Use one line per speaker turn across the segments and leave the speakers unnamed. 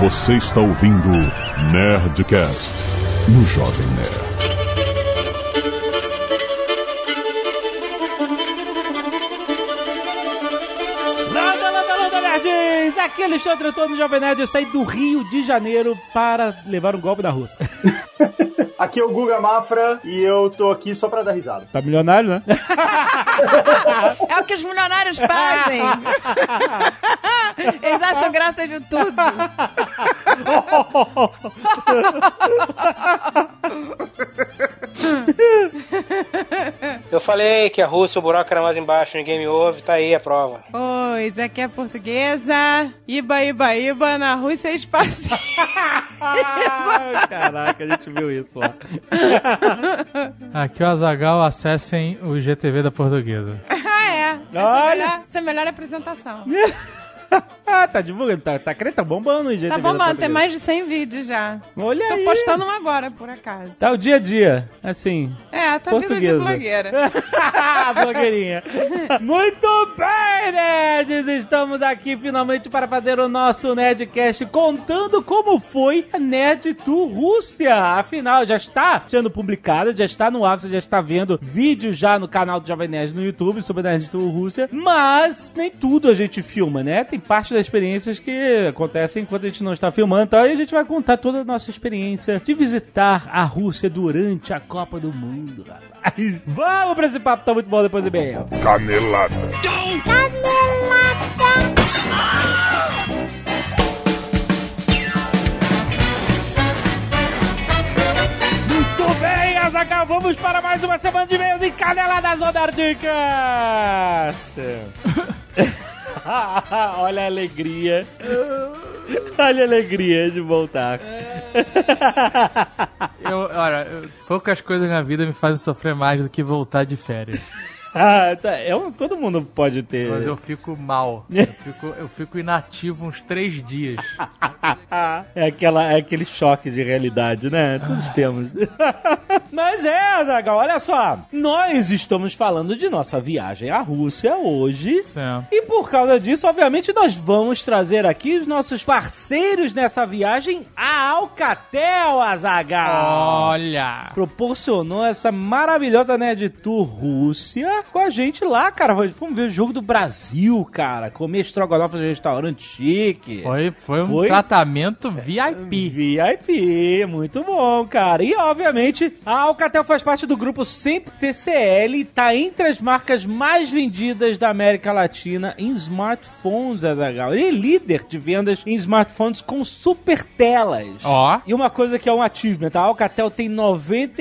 Você está ouvindo Nerdcast no Jovem Nerd.
Landa, landa, landa, nerds! Aqui é Alexandre Antônio Jovem Nerd. Eu saí do Rio de Janeiro para levar um golpe na Rússia.
Aqui é o Guga Mafra e eu tô aqui só pra dar risada.
Tá milionário, né?
É o que os milionários fazem. Eles acham graça de tudo.
Eu falei que a Rússia, o buraco era mais embaixo, ninguém me ouve, tá aí a prova.
Pois, aqui é portuguesa. Iba, iba, iba, na Rússia é espaço.
Caraca, a gente viu isso lá.
Aqui o Azagal acessem o IGTV da Portuguesa.
ah, é. Essa é a
Olha.
melhor, essa é a melhor apresentação.
Ah, tá divulgando, tá, tá, crente, tá bombando o IGTV.
Tá bom,
da
mano, tem mais de 100 vídeos já.
Olha
Tô
aí.
postando um agora, por acaso.
Tá o dia a dia, assim.
É, tá vindo de
Portuguesa.
blogueira.
Blogueirinha. Muito bem, nerds! Estamos aqui finalmente para fazer o nosso Nerdcast contando como foi a Nerd Tour Rússia. Afinal, já está sendo publicada, já está no ar, você já está vendo vídeo já no canal do Jovem Nerd no YouTube sobre a Nerd Tour Rússia. Mas nem tudo a gente filma, né? Tem parte das experiências que acontecem enquanto a gente não está filmando. Então aí a gente vai contar toda a nossa experiência de visitar a Rússia durante a Copa do Mundo, rapaz. Vamos pra esse papo, tá muito bom depois do e-mail.
Canelada.
Muito bem, Azaghal, vamos para mais uma semana de e-mails em Caneladas Rodardicas. Olha a alegria. Olha a alegria de voltar.
Eu, olha, eu- poucas coisas na vida me fazem sofrer mais do que voltar de férias.
Ah, tá, é um- todo mundo pode ter.
Mas eu fico mal. Eu fico, eu fico inativo uns três dias.
É, aquela, é aquele choque de realidade, né? Todos temos. Mas é, Zagal, olha só. Nós estamos falando de nossa viagem à Rússia hoje.
Sim.
E por causa disso, obviamente, nós vamos trazer aqui os nossos parceiros nessa viagem, a Alcatel, Azagal.
Olha!
Proporcionou essa maravilhosa Nerd Tour Rússia com a gente lá, cara. Fomos ver o jogo do Brasil, cara. Comer estrogonofe no restaurante chique.
Foi, foi um
Foi?
tratamento VIP.
VIP, muito bom, cara. E, obviamente, a Alcatel faz parte do grupo Sempre TCL e tá entre as marcas mais vendidas da América Latina em smartphones, Azaghal. Ele é líder de vendas em smartphones com super telas.
Ó.
E uma coisa que é um achievement, a Alcatel tem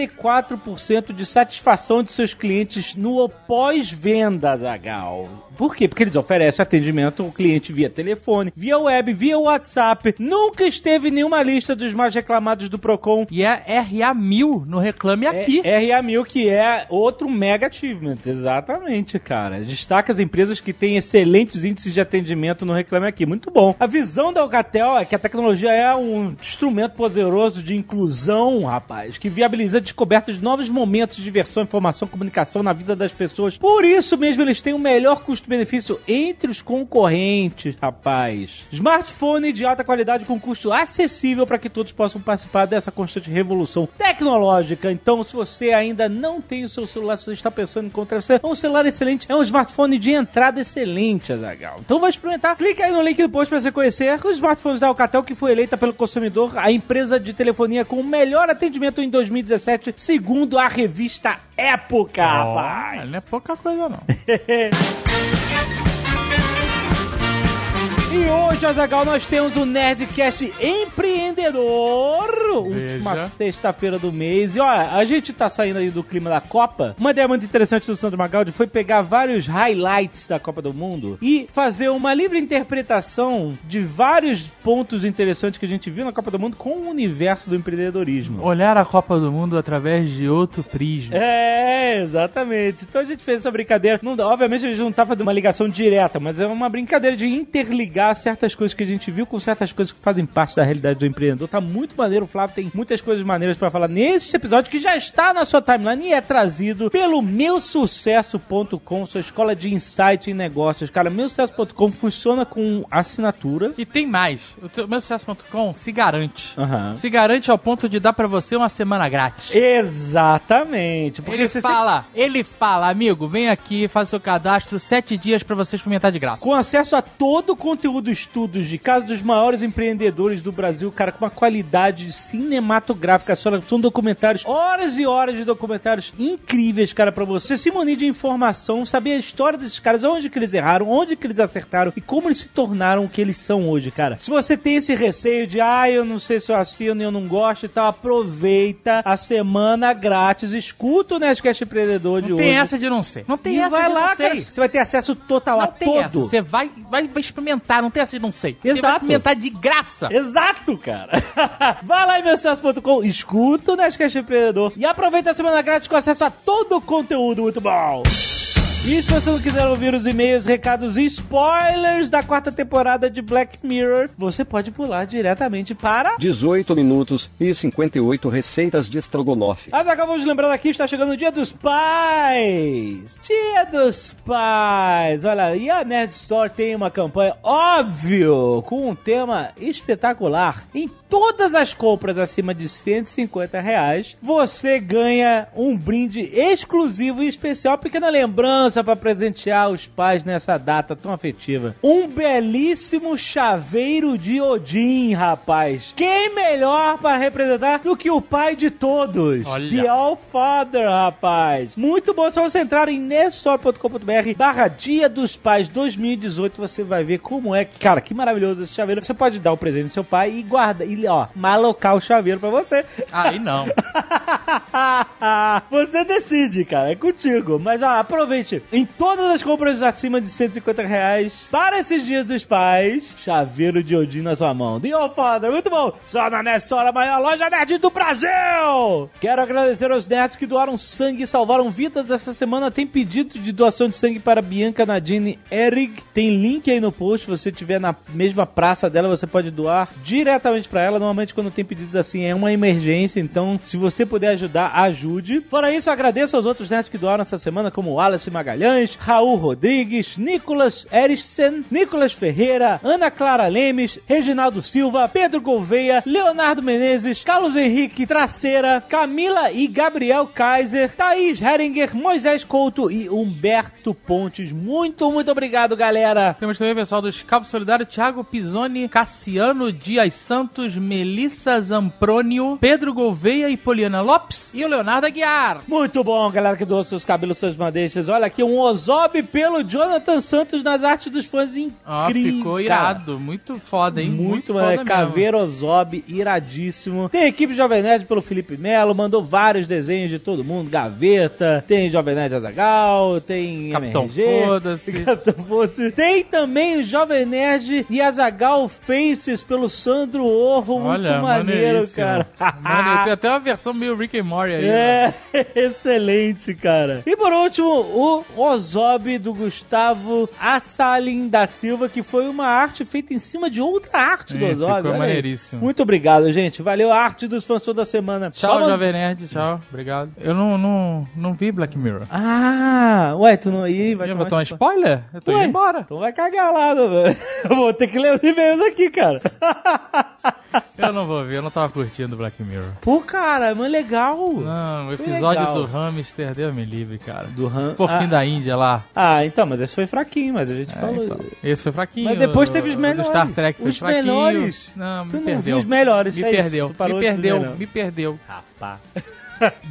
94% de satisfação de seus clientes no pós-venda da Gal. Por quê? Porque eles oferecem atendimento ao cliente via telefone, via web, via WhatsApp. Nunca esteve em nenhuma lista dos mais reclamados do Procon.
E é RA1000 no Reclame Aqui.
É, RA1000, que é outro mega achievement. Exatamente, cara. Destaca as empresas que têm excelentes índices de atendimento no Reclame Aqui. Muito bom. A visão da Alcatel é que a tecnologia é um instrumento poderoso de inclusão, rapaz, que viabiliza a descoberta de novos momentos de diversão, informação, comunicação na vida das pessoas. Por isso mesmo, eles têm o melhor custo-benefício entre os concorrentes, rapaz. Smartphone de alta qualidade com custo acessível para que todos possam participar dessa constante revolução tecnológica. Então, se você ainda não tem o seu celular, se você está pensando em comprar, você é um celular excelente, é um smartphone de entrada excelente, Azagal. Então, vai experimentar. Clica aí no link do post para você conhecer os smartphones da Alcatel, que foi eleita pelo consumidor a empresa de telefonia com o melhor atendimento em 2017, segundo a revista Época, rapaz.
Olha, não é pouca coisa, não.
E hoje, Azagal, nós temos o Nerdcast Empreendedor. Última sexta-feira do mês. E olha, a gente tá saindo aí do clima da Copa. Uma ideia muito interessante do Sandro Magaldi foi pegar vários highlights da Copa do Mundo e fazer uma livre interpretação de vários pontos interessantes que a gente viu na Copa do Mundo com o universo do empreendedorismo.
Olhar a Copa do Mundo através de outro prisma.
É, exatamente. Então a gente fez essa brincadeira. Não, dá- obviamente a gente não tá fazendo uma ligação direta, mas é uma brincadeira de interligar certas muitas coisas que a gente viu com certas coisas que fazem parte da realidade do empreendedor. Tá muito maneiro, o Flávio tem muitas coisas maneiras pra falar nesse episódio que já está na sua timeline e é trazido pelo meusucesso.com, sua escola de insight em negócios. Cara, meusucesso.com funciona com assinatura.
E tem mais. O teu- meu sucesso.com se garante.
Aham.
Se garante ao ponto de dar pra você uma semana grátis.
Exatamente. Porque
ele
você sempre-
fala, ele fala, amigo, vem aqui, faz seu cadastro, sete dias pra você experimentar de graça.
Com acesso a todo o conteúdo, estudos de casos dos maiores empreendedores do Brasil, cara, com uma qualidade cinematográfica. Só- São documentários, horas e horas de documentários incríveis, cara, pra você se munir de informação, saber a história desses caras, onde que eles erraram, onde que eles acertaram e como eles se tornaram o que eles são hoje, cara. Se você tem esse receio de, ah, eu não sei se eu assino e eu não gosto e tal, aproveita a semana grátis, escuta o Nerdcast Empreendedor de
Não
hoje.
tem essa de não ser. Não tem
e
essa
vai
de
lá,
não ser.
cara. Você vai ter acesso total a
Não tem essa.
todo.
Você vai, vai, vai experimentar, não tem essa de não sei. Você vai
Exato.
experimentar de graça.
Exato, cara. Vai lá em meusucesso.com, escuta o Nerdcast Empreendedor e aproveita a semana grátis com acesso a todo o conteúdo muito bom. E se você não quiser ouvir os e-mails, recados e spoilers da quarta temporada de Black Mirror, você pode pular diretamente para...
18 minutos e 58 receitas de estrogonofe.
Mas acabamos de lembrando aqui, está chegando o Dia dos Pais! Dia dos Pais! Olha, e a Nerd Store tem uma campanha, óbvio, com um tema espetacular. Em todas as compras acima de 150 reais, você ganha um brinde exclusivo e especial, pequena lembrança para presentear os pais nessa data tão afetiva. Um belíssimo chaveiro de Odin, rapaz! Quem melhor para representar do que o pai de todos?
Olha.
The All Father, rapaz. Muito bom. é Só você entrar em nessor.com.br barra Dia dos Pais 2018. Você vai ver como é que... Cara, que maravilhoso esse chaveiro. Você pode dar o presente do seu pai e guarda. E, ó, malocar o chaveiro pra você.
Aí não.
Você decide, cara, é contigo. Mas ó, aproveite. Em todas as compras acima de 150 reais, para esses dias dos pais, chaveiro de Odin na sua mão. The All Father, muito bom. Só na Nessa Hora, a maior loja nerd do Brasil. Quero agradecer aos nerds que doaram sangue e salvaram vidas essa semana. Tem pedido de doação de sangue para Bianca Nadine Eric. Tem link aí no post. Se você estiver na mesma praça dela, você pode doar diretamente pra ela. Normalmente, quando tem pedidos assim, é uma emergência. Então, se você puder ajudar, ajude. Fora isso, eu agradeço aos outros nerds que doaram essa semana, como Wallace Magalhães, Raul Rodrigues, Nicolas Erichsen, Nicolas Ferreira, Ana Clara Lemes, Reginaldo Silva, Pedro Gouveia, Leonardo Menezes, Carlos Henrique Traceira, Camila e Gabriel Kaiser, Thaís Heringer, Moisés Couto e Humberto Pontes. Muito, muito obrigado, galera.
Temos também o pessoal do Escapo Solidário, Thiago Pisoni, Cassiano Dias Santos, Melissa Zamprônio, Pedro Gouveia e Poliana Lopes e o Leonardo Aguiar.
Muito bom, galera que doou seus cabelos, suas madeixas. Olha aqui, um Ozob pelo Jonathan Santos nas artes dos fãs. Incrível.
Ó, ficou
cara.
irado. Muito foda, hein?
Muito,
foda
mano.
mesmo.
Caveiro Ozob, iradíssimo. Tem a equipe Jovem Nerd pelo Felipe Melo, mandou vários desenhos de todo mundo. Gaveta, tem Jovem Nerd Azagal, tem.
Capitão
MRG,
Foda-se.
Capitão Foda-se. Tem também o Jovem Nerd e Azagal Faces pelo Sandro Orro.
Olha,
Muito maneiro,
maneiríssimo.
cara.
Maneiro. Tem até uma versão meio Rick and Morty aí. né?
É, excelente, cara. E por último, o Ozob do Gustavo Assalin da Silva, que foi uma arte feita em cima de outra arte do
É,
Ozob.
ficou
olha aí.
maneiríssimo.
Muito obrigado, gente. Valeu, arte dos fãs toda semana.
Tchau,
Só man-
Jovem Nerd. Tchau. Obrigado. Eu não, não, não vi Black Mirror.
Ah, ué, tu não ia? Vai
Vai eu
tomar
vou tomar
spoiler?
spoiler? Eu tô
Ué,
indo embora.
Então vai cagar lá, né, velho? Eu vou ter que ler os e-mails aqui, cara.
Eu não vou ver, eu não tava curtindo Black Mirror.
Pô, cara, mas legal.
Não, o
Foi
episódio
legal.
do hamster, Deus me livre, cara.
Do Han...
Porquinho
ah,
um da É, Índia lá.
ah, então, mas esse foi fraquinho, mas a gente falou.
Esse foi fraquinho.
Mas depois
O-
teve os
o
melhores.
Do Star Trek foi
Os
fraquinho.
melhores.
Não, me
Tu não
perdeu.
viu os melhores,
Me
é isso.
perdeu.
Tu parou
Me
antes do
perdeu.
melhor.
Me perdeu.
Ah,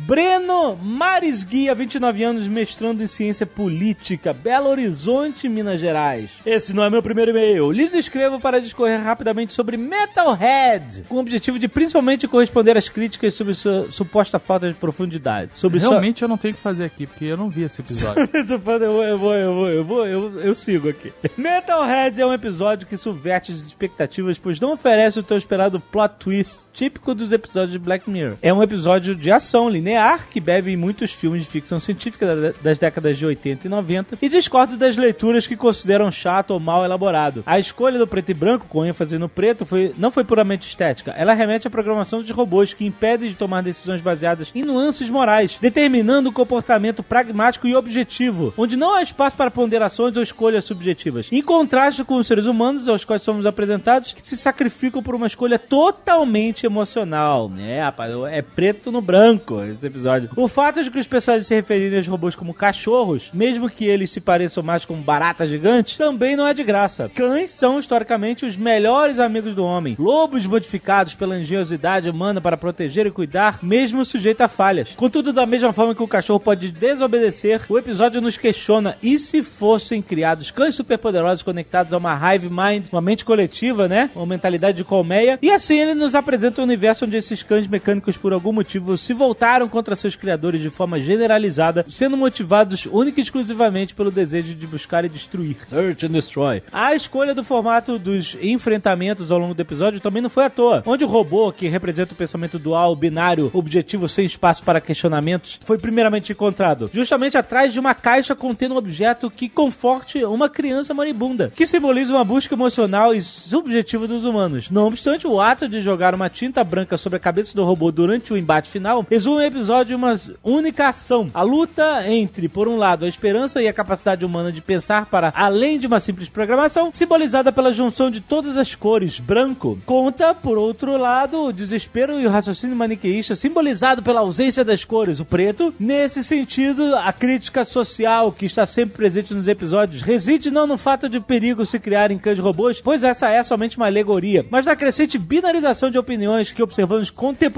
Breno Mares Guia, 29 anos, mestrando em ciência política, Belo Horizonte, Minas Gerais. Esse não é meu primeiro e-mail. Lhes escrevo para discorrer rapidamente sobre Metalhead, com o objetivo de principalmente corresponder às críticas sobre sua suposta falta de profundidade. Sobre sua-
Realmente eu não tenho o que fazer aqui, porque eu não vi esse episódio.
Esse fã, eu vou, eu vou, eu vou, eu vou, eu, eu sigo aqui. Metalhead é um episódio que subverte as expectativas, pois não oferece o teu esperado plot twist típico dos episódios de Black Mirror. É um episódio de ação, ficção linear, que bebe em muitos filmes de ficção científica da- das décadas de 80 e 90, e discordo das leituras que consideram chato ou mal elaborado. A escolha do preto e branco, com ênfase no preto, foi, não foi puramente estética. Ela remete à programação de robôs que impedem de tomar decisões baseadas em nuances morais, determinando o comportamento pragmático e objetivo, onde não há espaço para ponderações ou escolhas subjetivas. Em contraste com os seres humanos aos quais somos apresentados, que se sacrificam por uma escolha totalmente emocional, né, rapaz? É preto no branco esse episódio. O fato de que os personagens se referirem aos robôs como cachorros, mesmo que eles se pareçam mais com baratas gigantes, também não é de graça. Cães são, historicamente, os melhores amigos do homem. Lobos modificados pela engenhosidade humana para proteger e cuidar, mesmo sujeito a falhas. Contudo, da mesma forma que o cachorro pode desobedecer, o episódio nos questiona e se fossem criados cães superpoderosos conectados a uma hive mind, uma mente coletiva, né? Uma mentalidade de colmeia. E assim ele nos apresenta um universo onde esses cães mecânicos, por algum motivo, se voltaram contra seus criadores de forma generalizada, sendo motivados única e exclusivamente pelo desejo de buscar e destruir. Search and destroy. A escolha do formato dos enfrentamentos ao longo do episódio também não foi à toa, onde o robô, que representa o pensamento dual, binário, objetivo sem espaço para questionamentos, foi primeiramente encontrado justamente atrás de uma caixa contendo um objeto que conforte uma criança moribunda, que simboliza uma busca emocional e subjetiva dos humanos. Não obstante, o ato de jogar uma tinta branca sobre a cabeça do robô durante o embate final resume o episódio em uma única ação. A luta entre, por um lado, a esperança e a capacidade humana de pensar para além de uma simples programação, simbolizada pela junção de todas as cores branco, conta, por outro lado, o desespero e o raciocínio maniqueísta, simbolizado pela ausência das cores, o preto. Nesse sentido, a crítica social que está sempre presente nos episódios reside não no fato de o perigo se criar em cães robôs, pois essa é somente uma alegoria, mas na crescente binarização de opiniões que observamos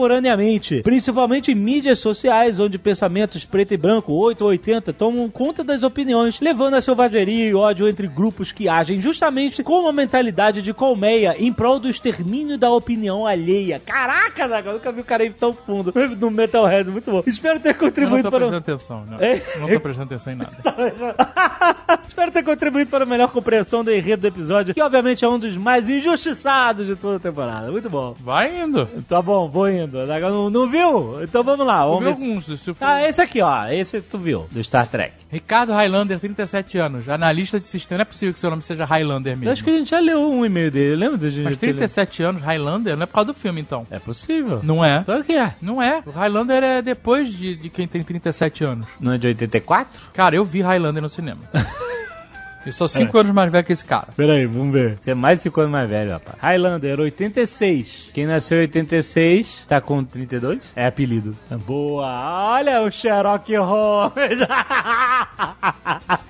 contemporaneamente, principalmente em mídias sociais, onde pensamentos preto e branco, 8 ou 80, tomam conta das opiniões, levando a selvageria e ódio entre grupos que agem justamente com uma mentalidade de colmeia em prol do extermínio da opinião alheia. Caraca, Zagal, eu nunca vi o cara ir tão fundo no Metalhead, muito bom. Espero ter
Eu não
contribuído
tô
para um o...
prestando atenção, não.
É?
Não tô prestando atenção em nada.
Espero ter contribuído para a melhor compreensão do enredo do episódio, que obviamente é um dos mais injustiçados de toda a temporada. Muito bom.
Vai indo.
Tá bom, vou indo. Agora Não, não viu? Então vamos lá.
Eu
Vamos
vi
ver se-
alguns do se for-
Ah, esse aqui, ó. Esse tu viu, do Star Trek.
Ricardo Highlander, 37 anos, analista de sistema. Não é possível que seu nome seja Highlander mesmo.
Eu acho que a gente já leu um e-mail dele. Lembra do gente?
Mas 37 anos, Highlander, não é por causa do filme, então.
É possível.
Não é?
Claro que é.
Não é. O Highlander é depois de, de quem tem 37 anos.
Não é de 84?
Cara, eu vi Highlander no cinema. eu sou 5
É.
anos mais velho que esse cara.
Peraí, vamos ver. Você é mais de 5 anos mais velho, rapaz. Highlander, 86. Quem nasceu em 86, tá com 32? É apelido. Boa! Olha o Sherlock Holmes!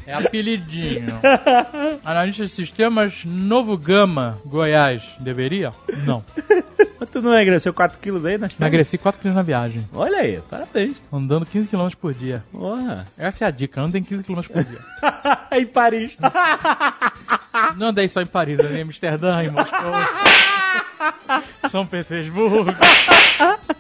É apelidinho. Analista de sistemas Novo Gama, Goiás. Deveria? Não.
tu não emagreceu 4 quilos aí, né?
Emagreci 4 quilos na viagem,
Olha aí, parabéns.
andando 15 km por dia.
Porra.
Essa é a dica, andem 15 km por dia.
em Paris.
Não andei só em Paris, andei em Amsterdã, em Moscou. São Petersburgo.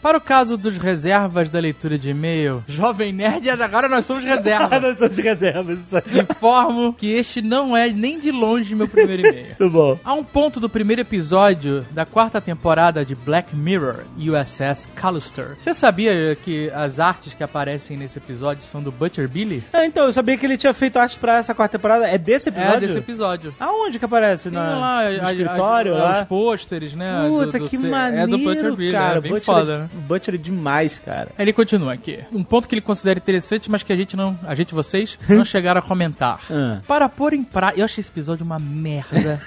Para o caso dos reservas da leitura de e-mail, Jovem Nerd, agora nós somos reserva.
Nós somos reservas, isso aí.
Informo que este não é nem de longe meu primeiro e-mail.
Muito bom.
Há um ponto do primeiro episódio da quarta temporada de Black Mirror, USS Callister. Você sabia que as artes que aparecem nesse episódio são do Butcher Billy?
Ah, então, eu sabia que ele tinha feito arte pra essa quarta temporada. É desse episódio?
É desse episódio.
Aonde que aparece?
Tem
Na,
lá,
no
a- a-
escritório?
a-
lá?
Os pôsteres, né?
Puta,
do- do
que
ser-
maneiro,
É do Butcher Billy,
cara.
é bem
Butcher,
foda, né?
Butcher é demais, cara.
Ele continua aqui. Um ponto que ele considera interessante, mas que a gente não. A gente, vocês, não chegaram a comentar.
Ah.
Para pôr em prática. Eu achei esse episódio uma merda.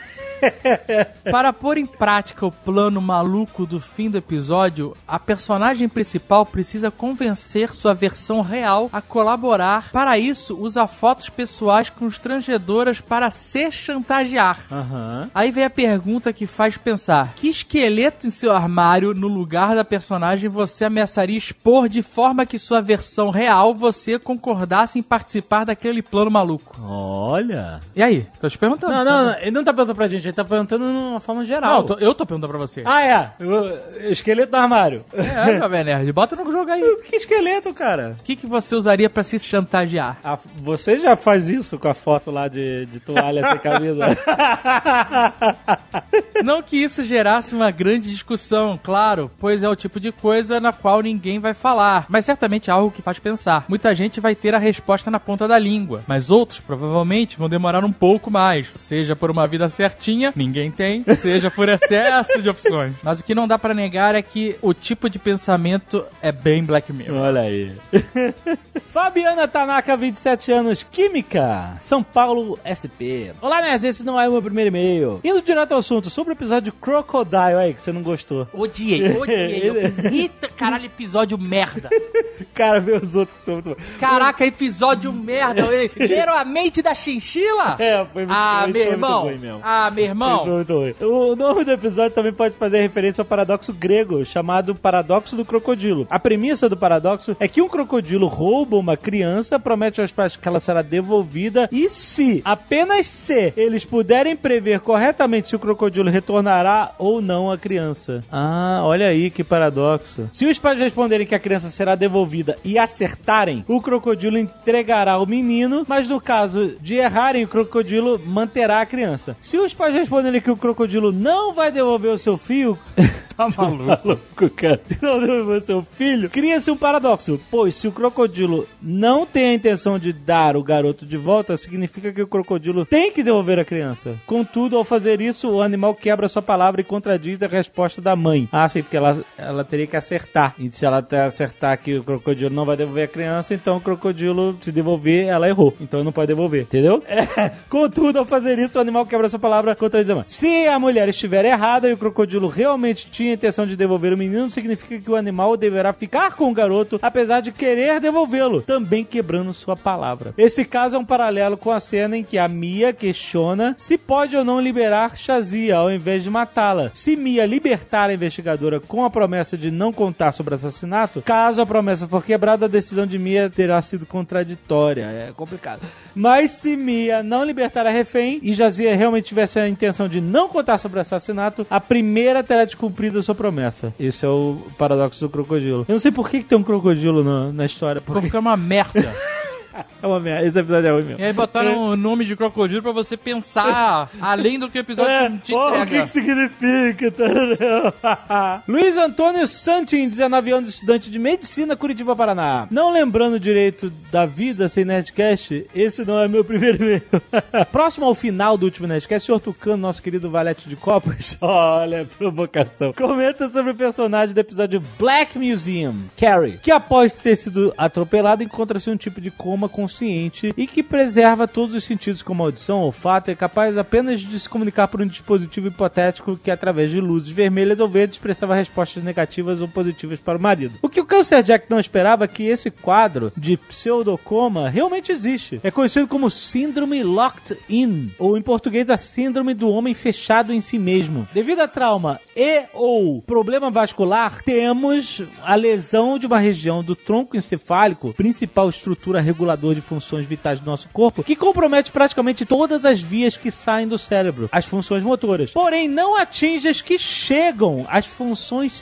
Para pôr em prática o plano maluco do fim do episódio, a personagem principal precisa convencer sua versão real a colaborar. Para isso, usa fotos pessoais constrangedoras para se chantagear.
Aham.
Aí vem a pergunta que faz pensar: que esqueleto em seu armário, no lugar da personagem, você ameaçaria expor de forma que sua versão real você concordasse em participar daquele plano maluco?
Olha.
E aí? Tô te perguntando.
Não, não, não, ele não tá perguntando pra gente, ele tá perguntando de uma forma geral.
eu tô, eu tô perguntando pra você.
Ah, é. O- Esqueleto do armário.
É, Jovem Nerd, bota no jogo aí. O
Que esqueleto, cara?
que, que você usaria pra se chantagear?
A- Ah, você já faz isso com a foto lá de, de toalha sem camisa?
Não que isso gerasse uma grande discussão, claro, pois é o tipo de coisa na qual ninguém vai falar, mas certamente é algo que faz pensar. Muita gente vai ter a resposta na ponta da língua, mas outros provavelmente vão demorar um pouco mais, seja por uma vida certinha, ninguém tem, seja por excesso de opções. Mas o que não dá pra negar é que o tipo de pensamento é bem Black Mirror.
Olha aí. Fabiana Tanaka, 27 anos, Química, São Paulo, SP. Olá, Nes, esse não é o meu primeiro e-mail. Indo direto ao assunto, sobre o episódio de Crocodile, aí, que você não gostou.
Odiei, odiei. Eu fiz- Eita, caralho, episódio merda.
Cara, vê os outros que estão muito...
Caraca, episódio merda. Leram a mente da chinchila?
É, foi muito,
Ah,
foi
meu
muito
irmão.
ruim mesmo.
Ah, meu
Foi
irmão.
muito ruim. O nome do episódio também pode fazer referência ao paradoxo grego, chamado paradoxo do crocodilo. A premissa do paradoxo é que um crocodilo rouba uma criança, promete aos pais que ela será devolvida e se, apenas se, eles puderem prever corretamente se o crocodilo retornará ou não a criança. Ah, olha aí que paradoxo. Se os pais responderem que a criança será devolvida e acertarem, o crocodilo entregará o menino, mas no caso de errarem, o crocodilo manterá a criança. Se os pais responderem que o crocodilo não vai devolver o seu filho. Tá maluco, cara. Não devolver o seu filho. Cria-se um paradoxo, pois se o crocodilo não tem a intenção de dar o garoto de volta, significa que o crocodilo tem que devolver a criança. Contudo, ao fazer isso, o animal quebra sua palavra e contradiz a resposta da mãe. Ah, sim, porque ela, ela teria que acertar. E se ela até acertar que o crocodilo não vai devolver a criança, então o crocodilo, se devolver, ela errou. Então não pode devolver, entendeu? É. Contudo, ao fazer isso, o animal quebra sua palavra contradiz a mãe. Se a mulher estiver errada e o crocodilo realmente tinha a intenção de devolver o menino, significa que o animal deverá ficar com o garoto, apesar de querer devolvê-lo, também quebrando sua palavra. Esse caso é um paralelo com a cena em que a Mia questiona se pode ou não liberar Shazia ao invés de matá-la. Se Mia libertar a investigadora com a promessa de não contar sobre o assassinato, caso a promessa for quebrada, a decisão de Mia terá sido contraditória. É complicado. Mas se Mia não libertar a refém e Jazia realmente tivesse a intenção de não contar sobre o assassinato, a primeira terá descumprido a sua promessa. Isso é o paradoxo do crocodilo. Eu não sei por que, que tem um crocodilo na, na história. Porque
Porque é uma merda.
é uma merda. Esse episódio é ruim mesmo.
E aí botaram o nome de crocodilo pra você pensar além do que o episódio te
ó, É, o que,
entrega.
que significa? entendeu? Luiz Antônio Santin, 19 anos, estudante de medicina, Curitiba, Paraná. Não lembrando direito da vida sem Nerdcast, esse não é meu primeiro e-mail. Próximo ao final do último Nerdcast, o Sr. Tucano, nosso querido valete de copas, olha a provocação, comenta sobre o personagem do episódio Black Museum, Carrie, que após ter sido atropelado, encontra-se em um tipo de coma consciente e que preserva todos os sentidos como audição, olfato, e é capaz apenas de se comunicar por um dispositivo hipotético que, através de luzes vermelhas ou verdes, expressava respostas negativas ou positivas para o marido. O que o Cancer Jack não esperava é que esse quadro de pseudocoma realmente existe. É conhecido como Síndrome Locked In, ou em português, a Síndrome do Homem Fechado em Si Mesmo. Devido a trauma e ou problema vascular, temos a lesão de uma região do tronco encefálico, principal estrutura regulador de funções vitais do nosso corpo, que compromete praticamente todas as vias que saem do cérebro, as funções motoras. Porém, não atinge as que chegam às funções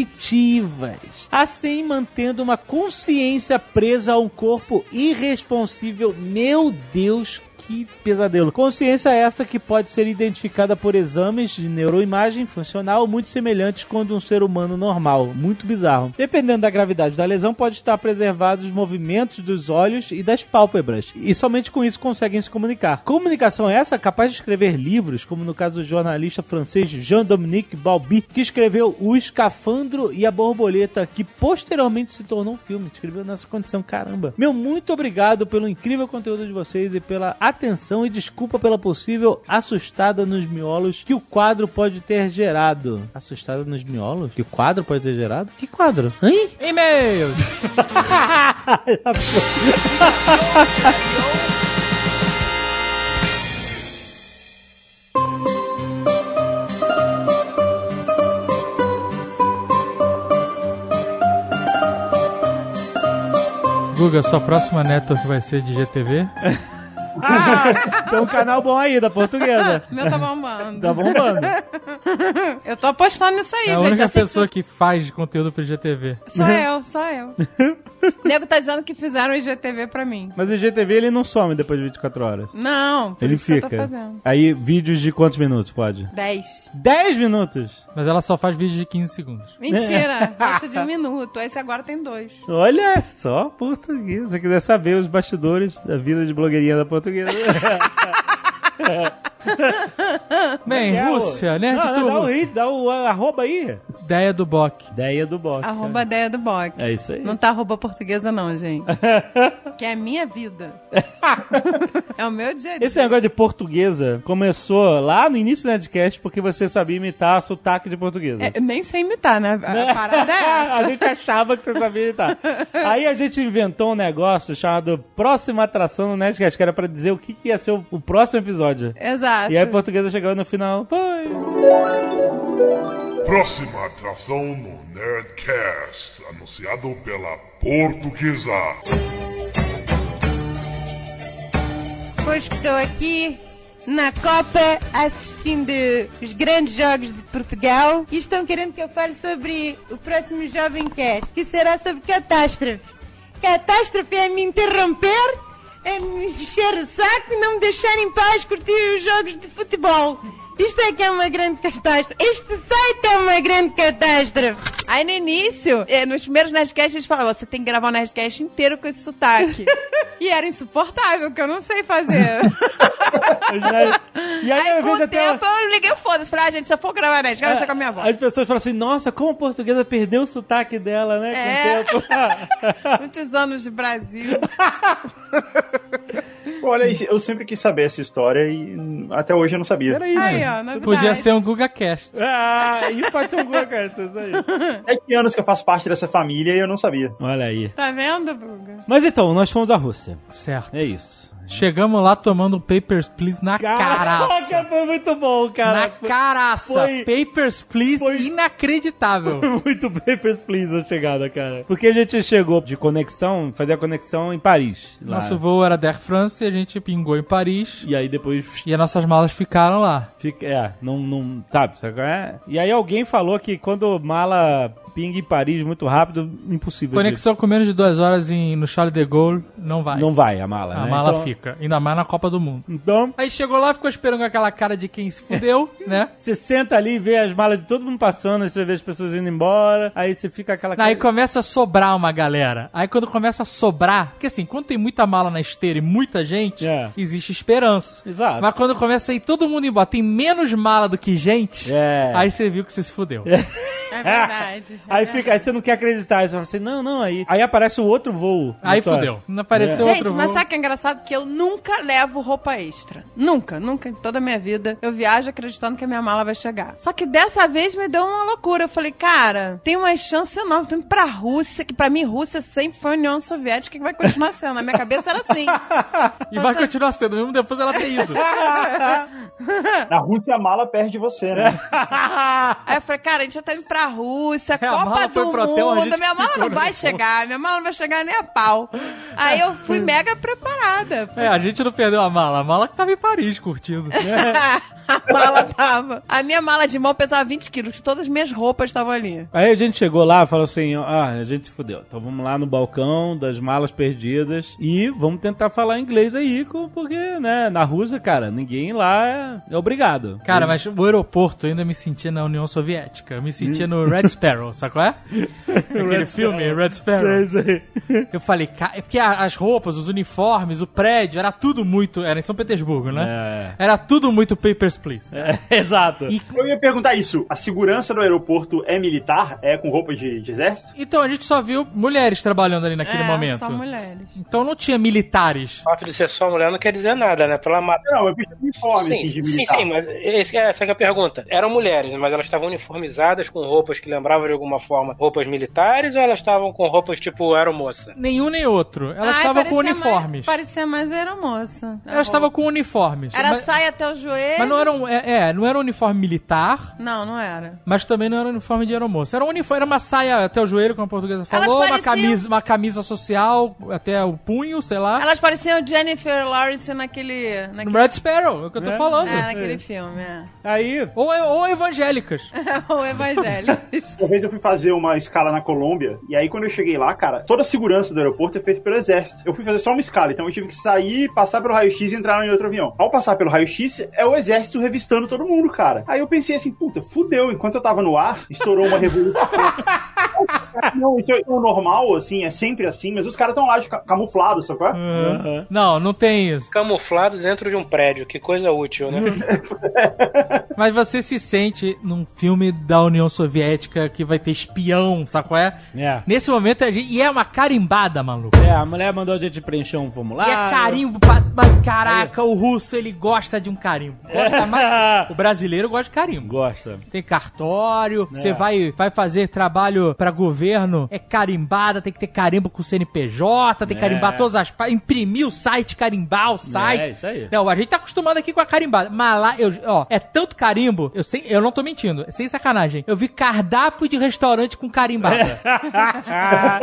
sensitivas, assim mantendo uma consciência presa a um corpo irresponsível. Meu Deus, que pesadelo. Consciência essa que pode ser identificada por exames de neuroimagem funcional muito semelhantes com a de um ser humano normal. Muito bizarro. Dependendo da gravidade da lesão, pode estar preservados os movimentos dos olhos e das pálpebras. E somente com isso conseguem se comunicar. Comunicação essa capaz de escrever livros, como no caso do jornalista francês Jean-Dominique Balbi, que escreveu O Escafandro e a Borboleta, que posteriormente se tornou um filme. Escreveu nessa condição, caramba. Meu, muito obrigado pelo incrível conteúdo de vocês e pela atenção e desculpa pela possível assustada nos miolos que o quadro pode ter gerado. Assustada nos miolos? Que o quadro pode ter gerado? Que quadro? Hein?
E-mail! Guga, sua próxima network vai ser de GTV?
Tem um canal bom aí da portuguesa.
Meu tá bombando.
Tá bombando.
Eu tô apostando nisso aí,
É a
gente.
única
assim-
pessoa que faz conteúdo pro IGTV.
Só eu, só eu. O nego tá dizendo que fizeram o IGTV pra mim.
Mas o IGTV ele não some depois de 24 horas.
Não, por
Ele
isso
fica.
que eu tô fazendo.
Aí, vídeos de quantos minutos pode?
10.
10 minutos?
Mas ela só faz vídeo de 15 segundos.
É.
Mentira, isso de um minuto. Esse agora tem dois.
Olha só, portuguesa. Se você quiser saber os bastidores da vida de blogueirinha da portuguesa.
Bem,
É,
Rússia,
ô.
né?
Não,
De
não, Dá o
tudo.
i- dá o arroba aí.
Ideia do Bock.
Ideia do box.
Arroba ideia do Bock.
É isso aí.
Não tá arroba portuguesa, não, gente. que é a minha vida. é o meu dia a dia.
Esse negócio de portuguesa começou lá no início do Nerdcast porque você sabia imitar sotaque de portuguesa.
É, nem sei imitar, né? A parada é
a
essa.
gente achava que você sabia imitar. Aí a gente inventou um negócio chamado Próxima Atração no Nerdcast, que era pra dizer o que, que ia ser o, o próximo episódio.
Exato.
E é aí a portuguesa chegou no final. Pô,
Próxima atração no Nerdcast, anunciado pela Portuguesa.
Pois que estou aqui na Copa assistindo os grandes jogos de Portugal e estão querendo que eu fale sobre o próximo Jovem Cast, que será sobre catástrofe. Catástrofe é me interromper, é me encher o saco e não me deixar em paz curtir os jogos de futebol. Isto é que é uma grande catástrofe. Este site é uma grande catástrofe. Aí no início, eh, nos primeiros Nerdcasts, eles falavam: você tem que gravar o Nerdcast inteiro com esse sotaque. e era insuportável, que eu não sei fazer.
e aí,
Aí
às
com
vezes,
o
até.
tempo É, eu É, liguei o foda-se. Falei, ah, gente, se eu for gravar Nerdcast, grava só com a minha voz.
As pessoas falam assim, nossa, como a portuguesa perdeu o sotaque dela, né?
É.
Com o tempo.
Muitos anos de Brasil.
Olha, eu sempre quis saber essa história e hum, até hoje eu não sabia.
Era isso.
Aí, ó, novidade.
Podia ser um GugaCast.
Ah, isso pode ser um Guacast, isso aí.
Sete anos que eu faço parte dessa família e eu não sabia.
Olha aí.
Tá vendo, Buga?
Mas então, nós fomos à Rússia.
Certo.
É isso.
Chegamos lá tomando um Papers, Please na caraça.
foi muito bom, cara.
na caraça.
foi-
Papers, Please
foi-
inacreditável.
Foi muito Papers, Please a chegada, cara. Porque a gente chegou de conexão, fazer a conexão em Paris. lá.
Nosso voo era da Air France, a gente pingou em Paris
E aí depois...
e as nossas malas ficaram lá.
Fica, é, não, não, sabe, sabe qual é? E aí alguém falou que quando mala pinga em Paris muito rápido, impossível. de-
Conexão com menos de duas horas em, no Charles de Gaulle, não vai.
Não vai a mala,
a
né?
mala
Então-
fica. Ainda mais na Copa do Mundo.
Então,
Aí chegou lá, ficou esperando com aquela cara de quem se fudeu, né?
você senta ali e vê as malas de todo mundo passando, aí você vê as pessoas indo embora, aí você fica aquela...
Aí começa a sobrar uma galera. Aí quando começa a sobrar, porque assim, quando tem muita mala na esteira e muita gente,
É.
existe esperança.
Exato.
Mas quando começa a ir todo mundo embora, tem menos mala do que gente,
É.
aí você viu que você se fudeu.
É verdade.
Aí, fica, aí você não quer acreditar, aí você fala assim, não, não, aí... Aí aparece o outro voo.
Aí
Vitória.
fudeu. Não apareceu
Gente,
outro
mas
voo.
sabe o que é engraçado? Que eu nunca levo roupa extra. Nunca, nunca, em toda a minha vida. Eu viajo acreditando que a minha mala vai chegar. Só que dessa vez me deu uma loucura. Eu falei, cara, tem uma chance enorme. Tô indo pra Rússia, que pra mim Rússia sempre foi a União Soviética que vai continuar sendo. Na minha cabeça era assim.
E vai continuar sendo, mesmo depois ela ter ido.
É.
Na Rússia a mala perde você, né?
Aí eu falei, cara, a gente já tá indo pra Rússia,
É, a
Copa
mala foi
do
pro hotel, a
Mundo,
gente
minha mala
ficou
não
no
vai
aeroporto.
chegar, minha mala não vai chegar nem a pau. Aí eu fui mega preparada.
É, a gente não perdeu a mala. A mala que tava em Paris curtindo.
É.
É.
a mala tava. A minha mala de mão pesava 20 quilos, todas as minhas roupas estavam ali.
Aí a gente chegou lá e falou assim: ah, a gente se fudeu. Então vamos lá no balcão das malas perdidas e vamos tentar falar inglês aí, com- porque, né, na Rússia, cara, ninguém lá é- é obrigado.
Cara, mas o aeroporto eu ainda me sentia na União Soviética. Eu me sentia no Red Sparrow, sabe qual é? Aquele filme, Red
Sei,
Sparrow.
sei.
Eu falei, cara, porque a- as roupas, os uniformes, o prédio, era tudo muito. Era em São Petersburgo, né? Era tudo muito Papers, Please.
É, exato.
E-
Eu ia perguntar isso. A segurança do aeroporto é militar? É com roupa de, de exército?
Então a gente só viu mulheres trabalhando ali naquele
É,
momento.
Só mulheres.
Então não tinha militares.
O fato de ser só mulher não quer dizer nada, né? Pela mata.
Não, eu pedi uniforme assim, de
Sim,
militar.
sim, sim, mas esse- essa que é a pergunta. Eram mulheres, mas elas estavam uniformizadas com roupas que lembravam de alguma forma roupas militares ou elas estavam com roupas tipo aeromoça?
Nenhum nem outro. Elas
Ai,
estavam com
parecia
uniformes.
Mais, parecia mais aeromoça.
Elas estavam com uniformes.
Era
Mas-
saia até o joelho.
Mas não era um, é, é, não era um uniforme militar,
Não, não era.
mas também não era um uniforme de aeromoça. Era um uniforme, era uma saia até o joelho, como a portuguesa falou, uma
pareciam-
camisa, uma camisa social até o punho, sei lá.
Elas pareciam Jennifer Lawrence naquele.
Ah. No
naquele
Red Sparrow, é o que eu tô falando.
é, naquele filme, é.
Aí,
Ou, ou evangélicas.
o Evangelho.
Uma vez eu fui fazer uma escala na Colômbia, e aí quando eu cheguei lá, cara, toda a segurança do aeroporto é feita pelo exército. Eu fui fazer só uma escala, então eu tive que sair, passar pelo raio-x e entrar em outro avião. Ao passar pelo raio-x, é o exército revistando todo mundo, cara. Aí eu pensei assim, puta, fudeu, enquanto eu tava no ar, estourou uma revolução. Não, isso é o normal, assim, é sempre assim, mas os caras estão lá de ca- camuflado, sabe qual é?
Hum. Aham.
Não, não tem isso.
Camuflado dentro de um prédio, que coisa útil, né?
Mas você se sente num filme da União Soviética que vai ter espião, sabe qual é?
é.
Nesse momento, a gente, e é uma carimbada, maluco.
É, a mulher mandou a gente preencher um
E
formulário.
é carimbo, pra- mas caraca, o russo ele gosta de um carimbo.
É.
Gosta mais. O brasileiro gosta de carimbo.
Gosta.
Tem cartório,
É.
você vai, vai fazer trabalho pra governo, é carimbada, tem que ter carimbo com o CNPJ, tem que
É.
carimbar todas as páginas, imprimir o site, carimbar o site.
É, isso aí.
Não, a gente tá acostumado aqui com a carimbada. Mas lá, eu, ó, é tanto carimbo, eu, sei, eu não tô mentindo, sem sacanagem. Eu vi cardápio de restaurante com
É.
carimbada.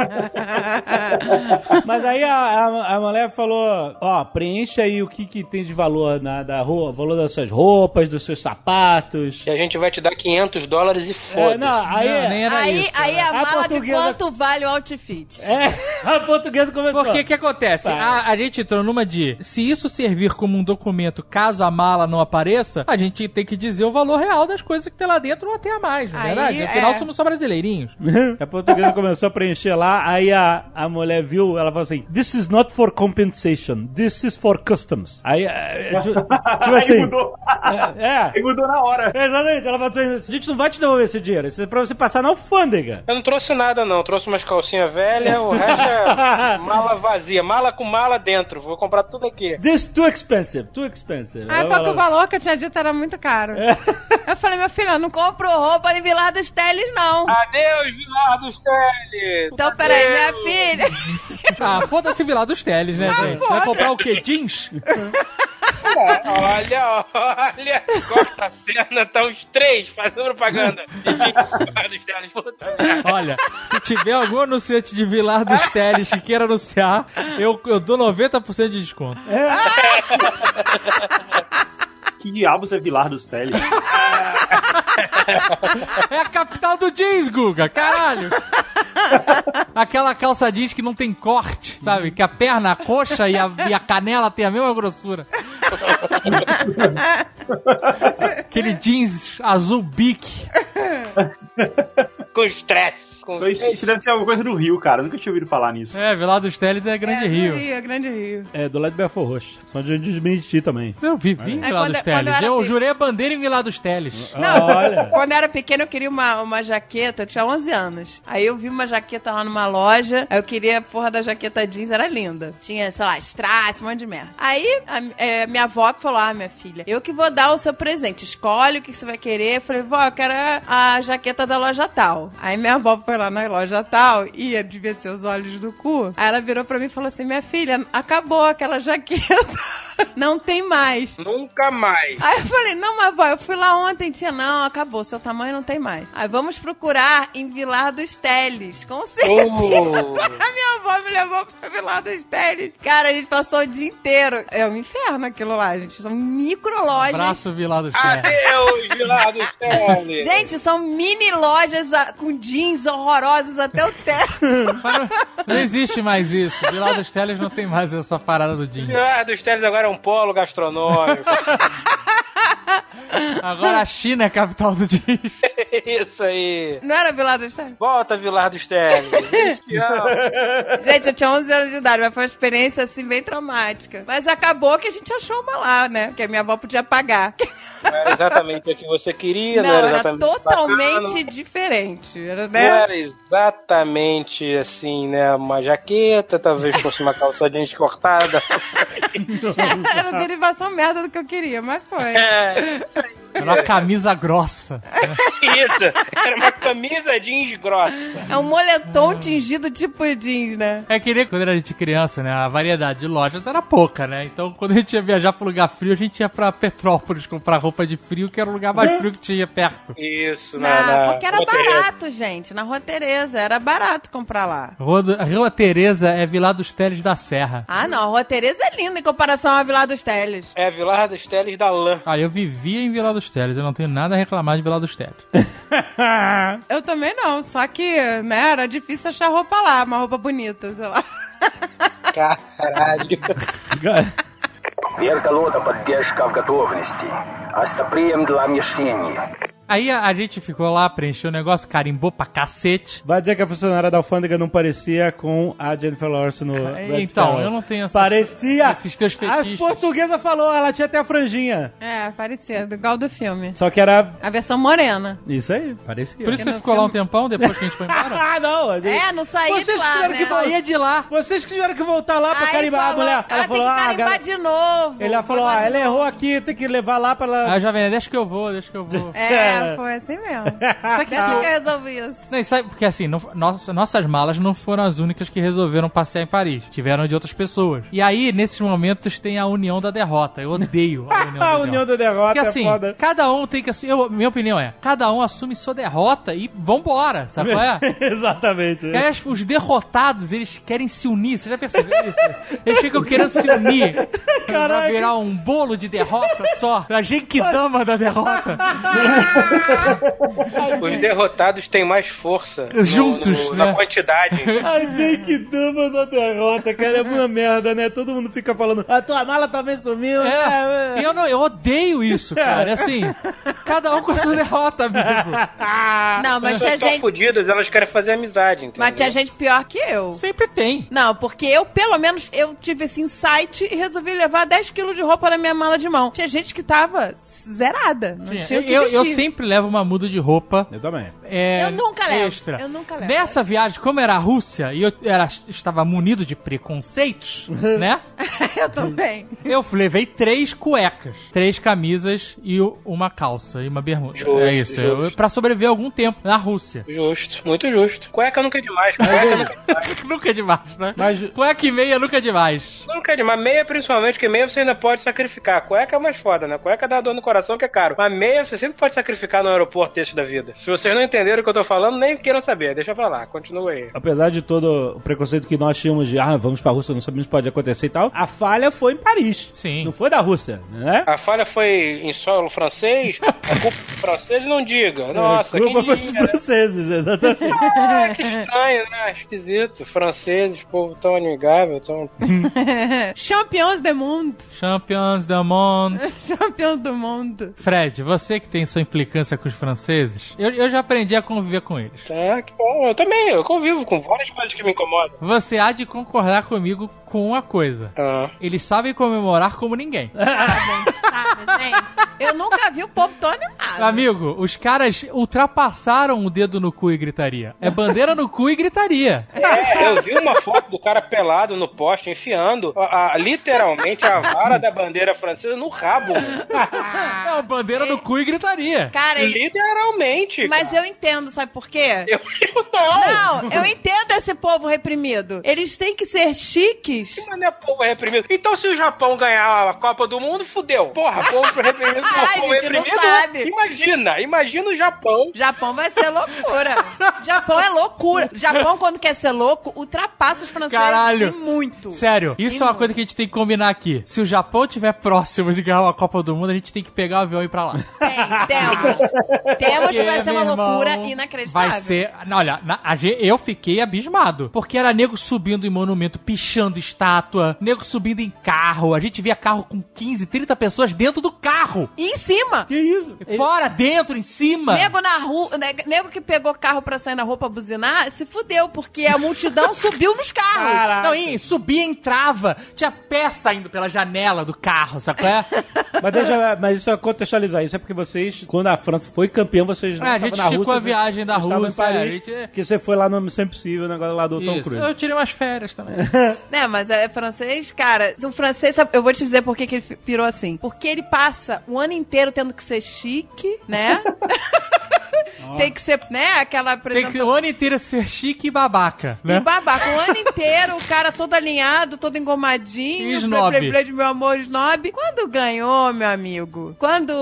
Mas aí a, a, a mulher falou: ó, preencha aí o que, que tem de valor na, da rua, valor das suas roupas, dos seus sapatos.
E a gente vai te dar 500 dólares e
É,
foda-se.
não, aí.
Não, nem era
aí
isso. né?
aí a,
A
mala de
portuguesa-
quanto vale o outfit?
É, a portuguesa começou.
Porque o que acontece? A, a gente entrou numa de se isso servir como um documento caso a mala não apareça, a gente tem que dizer o valor real das coisas que tem lá dentro ou até a mais, na
Aí,
verdade. Afinal,
é.
somos só brasileirinhos.
A portuguesa começou a preencher lá, aí a, a mulher viu, ela falou assim: This is not for compensation, this is for customs. Aí, é, é, tipo tipo
Aí
assim.
mudou,
É,
aí mudou na hora.
é, exatamente. Ela falou assim: a gente não vai te devolver esse dinheiro, isso é pra você passar na alfândega.
Eu não trouxe nada, não. Eu trouxe umas calcinhas velhas, o resto é mala vazia. Mala com mala dentro. Vou comprar tudo aqui.
This too expensive, too expensive.
Ah, qual que o valor que eu tinha dito era muito caro.
É.
Eu falei, meu filho, eu não compro roupa em Vilar dos Teles, não.
Adeus, Vilar dos Teles!
então, peraí, minha filha.
Ah, foda-se vilar dos teles, né,
Tá
gente? Vai comprar o quê? Jeans?
Olha, olha! Costa Serna, tá os três fazendo propaganda. Vilar dos Teles, puta merda.
Olha, se tiver algum anunciante de Vilar dos Teles que queira anunciar, eu, eu dou 90% de desconto.
Que diabos é Vilar dos Teles?
É a capital do jeans, Guga, caralho! Aquela calça jeans que não tem corte, sabe? Que a perna, a coxa e a, e a canela tem a mesma grossura. Aquele jeans azul bique.
Com estresse. Com...
Então, isso, isso deve ser alguma coisa do Rio, cara. Eu nunca tinha ouvido falar nisso.
É, Vilar dos Teles é grande
é,
rio.
do Rio, Grande Rio.
É, do lado de Belfort Roxo. São de onde desmentir também.
Eu vivi em
É,
Vilar
quando-
dos
quando eu
Teles.
era
Eu
pe-
jurei a bandeira em Vilar dos Teles.
Não,
Olha.
quando eu era pequena eu queria uma, uma jaqueta, eu tinha 11 anos. Aí eu vi uma jaqueta lá numa loja, aí eu queria a porra da jaqueta jeans, era linda. Tinha, sei lá, strass, um monte de merda. Aí a- é, minha avó que falou, ah, minha filha, eu que vou dar o seu presente, escolhe o que você vai querer. Eu falei, vó, eu quero a, a jaqueta da loja tal. Aí minha avó foi lá na loja tal e devia ser os olhos do cu. Aí ela virou pra mim e falou assim, minha filha, acabou aquela jaqueta, não tem mais.
Nunca mais.
Aí eu falei, não, mas vó, eu fui lá ontem, tinha, não, acabou, seu tamanho não tem mais. Aí vamos procurar em Vilar dos Teles, com certeza.
Oh.
A minha avó me levou pra Vilar dos Teles. Cara, a gente passou o dia inteiro. É um inferno aquilo lá, gente. São micro lojas.
Abraço, Vilar dos
Ah, é.
Teles.
Adeus, Vilar dos Teles!
Gente, são mini lojas ah, com jeans horrorosos até o teto.
Mas não- Não existe mais isso. Vilar dos Teles não tem mais essa parada do jeans.
Vilar dos Teles agora é um polo gastronômico.
Agora a China é a capital do jeans.
É Isso aí.
Não era Vilar dos Teles?
Volta, Vilar dos Teles. Tchau.
Gente, eu tinha 11 anos de idade, mas foi uma experiência, assim, bem traumática. Mas acabou que a gente achou uma lá, né? Porque a minha avó podia pagar.
Não era exatamente o que você queria, não,
né?
Não,
era
era,
exatamente
totalmente
bacana,
diferente. Era,
Não
né?
É.
era exatamente assim, né? Uma jaqueta, talvez fosse uma calça jeans cortada.
Era derivação merda do que eu queria, mas foi.
É, isso aí.
Era uma camisa grossa.
Isso! Era uma camisa jeans grossa.
É um moletom tingido tipo jeans, né?
É que nem quando a gente criança, né? A variedade de lojas era pouca, né? Então, quando a gente ia viajar pra lugar frio, a gente ia pra Petrópolis comprar roupa de frio, que era o lugar mais frio que tinha perto.
Isso, na,
Na,
na-
porque era
Rua Teresa.
barato, gente. Na Rua Tereza, era barato comprar lá.
Rua, do- a Rua Tereza é Vila dos Teles da Serra.
Ah, não, a Rua Tereza é linda em comparação à Vila dos Teles.
É, Vilar das Teles da Lã.
Ah, eu vivia em Vila dos Teles, eu não tenho nada a reclamar de Vila dos Teles.
É?
Eu também não, só que, né, era difícil achar roupa lá, uma roupa bonita, sei lá.
Caralho.
Вельта лота поддержка в готовности. Остоприем для мещения.
Aí a, a gente ficou lá, preencheu o negócio, carimbou pra cacete.
Vai dizer que a funcionária da alfândega não parecia com a Jennifer Lawrence no Red
então,
Sparrow.
eu não tenho essas-
Parecia!
esses teus fetiches.
A portuguesa falou, ela tinha até a franjinha.
É, parecia, igual do filme.
Só que era
A versão morena.
isso aí, parecia.
Por isso
Eu
você
não
ficou lá um
tenho-
tempão depois que a gente foi embora?
Ah, não! a gente-
É, não saía
Vocês
de lá,
tiveram
né?
que sair
de lá.
Vocês que tiveram que voltar lá pra
Aí
carimbar a
falou,
mulher.
"Ah,
Ela falou,
tem que
ah,
carimbar
gar...
de novo.
Ele falou, ah, ela errou aqui, tem que levar lá pra ela...
Ah, jovem, deixa que eu vou, deixa que eu vou.
É, foi assim mesmo.
Sabe que-
Deixa que eu resolvo isso.
Não, e sabe, porque assim, não- nossas, nossas malas não foram as únicas que resolveram passear em Paris. Tiveram de outras pessoas. E aí, nesses momentos, tem a união da derrota. Eu odeio a união da
a
derrota.
união da derrota
Ah, Porque assim,
é foda.
cada um tem que assumir. eu- minha opinião é: cada um assume sua derrota e vambora, sabe qual é?
Exatamente.
E aí as- os derrotados, eles querem se unir. Você já percebeu isso? Eles ficam querendo se unir. Pra
Caraca.
virar um bolo de derrota só. A Genkidama da derrota.
Os derrotados têm mais força. no-
Juntos,
no-
né?
Na quantidade.
A Jake Dama da derrota, cara, é uma merda, né? Todo mundo fica falando, a tua mala também sumiu.
É. E eu, não, eu odeio isso, cara. É Assim, cada um com a sua derrota, amigo.
Não, mas tinha
Elas
Então,
estão
gente,
fodidas, elas querem fazer amizade, entendeu?
mas tinha gente pior que eu.
Sempre tem.
Não, porque eu, pelo menos, eu tive esse insight e resolvi levar 10 quilos de roupa na minha mala de mão. Tinha gente que tava zerada. Não tinha
Eu,
o que
eu, eu
vestir.
sempre levo uma muda de roupa.
Eu também.
é,
Eu nunca levo.
Extra.
Eu nunca levo.
Nessa viagem, como era a Rússia e eu era, estava munido de preconceitos, né?
Eu também.
Eu levei três cuecas, três camisas e u- uma calça e uma bermuda.
Justo,
é isso. Eu,
justo.
pra sobreviver algum tempo na Rússia.
Justo, muito justo. Cueca nunca é demais, cueca nunca é demais.
nunca é demais, né?
Mas-
Cueca e meia nunca é demais.
Não quer demais. Meia, principalmente, porque meia você ainda pode sacrificar. Cueca é mais foda, né? Cueca dá dor no coração, que é caro. Mas meia você sempre pode sacrificar no aeroporto desse da vida. Se vocês não entenderam o que eu tô falando, nem queiram saber. Deixa pra lá, continua aí.
Apesar de todo o preconceito que nós tínhamos de, ah, vamos pra Rússia, não sabemos o que pode acontecer e tal, a falha foi em Paris.
Sim.
Não foi da Rússia, né?
A falha foi em solo francês, a culpa é do francês não diga. Nossa,
a
que,
É, culpa foi dos
dia, né?
franceses, exatamente.
Ah, que estranho, né? Esquisito. Franceses, povo tão amigável, tão.
É. Champions do mundo.
Champions do monde.
Champion do mundo.
Fred, você que tem sua implicância com os franceses, eu, eu já aprendi a conviver com eles.
Tá, que bom. Eu também, eu convivo com várias coisas que me incomodam.
Você há de concordar comigo com uma coisa.
Ah.
Eles sabem comemorar como ninguém.
Sabe, sabe, gente? Eu nunca vi o povo tão animado.
Amigo, os caras ultrapassaram o dedo no cu e gritaria. É bandeira no cu e gritaria.
É, eu vi uma foto do cara pelado no poste, enfiando a- a- literalmente a vara da bandeira francesa no rabo. mano.
É bandeira no cu e gritaria.
Cara,
Literalmente.
mas
cara.
eu entendo, sabe por quê?
Eu, eu não.
Não, eu entendo esse povo reprimido. Eles têm que ser chiques.
Mas não é povo reprimido. Então, se o Japão ganhar a Copa do Mundo, fudeu. Porra, povo reprimido,
Ai,
povo
gente, não
reprimido.
sabe.
Imagina, imagina o Japão.
Japão vai ser loucura. Japão é loucura. Japão, quando quer ser louco, ultrapassa os franceses
Caralho.
e muito.
Sério, isso é uma coisa que a gente tem que combinar aqui. Se o Japão tiver próximo de ganhar uma Copa do Mundo, a gente tem que pegar o avião e ir pra lá.
Tem, temos. Temos que vai
Porque,
ser uma
meu irmão,
loucura inacreditável.
Vai ser. não, Olha, na- a ge- eu fiquei abismado. Porque era nego subindo em monumento, pichando estátua, nego subindo em carro. A gente via carro com 15, 30 pessoas dentro do carro.
E em cima,
que isso?
Fora, dentro, em cima.
nego na rua, neg- nego que pegou carro pra sair na rua pra buzinar, se fudeu, porque a multidão subiu nos carros.
Caraca.
Não, e subia, entrava. Tinha pé saindo pela janela do carro, sacou? É?
Mas deixa, mas isso é contextualizar. Isso é porque vocês, quando a França foi campeão, vocês não
É, a
estavam
gente
na Rússia.
esticou a
vocês
viagem da
estavam em
Rússia, é, a
Paris,
gente-
que você foi lá no Sempre Possível, o negócio lá do Tom
Isso.
Cruise.
Eu tirei umas férias também.
Né, mas é francês, cara. Se o francês. sabe- Eu vou te dizer por que, que ele fi- pirou assim. Porque Porque ele passa o ano inteiro tendo que ser chique, né? Tem que ser, né, aquela
Tem que o ano inteiro ser chique e babaca,
E
né?
babaca, o ano inteiro, o cara todo alinhado, todo engomadinho.
E snob.
blé, blé, blé de meu amor, snob. Quando ganhou, meu amigo? Quando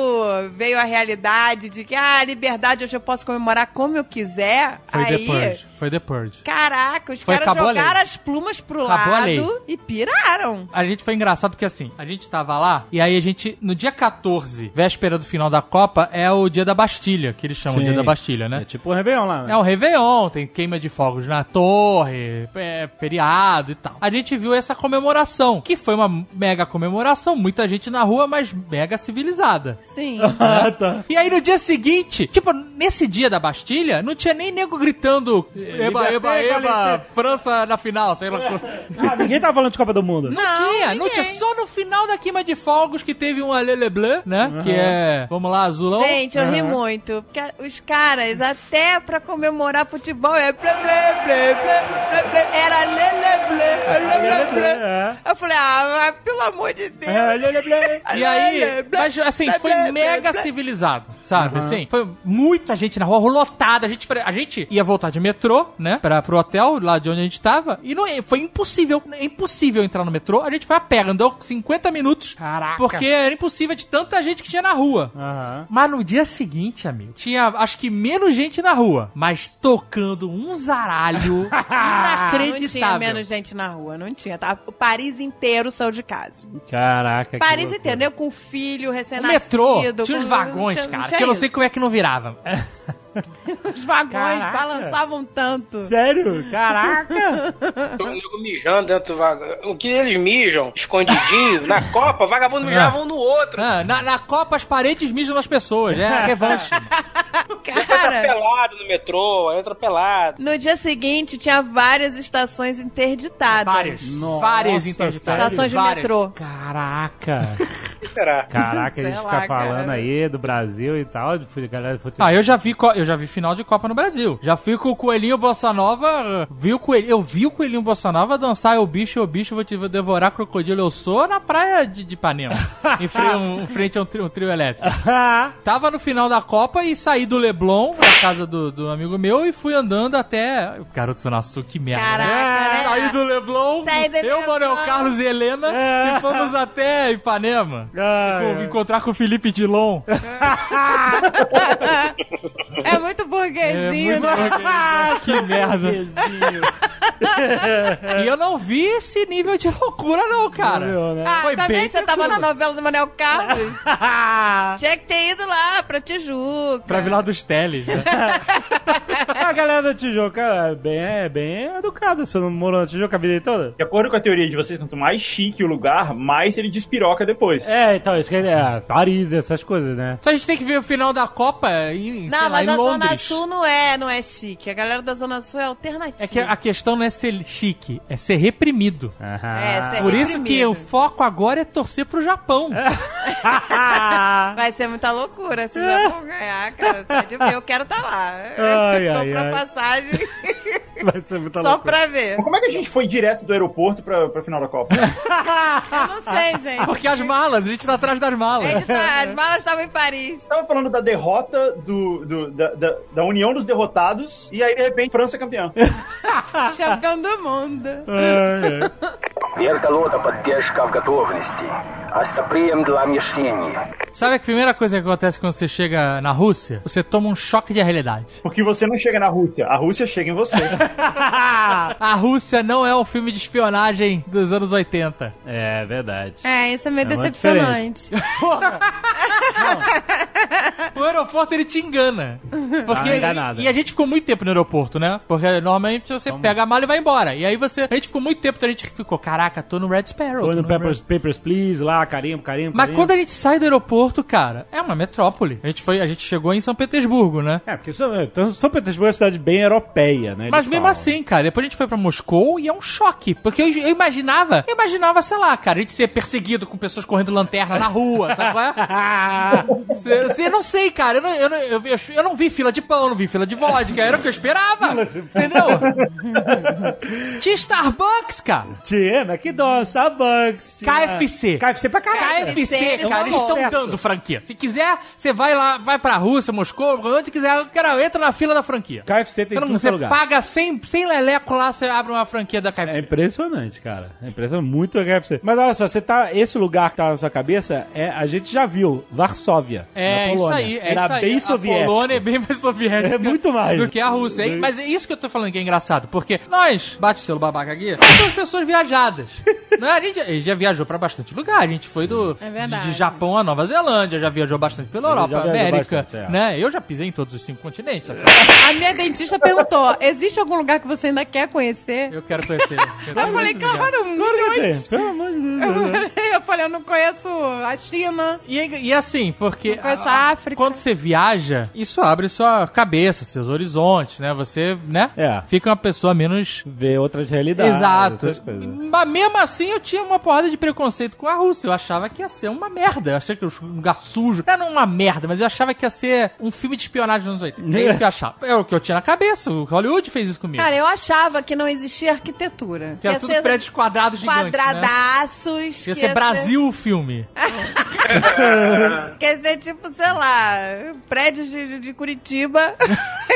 veio a realidade de que, ah, liberdade, hoje eu posso comemorar como eu quiser.
Foi
aí,
The Purge. Foi The Purge.
caraca, os
Foi,
caras
acabou a lei.
jogaram as plumas pro
Acabou a lei.
lado e piraram.
A gente foi engraçado porque assim, a gente tava lá e aí a gente, no dia 14, véspera do final da Copa, é o dia da Bastilha, que eles chamam o
Sim.
dia da Bastilha, né?
É tipo o Réveillon lá. né?
É o Réveillon, tem queima de fogos na torre, é, feriado e tal. A gente viu essa comemoração, que foi uma mega comemoração, muita gente na rua, mas mega civilizada.
Sim.
Ah, tá.
E aí no dia seguinte, tipo, nesse dia da Bastilha, não tinha nem nego gritando Eba,
Liberté,
eba, eba,
igualité."
França na final, sei lá.
Ah, ninguém tava falando de Copa do Mundo.
Não, é tinha, não tinha. Só no final da queima de fogos que teve um Alele Bleu, né? Que é, vamos lá, azulão.
Gente, eu ri muito. Porque os caras, até pra comemorar futebol, é blé, blé, blé, blé, blé, blé, era lê, lê, blé, lê, lê, blé.
É.
Eu falei, ah, mas pelo amor de Deus.
É, lê, lê, lê.
E aí, mas assim, foi mega civilizado, sabe? Assim, foi muita gente na rua, lotada. A gente, a gente ia voltar de metrô, né? Pra, pro hotel, lá de onde a gente tava. E não, foi impossível, é impossível entrar no metrô. A gente foi a pé, andou 50 minutos. Caraca. Porque era impossível de tanta gente que tinha na rua.
Aham.
Mas no dia seguinte, amigo, tinha acho que menos gente na rua, mas tocando um zaralho inacreditável.
Não tinha menos gente na rua, não tinha. Tá? O Paris inteiro saiu de casa.
Caraca. que
Paris
loucura.
inteiro, né? Eu com filho,
O
recém-nascido.
metrô, tinha
com-
uns vagões,
não tinha-
cara,
não tinha
que eu não sei
isso.
como é que não virava.
Os vagões
Caraca.
balançavam tanto.
É,
Sério? Caraca.
O nego mijando dentro do vagão. O que eles mijam, escondidinho, na Copa, vagabundo mijava um no outro.
Ah, na, na Copa as paredes mijam nas pessoas, é a revanche.
Entra
Cara...
pelado no metrô, entra pelado.
No dia seguinte, tinha várias estações interditadas.
Nossa,
várias
sério?
interditadas.
Estações de
várias.
metrô.
Caraca.
O que será?
Caraca, a
Sei
gente
lá,
fica falando
cara.
aí do Brasil e tal, de fute- galera de futebol.
Ah, eu já vi co- eu já vi final de Copa no Brasil. Já fui com o Coelhinho Bossa Nova, vi o coelho, eu vi o Coelhinho Bossa Nova dançar eu bicho, eu bicho, vou te devorar crocodilo, eu sou na praia de, de Ipanema, em fre- um- em frente a um trio, um trio elétrico. Tava no final da Copa e saí do Leblon, na casa do, do amigo meu, e fui andando até. Garoto Sonassu, que merda.
Caraca, né?
Saí do Leblon,
Saí do
eu,
Leblon.
Manuel Carlos e Helena,
É.
e fomos até Ipanema.
Ah,
Vou Encontrar com o Felipe Dilon.
É muito burguesinho, né?
que merda.
É.
e eu não vi esse nível de loucura, não, cara.
Não viu, né?
Ah,
Foi
tá
bem
vendo? Você tava na
tranquilo.
novela do Manuel Carlos? Tinha que ter ido lá pra Tijuca.
Tá
Pra Vilar dos Teles. né?
a galera da Tijuca é bem, é bem educada. Você não morou na Tijuca a vida toda?
De acordo com a teoria de vocês, quanto mais chique o lugar, mais ele despiroca depois.
É, então, isso que é, é Paris, essas coisas, né?
Então a gente tem que ver o final da Copa em, sei
Não,
lá,
mas
em
a
Londres.
Zona Sul não é, não é chique. A galera da Zona Sul é alternativa.
É que a questão não é ser chique, é ser reprimido.
Aham.
Ah,
É, ser
Por isso que
reprimido.
o foco agora é torcer pro Japão.
É.
Vai ser muita loucura se o Japão ganhar, cara. Só de ver, eu quero tá lá.
Ai,
Eu
ai,
Compro
ai.
a passagem
Vai ser muita
só
loucura.
pra ver.
Mas como é que a gente foi direto do aeroporto pra, pra final da Copa?
Eu não sei, gente.
Porque as malas, a gente tá atrás das malas.
É de tá- As malas estavam em Paris.
Tava falando da derrota do, do- da, da, da união dos derrotados, e aí de repente França é campeã.
Campeão do mundo.
Ai, ai.
Вертолета поддержка в готовности. Остоприем для мещения.
Sabe a primeira coisa que acontece quando você chega na Rússia? Você toma um choque de realidade.
Porque você não chega na Rússia, a Rússia chega em você.
Ah.
A Rússia não é um filme de espionagem dos anos 80.
É verdade.
É, isso é
É
meio
uma
decepcionante.
O aeroporto ele te engana. Porque
Ah, enganado.
E a gente ficou muito tempo no aeroporto, né? Porque normalmente você pega a mala e vai embora. E aí você. A gente ficou muito tempo, então a gente ficou, caraca, tô no Red Sparrow.
Foi
tô
no Papers, Papers, Please lá, carimbo, carimbo.
Mas
carimbo.
quando a gente sai do aeroporto, cara, é uma metrópole. A gente, foi, a gente chegou em São Petersburgo, né?
É, porque São, então, São Petersburgo é uma cidade bem europeia, né?
Mas
eles
mesmo
falam.
assim, cara, depois a gente foi pra Moscou e é um choque. Porque eu, eu imaginava, eu imaginava, sei lá, cara, a gente ser perseguido com pessoas correndo lanterna na rua, sabe qual é? Você você não sei, cara. Eu não, eu, não, eu, vi- eu não vi fila de pão, não vi fila de vodka. Era o que eu esperava. entendeu? Tinha Starbucks, cara.
Tinha, McDonald's, Starbucks. tinha-
KFC.
KFC pra caralho.
KFC,
eles
cara,
são
eles estão
certos.
dando franquia. Se quiser, você vai lá, vai pra Rússia, Moscou, onde quiser, cara, entra na fila da franquia.
KFC tem
Você,
em
não-
tudo que é
você
lugar.
paga 100, 100 leleco lá, você abre uma franquia da
É
KFC.
impressionante, cara. É impressionante, muito legal pra você. Mas olha só, você tá. Esse lugar que tá na sua cabeça, é, a gente já viu, Varsóvia. na
É, isso
Polônia.
aí. É
Era
isso aí.
bem
a
soviética.
Polônia é bem mais soviética.
É muito mais.
Do que a Rússia. hein? Mas é isso que eu tô falando que é engraçado. Porque nós, bate o selo babaca aqui, nós somos pessoas viajadas. né? A gente a gente já viajou pra bastante lugar. A gente foi do
É
de,
verdade.
de Japão a Nova Zelândia, já viajou bastante pela Europa,
viajou
América.
bastante, é.
né? Eu já pisei em todos os cinco continentes. sabe?
A minha dentista perguntou: existe algum lugar que você ainda quer conhecer?
Eu quero conhecer. Eu
Eu falei, claro,
um
Quer
milhões.
dizer, É, Pelo amor de Deus.
Eu falei, eu não conheço a China,
E, e assim, porque.
não conheço
a-
a África.
Quando você viaja, isso abre sua cabeça, seus horizontes, né? Você, né?
É.
Fica uma pessoa menos
Ver outras realidades. essas
Exato.
coisas.
Mas mesmo assim eu tinha uma porrada de preconceito com a Rússia. Eu achava que ia ser uma merda. Eu achei que era um lugar sujo. Era uma merda, mas eu achava que ia ser um filme de espionagem dos anos 80. É isso que eu achava. É o que eu tinha na cabeça. O Hollywood fez isso comigo.
Cara, eu achava que não existia arquitetura.
que era tudo prédios quadrados gigantes, né?
quadradaços.
Que Ia ser Brasil o filme.
Quer dizer, tipo, sei lá, prédios de, de Curitiba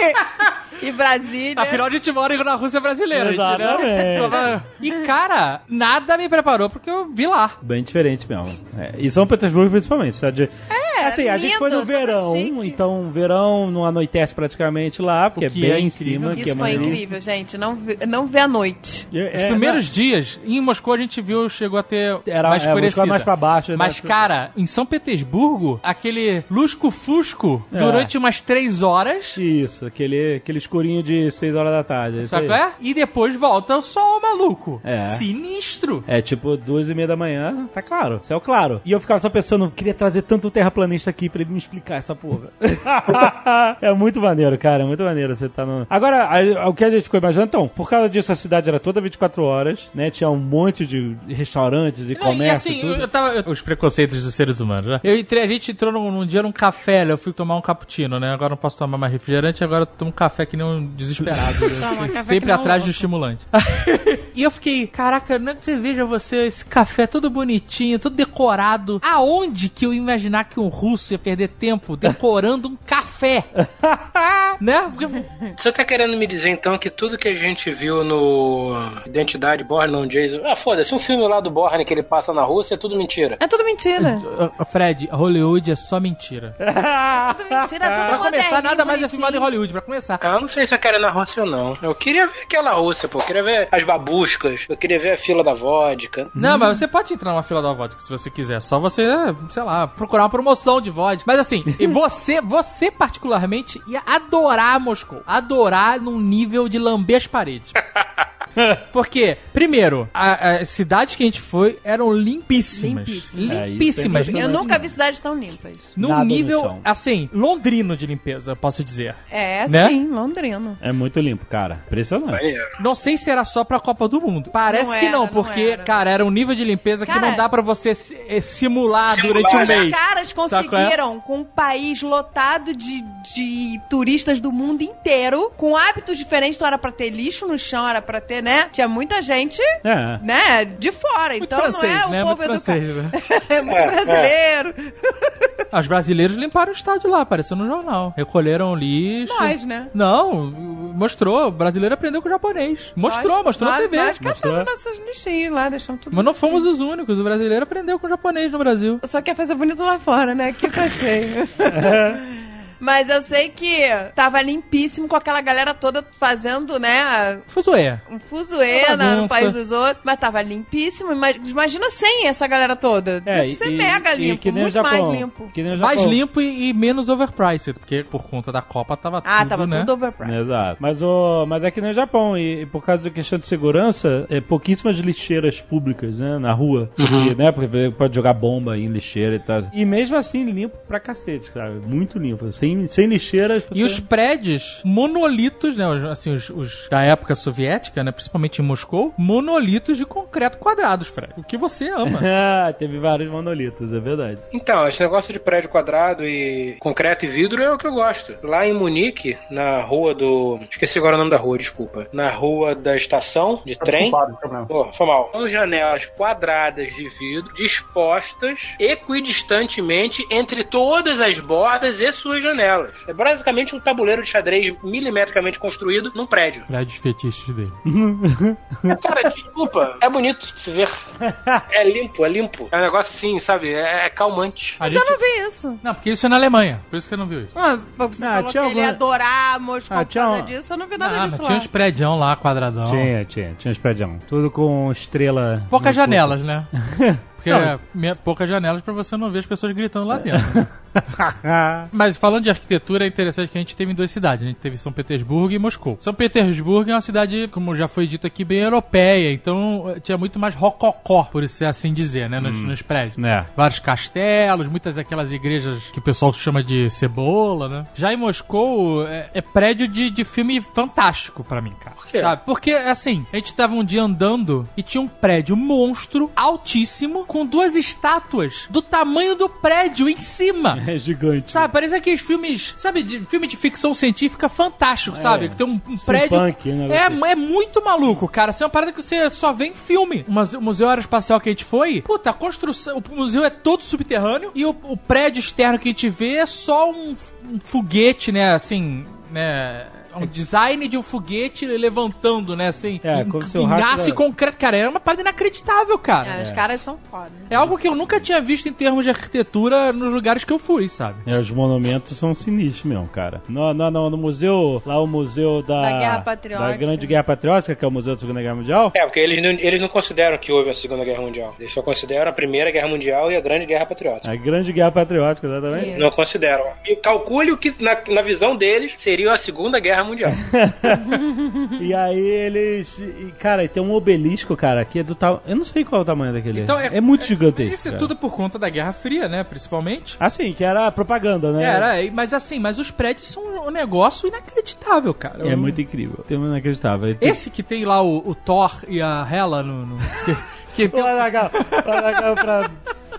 e Brasília.
Afinal, a gente mora na Rússia brasileira. a gente, né?
né? Exatamente.
Tava- E, cara, nada me preparou porque eu vi lá.
Bem diferente mesmo. É, e São Petersburgo, principalmente. Cidade... É, assim, a gente
lindo,
foi no
tudo
verão,
chique.
então verão não anoitece praticamente lá, porque
O que
é bem
é
em
incrível.
cima. que é
Isso foi
maneiro.
incrível, gente. Não vê, não vê à noite.
É,
Os
é,
primeiros dias, em Moscou a gente viu, chegou a ter
Era-
mais
é, Moscou
escurecida.
é mais pra baixo, né?
Mas, cara, em São Petersburgo, aquele lusco-fusco
É.
durante umas três horas,
Isso, aquele, aquele escurinho de 6 horas da tarde. é isso
sabe
aí.
qual é? E depois volta o sol maluco.
É.
Sinistro.
É tipo duas e meia da manhã, tá claro, céu claro. E eu ficava só pensando, queria trazer tanto terraplanista aqui pra ele me explicar essa porra. é muito maneiro, cara, é muito maneiro você tá no... Agora, a- o que a gente ficou imaginando, então, por causa disso a cidade era toda 24 horas, né, tinha um monte de restaurantes e
Não, e
comércio e
assim, eu,
tudo.
eu tava. eu- os preconceitos dos seres humanos, né? Eu entrei, a gente entrou num, num dia num café, eu fui tomar um cappuccino, né? Agora eu não posso tomar mais refrigerante, agora eu tomo café que nem um desesperado. né?
café que
sempre
nem um
atrás
louco.
de estimulante. e eu fiquei, caraca, não é que você veja você, esse café todo bonitinho, todo decorado. Aonde que eu ia imaginar que um russo ia perder tempo decorando um café? né? Porque-
Você tá querendo me dizer então que tudo que a gente viu no Identidade Borne, não Jason. Ah, foda-se, um filme lá do Borne que ele passa na Rússia é tudo mentira.
É tudo mentira.
Ô, ô, uh, Fred, Hollywood é só mentira.
É tudo mentira, tudo
Pra começar,
moderninho,
nada mais é
bonitinho.
filmado em Hollywood, pra começar.
Ah, eu não sei se eu quero ir na Rússia ou não. Eu queria ver aquela Rússia, pô. Eu queria ver as babuscas. Eu queria ver a fila da vodka.
Hum.
Não, mas você pode entrar numa fila da vodka se você quiser. Só você, sei lá, procurar uma promoção de vodka. Mas assim, e você, você particularmente ia adorar Moscou. Adorar num nível de lamber as paredes. Porque, primeiro, a- as cidades que a gente foi eram limpíssimas.
Limpíssimas.
É, isso é
Limpíssimas.
Eu nunca vi cidades tão limpas.
num
Nada no
nível,
chão.
assim, londrino de limpeza, eu posso dizer.
É,
Né?
sim, Londrina.
É muito limpo, cara, impressionante.
Maneiro.
Não sei se era só pra Copa do Mundo. Parece
Não
que
era,
não,
não
porque,
era.
cara, era um nível de limpeza que
Cara,
não dá pra você si- eh, simular,
simular,
durante um
né?
mês.
Os caras
Sabe qual é?
conseguiram, com um país lotado de, de turistas do mundo inteiro, com hábitos diferentes, então era pra ter lixo no chão, era pra ter, né? Tinha muita gente,
É.
né, de fora.
Muito
então
francês,
não é o
né?
povo
Muito
educado.
francês, né?
É muito
É,
brasileiro.
Ah, Os brasileiros limparam o estádio lá, apareceu no jornal. Recolheram lixo.
Nós, né?
Não, mostrou. O brasileiro aprendeu com o japonês. Mostrou,
Nós-
mostrou na
nós-
TV.
Nós catamos
Mostrou.
nossos lixinhos lá, deixamos tudo.
Mas não fomos os únicos. O brasileiro aprendeu com o japonês no Brasil.
Só que a coisa bonita lá fora, né? Aqui tá feio. Mas eu sei que tava limpíssimo com aquela galera toda fazendo, né?
Fuzuê.
Um
Uma
fuzuê na- no
bagunça.
país dos outros. Mas tava limpíssimo. Ima- Imagina sem essa galera toda.
É,
Deve ser
e-
mega
e
limpo.
que nem o
Muito
Japão,
mais limpo.
Que nem o
Mais
Japão.
limpo e, e menos overpriced, porque por conta da Copa tava tudo,
Ah,
Tipo,
tava
né?
tudo overpriced.
Exato. Mas, o, mas é que no Japão, e, e por causa da questão de segurança, é pouquíssimas lixeiras públicas, né, na rua.
Uhum.
Porque, né, porque pode jogar bomba em lixeira e tal. E mesmo assim, limpo pra cacete, sabe? Muito limpo. Sem sem, sem lixeira. as
E
pessoas-
os prédios, monolitos, né? os- Assim, os, os da época soviética, né? Principalmente em Moscou, monolitos de concreto quadrados, Fred. O que você ama.
Ah, teve vários monolitos, é verdade.
Então, esse negócio de prédio quadrado e concreto e vidro é o que eu gosto. Lá em Munique, na rua do. Esqueci agora o nome da rua, desculpa. Na rua da estação de trem.
Desculpado,
É
não tem problema.
Pô, foi mal. São janelas quadradas de vidro dispostas equidistantemente entre todas as bordas e suas janelas. É basicamente um tabuleiro de xadrez milimetricamente construído num prédio.
Prédios fetiches dele.
Cara, desculpa. É bonito de se ver. É limpo, é limpo. É um negócio assim, sabe? É, é calmante.
A
Mas eu
gente-
não vi isso.
Não, porque isso é na Alemanha. Por isso que eu não vi isso.
Ah, você
Ah,
falou que
tinha
ele
alguma-
ia adorar Moscou
Ah,
por
tinha
causa
uma-
disso. Eu não vi nada
Ah, mas
disso
tinha
lá.
uns prédios lá, quadradão.
Tinha, tinha, tinha uns prédios. Tudo com estrela.
Poucas
no topo.
janelas, né? Porque é, me- poucas janelas pra você não ver as pessoas gritando lá dentro. Mas falando de arquitetura, é interessante que a gente teve em duas cidades. A gente teve São Petersburgo e Moscou. São Petersburgo é uma cidade, como já foi dito aqui, bem europeia. Então eh, tinha muito mais rococó, por isso é assim dizer, né? Nos, nos prédios.
É.
Vários castelos, muitas daquelas igrejas que o pessoal chama de cebola, né? Já em Moscou, é, é prédio de, de filme fantástico pra mim, cara. Por
quê?
Sabe? Porque, assim, a gente tava um dia andando e tinha um prédio monstro, altíssimo, com duas estátuas do tamanho do prédio em cima.
É gigante.
Sabe, parece aqueles filmes, sabe, de, filme de ficção científica fantástico, sabe? Que tem um, um prédio.
É, Steampunk, né,
é,
você?
é muito maluco, cara. Isso é uma parada que você só vê em filme. O muse- o museu aeroespacial que a gente foi, puta, a construção. O museu é todo subterrâneo e o, o prédio externo que a gente vê é só um, um foguete, né? Assim, né? é Um design de um foguete levantando, né? Assim,
É,
um
como se o
pingaço
rastro-
e concreto. Cara, era uma parada inacreditável, cara.
Ah, Os
É.
caras são foda.
É algo que eu nunca tinha visto em termos de arquitetura nos lugares que eu fui, sabe?
É, os monumentos são sinistros mesmo, cara. No, no, no, no museu, lá o museu da...
Da Guerra Patriótica.
Da Grande Guerra Patriótica, que é o Museu da Segunda Guerra Mundial.
É, porque eles não, eles não consideram que houve a Segunda Guerra Mundial. Eles só consideram a Primeira Guerra Mundial e a Grande Guerra Patriótica.
A Grande Guerra Patriótica, exatamente.
Não consideram. E calcule o que, na, na visão deles, seria a Segunda Guerra Mundial.
E aí eles... e, cara, e tem um obelisco, cara, que é do tal... Eu não sei qual é o tamanho daquele.
Então, é-
é, muito gigantesco,
Isso é
cara.
tudo por conta da Guerra Fria, né? Principalmente.
Assim, que era propaganda, né?
Era, e- mas assim, mas os prédios são um negócio inacreditável, cara.
É
Eu-
muito incrível. Tem um inacreditável. Tem-
Esse que tem lá o, o Thor e a Hela no. no- que- que
O
tem-
Anagal, o Anagal um pra,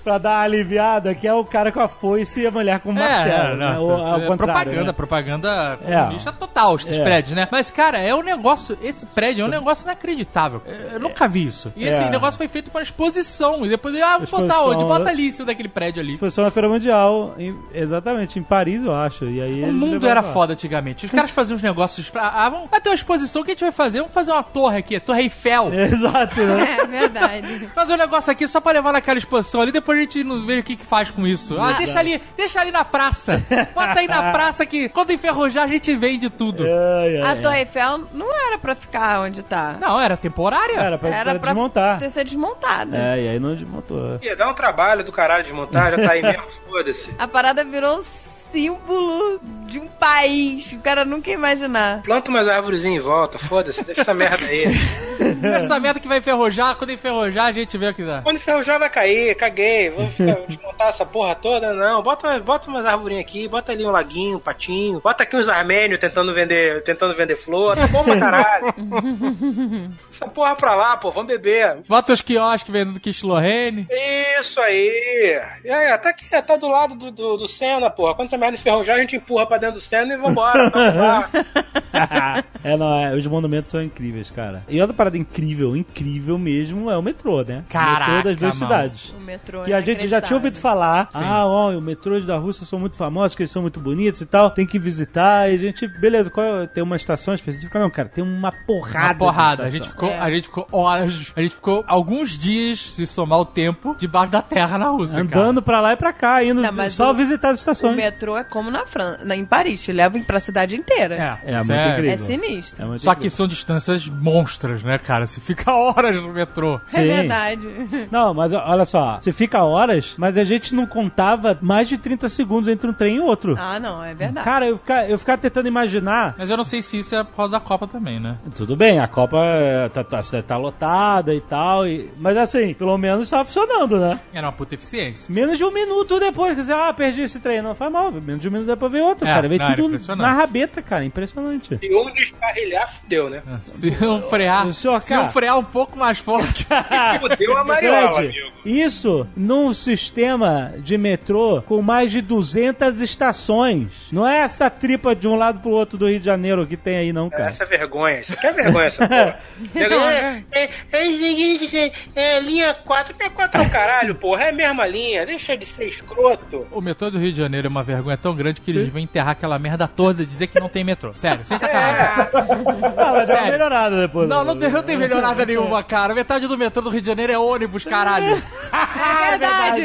pra dar uma aliviada, que é o cara com a foice e a mulher com o martelo.
não,
né?
isso
O- ao
é
contrário,
propaganda,
né?
propaganda
É.
comunista total, esses
É.
prédios, né? Mas, cara, é um negócio, esse prédio é um negócio inacreditável. Eu eu nunca vi isso. E esse
É.
negócio foi feito para exposição. E depois, ah, vou botar
Exposição,
onde? Bota
né?
ali, em cima daquele prédio ali.
Exposição na Feira Mundial, em- exatamente, em Paris, eu acho. E aí
O
eles
mundo
levaram
era
lá.
foda antigamente. Os caras faziam uns negócios pra. Ah, vamos vai ter uma exposição que a gente vai fazer. Vamos fazer uma torre aqui, a Torre
É.
Eiffel.
Exato, né?
É verdade.
Fazer um negócio aqui só pra levar naquela exposição ali, depois a gente não vê o que, que faz com isso. Ah, deixa ali, deixa ali na praça. Bota aí na praça que quando enferrujar a gente vende tudo.
É. Ai, ai.
A Torre Eiffel não era pra ficar onde tá.
Não, era temporária.
Era pra,
Era
pra
pra
desmontar.
ter ser desmontada.
É, e aí não desmontou.
Ia dar um trabalho do caralho de montar, já tá aí mesmo, foda-se.
A parada virou um símbolo de um país. O cara nunca ia imaginar.
Planta umas árvorezinhas em volta, foda-se, deixa essa merda aí.
Essa merda que vai enferrujar, quando enferrujar a gente vê o que dá.
Quando enferrujar vai cair, caguei, vou ficar- vou desmontar essa porra toda, não. Bota, bota umas arvorinhas aqui, bota ali um laguinho, um patinho, bota aqui uns armênios tentando vender, tentando vender flor, tá bom pra caralho. essa porra pra lá, pô, vamos beber.
Bota os quiosques vendendo Kish Lorraine.
Isso aí! E aí, tá aqui, tá do lado do, do, do Senna, porra. Quando essa merda enferrujar, a gente empurra pra dentro do Senna e vambora. vamos lá.
é, não, é, os monumentos são incríveis, cara. E outra parada incrível, incrível mesmo, é o metrô, né?
Caraca,
o metrô das duas
mano.
cidades.
O metrô. é
Que a gente já tinha ouvido falar. Ah, ó, o metrô da Rússia são muito famosos, que eles são muito bonitos e tal. Tem que visitar. E a gente, beleza, qual é- tem uma estação específica? Não, cara, tem uma porrada.
Uma porrada. A
de
gente,
estação.
ficou, a gente ficou horas. A gente ficou alguns dias, se somar o tempo, debaixo da terra na Rússia. assim, cara.
Andando pra lá e pra cá, indo
Não, mas
só
o-
visitar as
O
estações.
metrô é como na França, na, em Paris, te levam pra cidade inteira.
É,
É,
isso
muito
É.
incrível.
É sinistro. É muito
Só que
incrível.
são distâncias monstras, né, cara? Você fica horas no metrô.
É Sim.
verdade.
Não, mas ó, olha só, você fica horas, mas a gente não contava mais de 30 segundos entre um trem e outro.
Ah, não, é verdade.
Cara, eu ficar, eu ficar tentando imaginar.
Mas eu não sei se isso é por causa da Copa também, né?
Tudo bem, a Copa é, tá, tá, tá lotada e tal, e- mas assim, pelo menos tá funcionando, né?
É,
Era uma puta eficiência.
Menos de um minuto depois, quer dizer, ah, perdi esse trem. Não faz mal, menos de um minuto depois veio outro,
É,
cara. Veio
não, era
tudo
impressionante.
na rabeta, cara, impressionante.
E um descarrilhar, fudeu, né?
Se eu frear,
senhor
se eu
K.
frear um pouco mais forte.
Fudeu a Mariola,
Fred,
amigo.
isso num sistema de metrô com mais de 200 estações. Não é essa tripa de um lado pro outro do Rio de Janeiro que tem aí, não, cara.
Essa vergonha, isso aqui é vergonha, essa porra. Entendeu? é, é, é, é, é, é linha 4, linha 4 é o caralho, porra, é a mesma linha, deixa de ser escroto.
O metrô do Rio de Janeiro é uma vergonha tão grande que eles vão enterrar aquela merda toda e dizer que não tem metrô. Sério, sem sacanagem.
É.
Ah, mas deu uma
Sério.
melhorada depois.
Não, não, tem- não tem melhorada nenhuma, cara. Metade do metrô do Rio de Janeiro é ônibus, caralho.
É verdade. É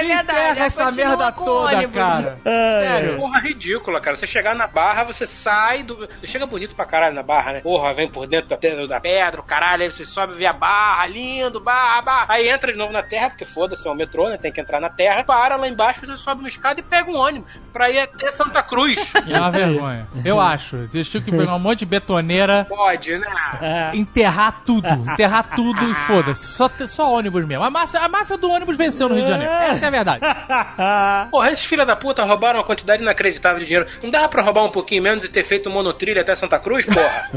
verdade.
Enterra
Aí
essa
continua
merda
com o
toda,
ônibus.
cara.
Sério. Porra, ridícula, cara. Você chegar na barra, você sai do. Você chega bonito pra caralho na barra, né? Porra, vem por dentro da pedra, da pedra o caralho, aí você sobe, vê a barra, lindo, barra, barra. Aí entra de novo na terra, porque foda-se, é um metrô, né? Tem que entrar na terra. Para lá embaixo, você sobe uma escada e pega um ônibus pra ir até Santa Cruz.
É uma vergonha. Eu acho. Eles tinham que pegar um monte de betoneira,
Pode, né?
enterrar tudo. Enterrar tudo e foda-se. Só, te- só ônibus mesmo. A máfia, a máfia do ônibus venceu no Rio de Janeiro. Essa é a verdade.
Porra, esses filha da puta roubaram uma quantidade inacreditável de dinheiro. Não dava pra roubar um pouquinho menos e ter feito um monotrilho até Santa Cruz, porra?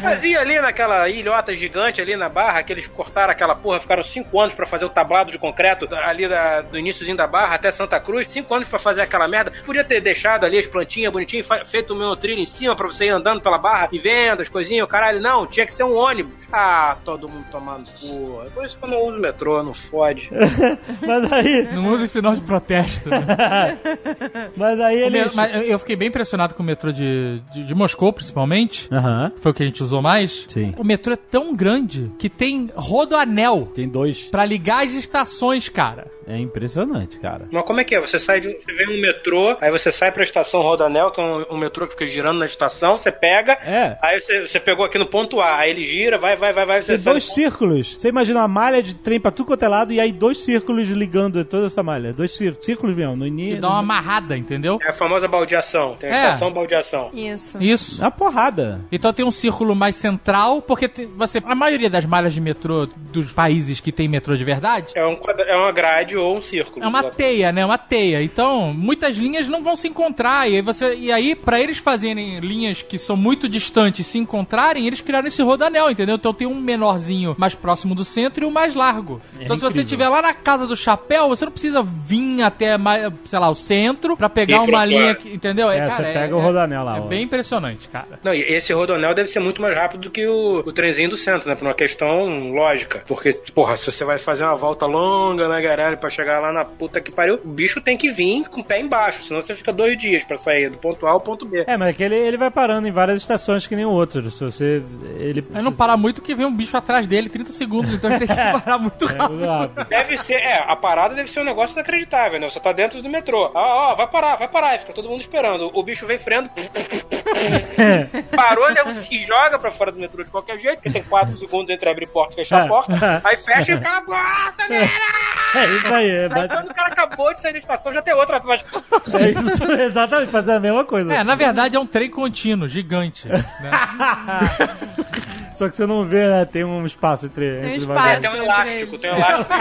Fazia ali naquela ilhota gigante ali na barra, que eles cortaram aquela porra, ficaram cinco anos pra fazer o tablado de concreto ali da- do iníciozinho da barra até Santa Cruz, cinco anos pra fazer aquela merda. Podia ter deixado ali as plantinhas bonitinhas, fa- feito o meu trilho em cima pra você ir andando pela barra e vendo as coisinhas, o caralho. Não, tinha que ser um ônibus. Ah, todo mundo tomando porra. Por isso que eu não uso metrô, não fode.
Mas aí.
Não usa esse sinal de protesto. Né?
Mas aí
O me-
eles.
mas eu- eu fiquei bem impressionado com o metrô de, de, de Moscou, principalmente.
Aham.
Foi o que a gente usou mais.
Sim.
O metrô é tão grande que tem rodoanel
Tem dois.
pra ligar as estações, cara.
É impressionante, cara.
Mas como é que é? Você sai de você vê um metrô, aí você sai pra estação Rodanel, que é um, um metrô que fica girando na estação, você pega,
É.
aí você, você pegou aqui no ponto A, aí ele gira, vai, vai, vai, vai, você
Tem
sai. do
dois círculos. Você imagina uma malha de trem pra tudo quanto é lado e aí dois círculos ligando toda essa malha. Dois cír- círculos mesmo, no
E
início.
dá uma amarrada, entendeu?
ponto- É a famosa baldeação, tem a
É.
estação baldeação.
Isso.
Isso.
Uma porrada.
Então tem um círculo mais central, porque tem- você, a maioria das malhas de metrô dos países que tem metrô de verdade
É, um quadra- é uma grade ou um círculo.
é uma
Exato.
teia, né? Uma teia. Então, muitas linhas não vão se encontrar. E aí, você, e aí pra eles fazerem linhas que são muito distantes se encontrarem, eles criaram esse rodanel, entendeu? Então tem um menorzinho mais próximo do centro e um mais largo. então, se você estiver lá na casa do chapéu, você não precisa vir até, mais, sei lá, o centro pra pegar
E pro
uma linha,
outro
que, entendeu?
É, você pega o rodanel lá,
É
ó.
bem impressionante, cara.
Não, e esse Rodonel deve ser muito mais rápido do que o, o trenzinho do centro, né? Por uma questão lógica. Porque, porra, se você vai fazer uma volta longa na garagem pra chegar lá na puta que pariu, o bicho tem que vir com o pé embaixo, senão você fica dois dias pra sair do ponto A ao ponto B.
É, mas aquele ele vai parando em várias estações que nem o outro. Se você. Ele.
Mas não para muito que vem um bicho atrás dele 30 segundos, então ele tem que parar muito
É,
É,
rápido.
Deve ser, é, a parada deve ser um negócio inacreditável, né? Você tá dentro do metrô. Ah, ó, vai parar, vai parar. E fica todo mundo esperando. O bicho vem freando. Parou, né? Se joga pra fora do metrô de qualquer jeito, porque tem 4 segundos entre abrir porta e fechar a porta. Aí fecha e o cara, nossa, galera!
É isso aí, é,
Aí
bate-
quando o cara acabou de sair da estação, já tem outra atrás.
é isso, exatamente, fazer a mesma coisa.
É, na verdade é um trem contínuo, gigante. né?
Só que você não vê, né? Tem um espaço entre.
Tem um
entre
espaço.
Tem um elástico, tem um elástico.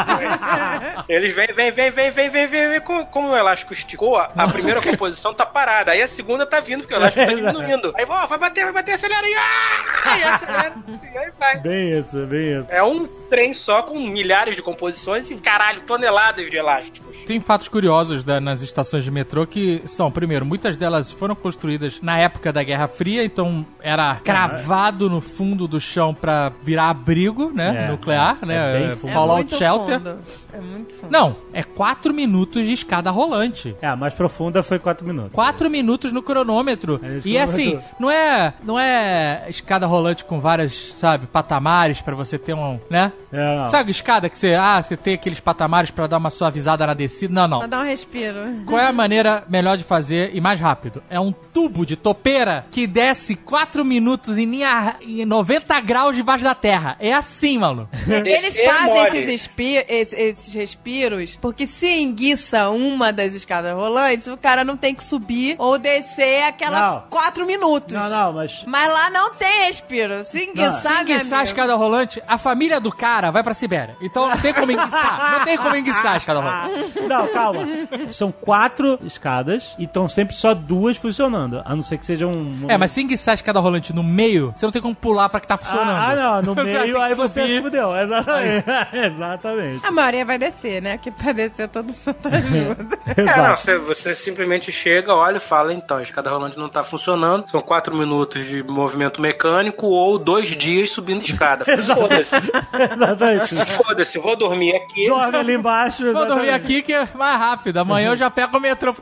Eles vêm, vem, vem, vem, vem, vem, vem, vem. Como, como o elástico esticou, a, a primeira composição tá parada. Aí a segunda tá vindo, porque o elástico tá diminuindo. Aí ó, vai bater, vai bater, acelera. E, ah, e acelera. E aí vai.
Bem isso, bem isso.
É um trem só com milhares de composições e, caralho, toneladas de elásticos.
Tem fatos curiosos da- nas estações de metrô que são, primeiro, muitas delas foram construídas na época da Guerra Fria, então
É,
era cravado no fundo do chão pra virar abrigo, né?
É,
nuclear,
é,
né?
é bem
é
fundo.
Fallout
muito
Shelter.
fundo. É muito fundo.
Não, é quatro minutos de escada rolante.
É, a mais profunda foi 4 minutos.
Quatro minutos no cronômetro.
É, isso
e
que eu
assim,
lembro.
não é, não é escada rolante com várias, sabe, patamares pra você ter um, né?
É, não.
Sabe escada que você, ah, você tem aqueles patamares pra dar uma suavizada na se. Não, não.
Vou dar um respiro.
Qual é a maneira melhor de fazer e mais rápido? É um tubo de topeira que desce 4 minutos em linha em 90 graus debaixo da terra. É assim, maluco.
Eles fazem esses, espi- es- esses respiros porque se enguiça uma das escadas rolantes, o cara não tem que subir ou descer aquela
Não.
quatro minutos.
Não, não, mas.
Mas lá não tem respiro. Se enguiçar,
Se enguiçar a escada rolante, a família do cara vai pra Sibéria. Então não tem como enguiçar. não tem como enguiçar a escada rolante.
Não, calma. São quatro escadas e estão sempre só duas funcionando. A não ser que seja um.
É, mas se enguiçar a escada rolante no meio, você não tem como pular pra que tá funcionando.
Ah, ah, não, no
Você tem
meio
que
aí você é
subir.
se fudeu. Exatamente. Exatamente.
A maioria vai descer, né? Porque pra descer todo santo
É, não, você, você simplesmente chega, olha e fala, então, a escada rolante não tá funcionando, são quatro minutos de movimento mecânico ou dois dias subindo escada. Foda-se.
Exatamente.
Foda-se, vou dormir aqui.
Dorme ali embaixo.
Vou dormir
exatamente.
aqui que é mais rápido. Amanhã eu já pego o metrô pro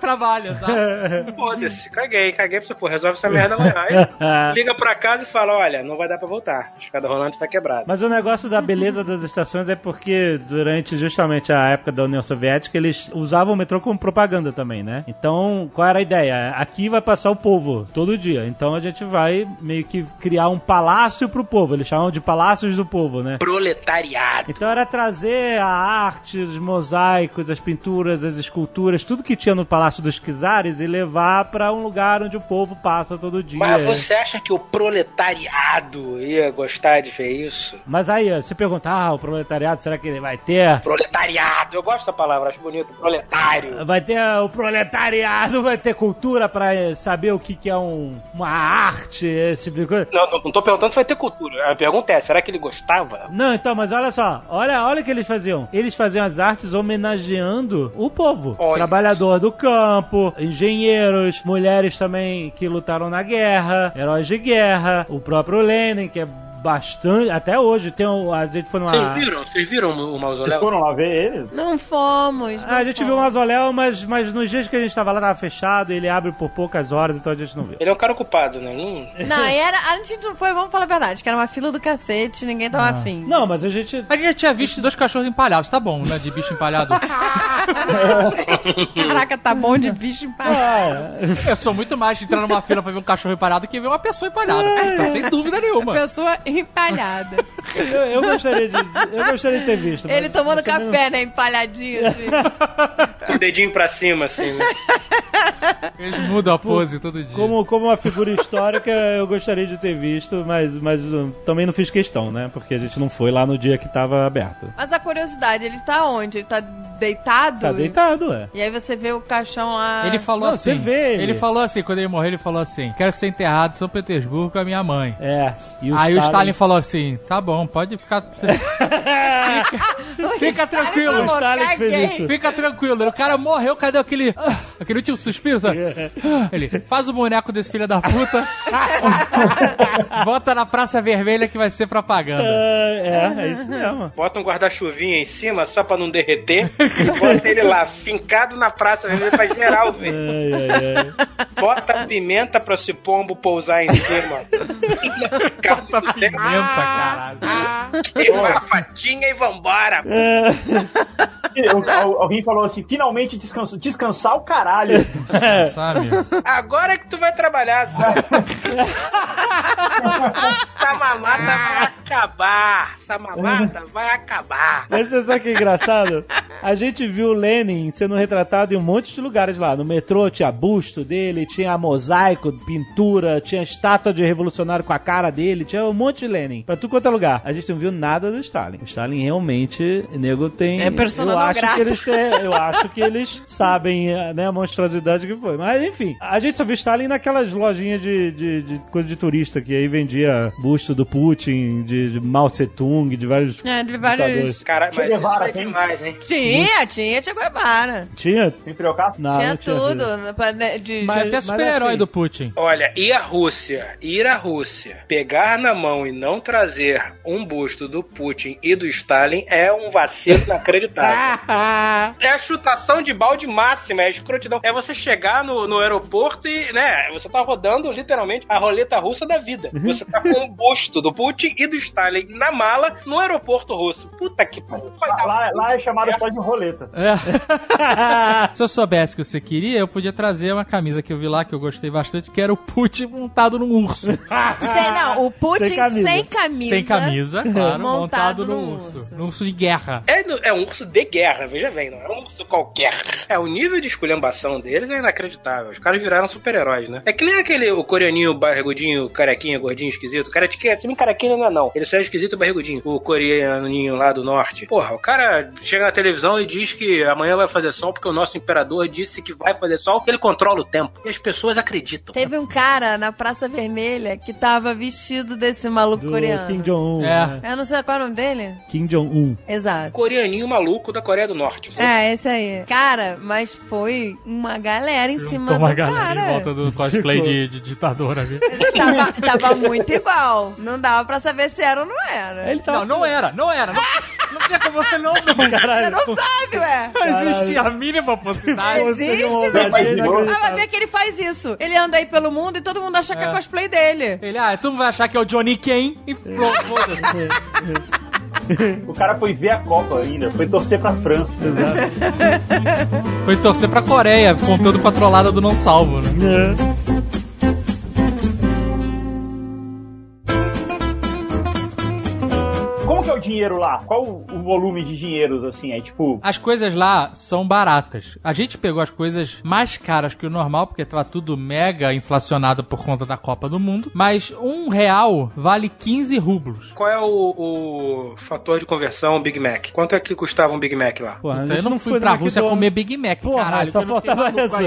trabalho,
É.
sabe?
Foda-se, caguei, caguei pra você, pô, resolve essa merda amanhã. Aí, liga pra casa e fala, olha, não vai dar pra voltar, a escada rolante tá quebrada.
Mas o negócio da beleza das estações é porque durante justamente a época da União Soviética eles usavam o metrô como propaganda também, né? Então, qual era a ideia? Aqui vai passar o povo todo dia. Então a gente vai meio que criar um palácio pro povo. Eles chamam de palácios do povo, né?
Proletariado.
Então era trazer a arte, os mosaicos, as pinturas, as esculturas, tudo que tinha no Palácio dos Quizares e levar pra um lugar onde o povo passa todo dia.
Mas você acha que o proletariado ia gostar de ver isso?
Mas aí, ó, se perguntar, ah, o proletariado, será que ele vai ter?
Proletariado, eu gosto dessa palavra, acho bonito, proletário.
Vai ter o proletariado, vai ter cultura pra eh, saber o que, que é um- uma arte, esse tipo de coisa.
Não, não, não tô perguntando se vai ter cultura. A pergunta é, será que ele gostava?
Não, então, mas olha só, olha, olha o que eles faziam. Eles faziam as artes homenageando o povo.
Olha.
Trabalhador do campo, engenheiros, mulheres também que lutaram na guerra, heróis de guerra, o próprio Lenin, que é bastante. Até hoje tem um, a gente foi
Vocês
numa.
viram? Vocês viram o mausoléu?
Vocês foram lá ver ele?
Não fomos.
Ah, a gente viu o mausoléu, mas, mas nos dias que a gente tava lá tava fechado, ele abre por poucas horas, então a gente não viu.
Ele é um cara ocupado, né? Não...
Não, e era, a gente não foi, vamos falar a verdade, que era uma fila do cacete, ninguém tava afim.
Não, mas a gente.
A gente já tinha visto dois cachorros empalhados, tá bom, né? De bicho empalhado.
Caraca, tá bom de bicho empalhado.
Eu sou muito mais de entrar numa fila pra ver um cachorro empalhado que ver uma pessoa empalhada.
É.
Tá sem dúvida nenhuma.
Pessoa empalhada.
Eu, eu gostaria de. Eu gostaria de ter visto.
Ele
mas-
tomando
mas também
café, né? Empalhadinho. assim.
Com o dedinho pra cima, assim, né?
Eles mudam a pose todo dia.
Como, como uma figura histórica, eu gostaria de ter visto, mas, mas uh, também não fiz questão, né? Porque a gente não foi lá no dia que tava aberto.
Mas a curiosidade, ele tá onde? Ele tá deitado?
Tá deitado, é.
E aí você vê o caixão lá.
Ele falou
Não,
assim.
você vê ele.
ele falou assim, quando ele morreu, ele falou assim: quero ser enterrado em São Petersburgo com a minha mãe.
É. E
Aí o Stalin falou assim: tá bom, pode ficar.
O
Fica
Stalin
tranquilo,
falou,
O Stalin fez
"Caguei".
isso.
Fica tranquilo, o cara morreu, cadê aquele. ah, aquele último suspiro, sabe? Ah, Ele faz o boneco desse filho da puta, bota na Praça Vermelha que vai ser propaganda.
É, é, é isso mesmo.
Bota um guarda-chuvinha em cima só pra não derreter. E bota ele lá, fincado na praça vermelha pra geral ver.
Ai, ai, ai.
Bota pimenta pra esse pombo pousar em cima.
Puta pimenta, caralho.
Queima a patinha e vambora.
Al- al- Alguém falou assim, finalmente descanso. Descansar o caralho.
Sabe?
Agora é que tu vai trabalhar, sabe? Essa mamada vai acabar. Essa mamada vai acabar.
Mas você sabe que é engraçado? A gente viu o Lenin sendo retratado em um monte de lugares lá. No metrô tinha busto dele, tinha mosaico, pintura, tinha estátua de revolucionário com a cara dele, tinha um monte de Lenin. Pra tudo quanto é lugar. A gente não viu nada do Stalin. O Stalin realmente, nego, tem.
É persona
eu
não
acho
grata.
que eles têm, Eu acho que eles sabem né, a monstruosidade que foi. Mas enfim, a gente só viu Stalin naquelas lojinhas de, de, de coisa de turista que aí vendia busto do Putin, de, de Mao Tse-tung, de vários.
É, de vários-
ditadores.
Caralho, mas isso
Guevara,
é
tem?
demais, hein?
Tinha, tinha Che Guevara.
Tinha?
Sem trocar?
Ah, Não,
tinha
não
tudo.
visto.
né, pra- né, de-
Mas-
Tinha até super-herói
assim-
do Putin.
Olha, e a Rússia? Ir à Rússia, pegar na mão e não trazer um busto do Putin e do Stalin é um vacilo inacreditável. é a chutação de balde máxima, é a escrotidão. É você chegar no, no aeroporto e, né, você tá um rodando literalmente a roleta russa da vida. Você tá com o busto do Putin e do Stalin na mala escala no aeroporto russo. Puta que pariu. Vai dar
Lá, lá é chamado só de roleta.
É. Se eu soubesse que você queria, eu podia trazer uma camisa que eu vi lá, que eu gostei bastante, que era o Putin montado num urso.
Sei não, o Putin sem
Sem
camisa.
camisa.
Sem camisa,
Sem camisa, claro, montado,
num
num urso. Num urso de guerra.
É, no- é um urso de guerra, veja bem, não é um urso qualquer. É, o nível de esculhambação deles é inacreditável. Os caras viraram super-heróis, né? É que nem aquele o coreaninho barrigudinho, carequinha, gordinho, esquisito. O cara de que é assim, carequinha não é não. Ele só é esquisito e barrigudinho. O coreaninho lá do norte. Porra, o cara chega na televisão e diz que amanhã vai fazer sol porque o nosso imperador disse que vai fazer sol. Ele controla o tempo. E as pessoas acreditam.
Teve um cara na Praça Vermelha que tava vestido desse maluco coreano.
Kim Jong-un.
É.
né?
Eu não sei qual é o nome dele.
Kim Jong-un.
Exato.
Coreaninho maluco da Coreia do Norte.
É, esse aí. Cara, mas foi uma galera em cima
Juntou uma
do
galera
cara.
em volta do cosplay
Ficou.
de, de ditador ali.
Tava, tava muito igual. Não dava pra saber se era ou não era.
Ele
Não,
tava.
assim.
não era, não era. Não, não tinha como você não, não.
Você
Caralho.
não sabe, ué.
Não existia a mínima possibilidade.
Existe,
Seria uma
meu
ousadia
irmão. Ah,
inacreditável.
vai ver que ele faz isso. Ele anda aí pelo mundo e todo mundo acha que é cosplay dele.
Ele, ah, tu vai achar que é o Johnny Ken e pronto, foda-se.
O cara foi ver a Copa ainda, foi torcer pra França.
Foi torcer pra Coreia, contando pra trollada do não salvo, né?
É.
Como que é o dinheiro lá? Qual o o volume de dinheiro, assim? É tipo.
As coisas lá são baratas. A gente pegou as coisas mais caras que o normal, porque tava tudo mega inflacionado por conta da Copa do Mundo. Mas um real vale 15 rublos.
Qual é o, o fator de conversão Big Mac? Quanto é que custava um Big Mac lá?
Porra, a
Então eu
gente
não fui pra
na
Rússia
McDonald's.
comer Big Mac,
um- Porra,
caralho.
só
eu não fiquei
faltava
maluco
essa.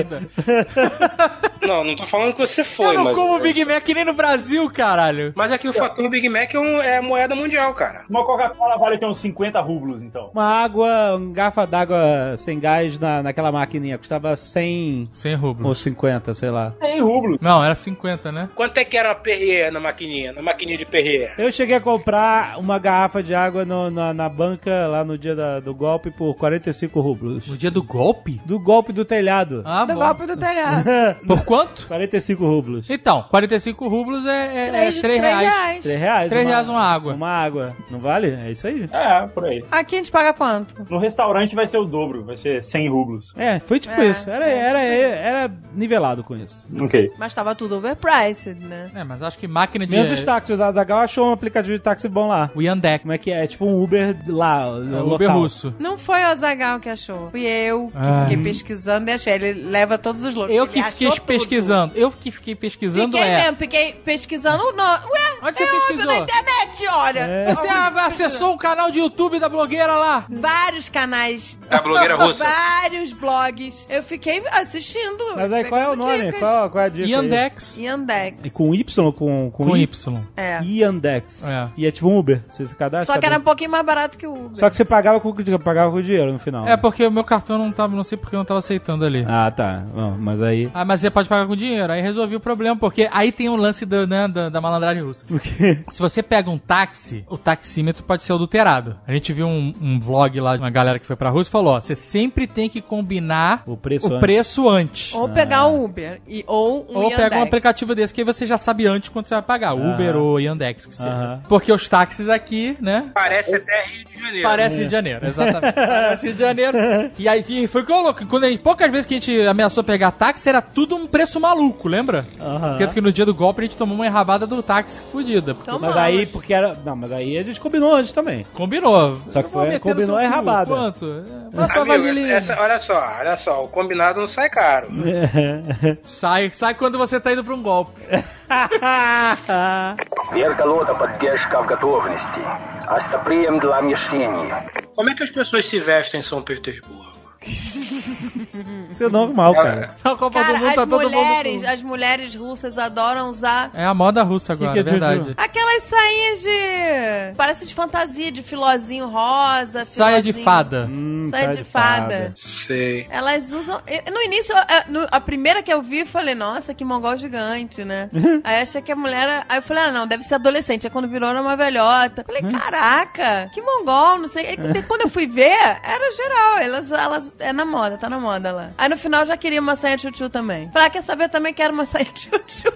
ainda.
Não, não tô falando que você foi,
Eu não
mas...
como Big Mac nem no Brasil, caralho.
Mas aqui o fator Big Mac é, um- é a moeda mundial, cara.
Uma Coca-Cola vale ter uns 50 rublos, então.
Uma água, um garfa d'água sem gás na, naquela maquininha. Custava 100
100
ou
rublos.
50, sei lá.
100 rublos.
Não, era 50, né?
Quanto é que era a Perrier na maquininha, na maquininha de Perrier?
Eu cheguei a comprar uma garrafa de água no- na, na banca lá no dia da- do golpe por 45 rublos.
No dia do golpe?
Do golpe do telhado.
Ah,
Do
bom. É,
golpe do telhado.
Ah, Por quanto?
45 rublos.
Então, 45 rublos é, é, é 3 reais.
Três reais?
Três reais uma água.
Uma água. Não vale? É isso aí.
É, por aí.
Aqui a gente paga quanto?
No restaurante vai ser o dobro, vai ser 100 rublos.
É, foi tipo
É,
isso. Era,
é,
era, era nivelado com isso.
Ok.
Mas tava tudo overpriced, né?
É, mas acho que máquina de...
Menos os táxis. O Zagal achou um aplicativo de táxi bom lá.
O Yandex.
Como é que é? É tipo um Uber lá,
É
local.
o Uber russo.
Não foi o Azagal que achou. Fui eu que
Ah.
fiquei pesquisando e achei. Ele leva todos os loucos.
Eu que
Ele
fiquei
achou tudo.
pesquisando. Eu que fiquei pesquisando
Fiquei
é.
mesmo, fiquei pesquisando. o nome. Ué,
Onde você
é óbvio,
pesquisou? É.
na internet, olha.
Você acessou o canal de YouTube da blogueira lá.
Vários canais.
É A blogueira russa.
Vários blogs. Eu fiquei assistindo.
Mas aí qual é o
pegando
nome?
dicas.
Qual, qual é a dica? aí?
Yandex
Yandex.
É com Y ou com, com,
com
I?
Y.
É.
Yandex.
É.
E é tipo um Uber. Você se cadastra.
Só que era um
cadastra.
pouquinho mais barato que o Uber.
Só que você pagava com, pagava com dinheiro no final. né?
É porque o meu cartão não tava, não sei porque eu não tava aceitando ali.
Ah, tá. Não, mas aí...
Ah, mas você pode pagar com dinheiro. Aí resolvi o problema, porque aí tem um lance do, né, da, da malandragem russa. Se você pega um táxi, o taxímetro pode ser adulterado. A gente viu um, um vlog lá de uma galera que foi pra Rússia e falou: ó, você sempre tem que combinar
O preço né? antes.
preço antes.
Ou pegar
Ah.
o Uber. E, ou um
Ou
Yandex.
pega um aplicativo desse que aí você já sabe antes quando você vai pagar, Uber ou Yandex, que seja.
Aham.
Porque os táxis aqui, né?
Parece até Rio de Janeiro.
é.
Parece Rio de Janeiro, exatamente. Parece Rio de Janeiro. E aí e foi que eu louco. Quando a gente- poucas vezes que a gente ameaçou pegar táxi, era tudo um preço maluco, lembra?
Aham.
Tanto que no dia do golpe a gente tomou uma enrabada do táxi fudida. porque
Então,
Mas aí, porque era... Não, mas aí a gente combinou antes também.
Combinou.
Só que
Eu vou
foi-
meter no
combinou
seu cu.
enrabada.
Quanto? É, Próxima
Amigo,
vasilha.
essa- essa- olha só, olha só, o combinado não sai caro.
É. Sai, sai quando você tá indo pra um golpe.
Вертолета поддержка в готовности. Остоприем для мещения.
Como é que as pessoas se vestem em São Petersburgo?
Isso é normal, cara.
Na Copa
Cara,
do Mundo
as,
tá todo
mulheres,
mundo...
as mulheres russas adoram usar
É a moda russa agora,
que é
é verdade.
Juju?
aquelas sainhas de. Parece de fantasia, de filozinho rosa.
Saia de
filozinho-
fada.
Hum,
Saia de fada.
Sei.
Elas usam. eu- No início, a, no- a primeira que eu vi, eu falei, nossa, que mongol gigante, né? aí eu achei que a mulher. era- Aí eu falei, ah, não, deve ser adolescente. Aí quando virou era uma velhota. Falei, caraca, que mongol, não sei. Aí quando- quando eu fui ver, era geral. Elas, elas. É na moda, tá na moda lá. Aí no final eu já queria uma saia tchutchu também. Falei, ah, quer saber? Também quero uma saia tchutchu.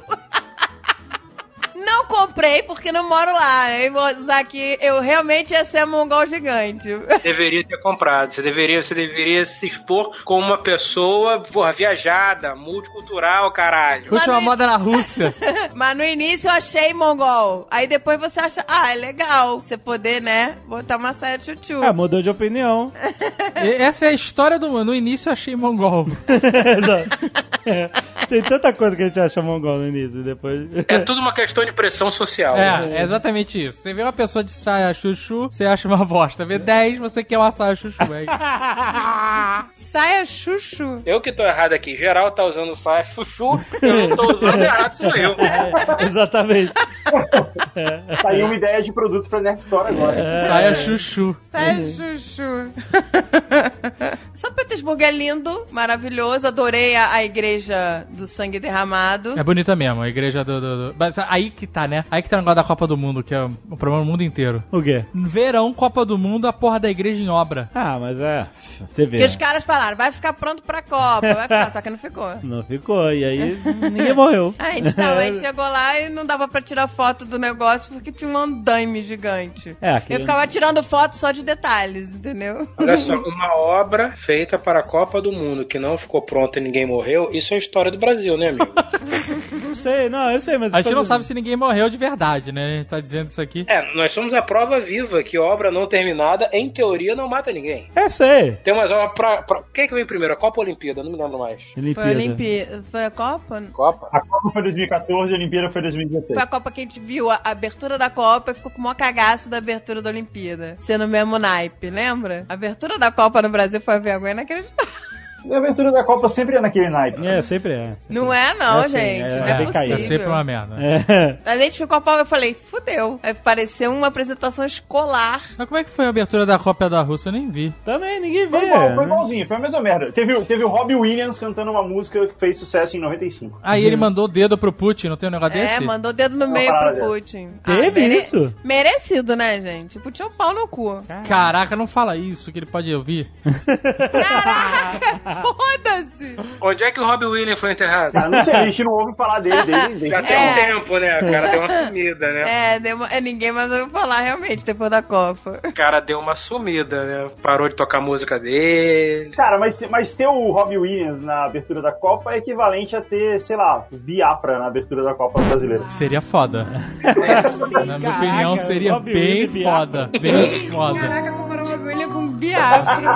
Não comprei porque não moro lá. Eu vou usar aqui, eu realmente ia ser mongol gigante.
Deveria ter comprado. Você deveria, você deveria se expor como uma pessoa, porra, viajada, multicultural, caralho.
Última moda na Rússia.
Mas no início eu achei mongol. Aí depois você acha, ah, é legal você poder, né, botar uma saia tchutchu.
Ah, mudou de opinião.
E- Essa é a história do. No início eu achei mongol.
É, Tem tanta coisa que a gente acha mongol no início, depois...
É tudo uma questão de pressão
Tá
social.
É, é exatamente isso. Você vê uma pessoa de saia chuchu, você acha uma bosta. Vê 10, você quer uma saia chuchu. É isso.
Saia chuchu.
Eu que tô errado aqui. Geral tá usando saia chuchu, eu não tô usando errado, sou eu.
Exatamente.
Saiu uma ideia de produto pra Nerd Store agora.
É.
Saia chuchu.
Saia chuchu. São Petersburgo é lindo, maravilhoso. Adorei a, a igreja do sangue derramado.
É bonita mesmo, a igreja do, do- do- Mas aí que tá, né? Aí que tá o negócio da Copa do Mundo, que é o problema do mundo inteiro.
O quê?
Verão, Copa do Mundo, a porra da igreja em obra.
Ah, mas é... Você vê,
Porque
né?
os caras falaram, vai ficar pronto pra Copa. Vai ficar, só que não ficou.
Não ficou, e aí ninguém morreu.
A gente, não, a
É.
gente chegou lá e não dava pra tirar foto do negócio porque tinha um andaime gigante.
É, aquele-
Eu ficava tirando foto só de detalhes, entendeu?
Olha só, uma obra feita para a Copa do Mundo que não ficou pronta e ninguém morreu, isso é história do Brasil, né, amigo?
Não sei, não, eu sei, mas...
A gente não sabe se ninguém morreu de verdade, né? A gente tá dizendo isso aqui.
É, nós somos a prova viva que obra não terminada, em teoria, não mata ninguém.
É, sei.
Tem umas obras pra. pra... Quem é que veio primeiro? A Copa ou a Olimpíada? Não me lembro mais.
Foi a Olimpíada. Foi a Copa?
Copa?
A Copa foi 2014, a Olimpíada foi
Foi
2016.
a Copa que a gente viu, a abertura da Copa, e ficou com o maior cagaço da abertura da Olimpíada. Sendo o mesmo naipe, lembra? A abertura da Copa no Brasil foi uma vergonha inacreditável.
A abertura da Copa sempre é naquele naipe.
É, sempre é.
Não é, não,
É assim,
gente.
é,
não
é
é,
bem caído.
É
possível.
sempre uma merda.
É.
Mas a gente ficou a pau, eu falei, fudeu. Aí pareceu uma apresentação escolar.
Mas como é que foi a abertura da Copa da Rússia? Eu nem vi.
Também ninguém vê.
Foi igual, foi
né?
igualzinho, foi a mesma merda. Teve, o- teve o Robbie Williams cantando uma música que fez sucesso em 95.
Aí ele mandou o dedo pro Putin, não tem um negócio
É,
desse?
mandou o dedo no meio
parada
pro
dessa.
Putin. Ah,
Teve isso?
Merecido, né, gente? Putin é um pau no cu.
Caraca, não fala isso, que ele pode ouvir.
Caraca, foda-se!
Onde é que o Robbie Williams foi enterrado?
Cara, não sei, a gente não ouve falar dele desde. desde
Ah, Já tem um tempo, né? O cara deu uma sumida, né?
É, deu uma- é, ninguém mais ouviu falar realmente depois da Copa.
O cara deu uma sumida, né? Parou de tocar a música dele.
Cara, mas, te- mas ter o Robbie Williams na abertura da Copa é equivalente a ter, sei lá, o Biafra na abertura da Copa brasileira.
Seria foda. Na minha opinião, seria
Robbie
bem
Williams e
foda. Bem foda.
Caraca, comparou uma vermelha com Biafra.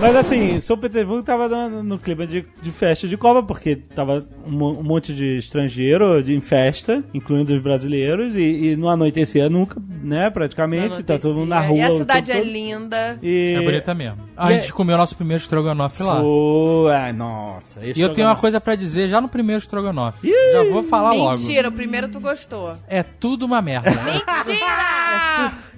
Mas assim, São Petersburgo tava no, no clima de, de festa de Copa, porque tava um, mo- um monte de estrangeiro de, em festa, incluindo os brasileiros, e, e não anoitecia nunca, né, praticamente. tá todo mundo na rua.
E a
o
cidade é
tempo todo.
linda.
E...
É bonita mesmo. A gente comeu nosso primeiro estrogonofe lá.
Pô, ai, nossa.
E eu tenho uma coisa pra dizer já no primeiro estrogonofe. Já vou falar logo.
Mentira, o primeiro tu gostou.
É tudo uma merda.
Mentira!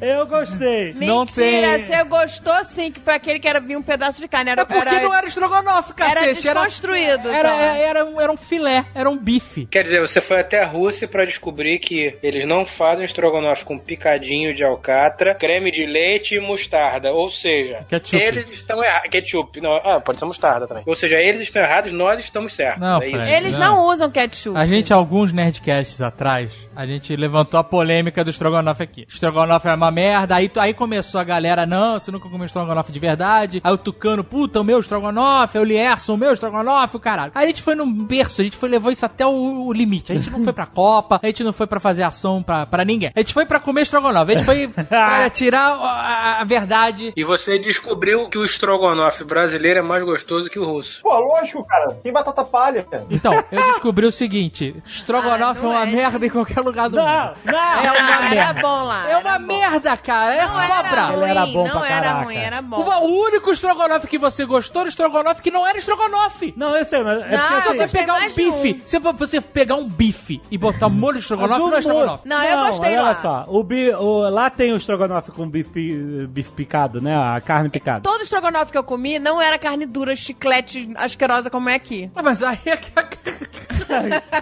Eu gostei.
Não
Mentira,
tem-
você gostou sim, que foi aquele que era vir um pedaço de carne. Era,
É porque
era-
não era estrogonofe,
era
cacete. Era,
desconstruído.
era,
então.
era, era um, era um filé, era um bife.
Quer dizer, você foi até a Rússia pra descobrir que eles não fazem estrogonofe com picadinho de alcatra, creme de leite e mostarda. Ou seja,
Ketchup.
eles estão errados. Ketchup. Não, ah, pode ser mostarda também. Ou seja, eles estão errados, nós estamos certos.
Não,
é
Fred.
isso.
Eles não. usam ketchup.
A gente, alguns Nerdcasts atrás, a gente levantou a polêmica do estrogonofe aqui. Estrogonofe é uma merda, aí, tu- aí começou a galera, não, você nunca comeu estrogonofe de verdade. Aí o Tucano, puta, o meu estrogonofe, o Lierson, o meu estrogonofe, o caralho. Aí a gente foi num berço, a gente foi, levou isso até o, o limite. A gente não foi pra Copa, a gente não foi pra fazer ação pra, pra ninguém. A gente foi pra comer estrogonofe, a gente foi pra tirar a, a- a verdade.
E você descobriu que o estrogonofe brasileiro é mais gostoso que o russo.
Pô, lógico, cara. Tem batata palha, cara.
Então, eu descobri o seguinte, estrogonofe
Ah, não
é uma
é.
merda em qualquer lugar do mundo.
Não!
É uma
Ah, era
merda.
bom lá.
É uma
era bom.
merda, cara. É
Não era
sobra.
ruim,
Ele era bom
não
pra
era
caraca.
ruim, era bom.
O o único estrogonofe que você gostou era o estrogonofe que não era estrogonofe.
Não, eu sei, mas é porque
Não,
se
assim,
você
mas tem
pegar um
mais de um.
bife, se você pegar um bife e botar molho de estrogonofe, não é estrogonofe.
Não, eu gostei
olha
lá.
só, o bi- o- lá tem o estrogonofe com bife, pi- bife picado, né? A carne picada.
Todo estrogonofe que eu comi não era carne dura, chiclete asquerosa como é aqui.
Ah, Mas aí é que...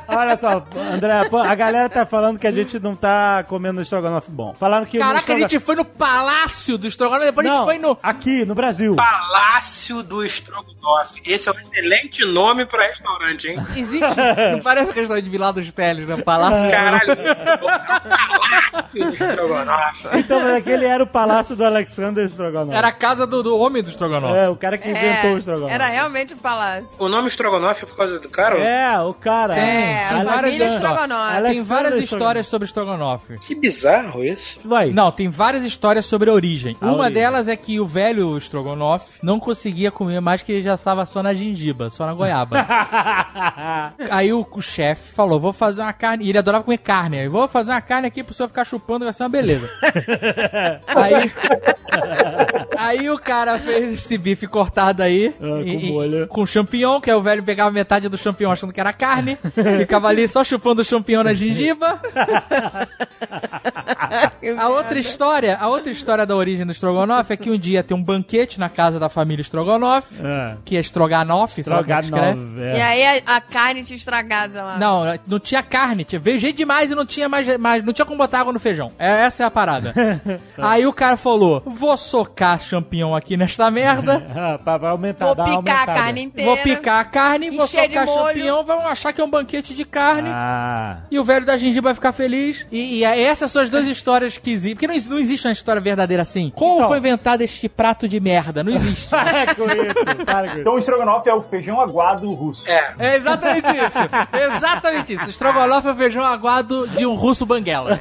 Olha só, André, pô, a galera tá falando que a gente não tá comendo estrogonofe bom. Falaram que. o
Caraca, a
estrogonofe-
gente foi no palácio do estrogonofe, depois a gente
Não,
foi no...
Aqui, no Brasil.
Palácio do Estrogonofe. Esse é um excelente nome pra restaurante, hein?
Existe? Não parece um restaurante de Vila dos Teles, né? Palácio.
Caralho. É um Palácio do Estrogonofe.
Então, mas aquele era o palácio do Alexander Strogonoff.
Era a casa do, do homem do estrogonofe.
É, o cara que inventou o Strogonoff.
Era realmente um o palácio.
O nome Estrogonofe é por causa do cara?
É, o cara.
Tem,
É,
tem
a
várias
família
histórias.
Strogonoff.
Tem várias
Alexander
histórias sobre estrogonofe.
Que bizarro isso.
Vai.
Não, tem várias histórias sobre a origem.
A
Uma
origem.
delas é que o velho Strogonoff não conseguia comer mais que ele já estava só na gengiba, só na goiaba. Aí o, o chefe falou: vou fazer uma carne. E ele adorava comer carne. Aí, vou fazer uma carne aqui pro senhor ficar chupando, vai ser uma beleza. aí, aí o cara fez esse bife cortado aí.
Ah, com
e- e-
molho.
com champignon, que aí o velho pegava metade do champignon achando que era carne. ficava ali só chupando o champignon na gengiba. A outra história, a outra história da origem do Strogonoff é que um dia tem um banquete na casa da família Strogonoff,
É.
que é Stroganoff, sei lá como é que escreve.
Strogonoff.
E
É.
aí a, a carne tinha estragado sei lá.
Não, não tinha carne, tinha, veio jeito demais e não tinha mais, mais- não tinha como botar água no feijão. É, essa é a parada. Aí o cara falou: "Vou socar champignon aqui nesta merda,
Ah, pra, pra aumentar,
Vou
dar
picar
uma aumentada.
a carne inteira.
vou picar a carne, vou
Encher de
socar
molho.
champignon, vão achar que é um banquete de carne".
Ah,
E o velho da gengiba vai ficar feliz. E, e essas são as duas histórias que existem. Porque não, ex- não existe uma história verdadeira assim. Como
Então.
foi inventado este prato de merda? Não existe.
para com isso, para com isso.
Então o estrogonofe é o feijão aguado russo.
É.
É exatamente isso. Exatamente isso. Estrogonofe é feijão aguado de um russo banguela.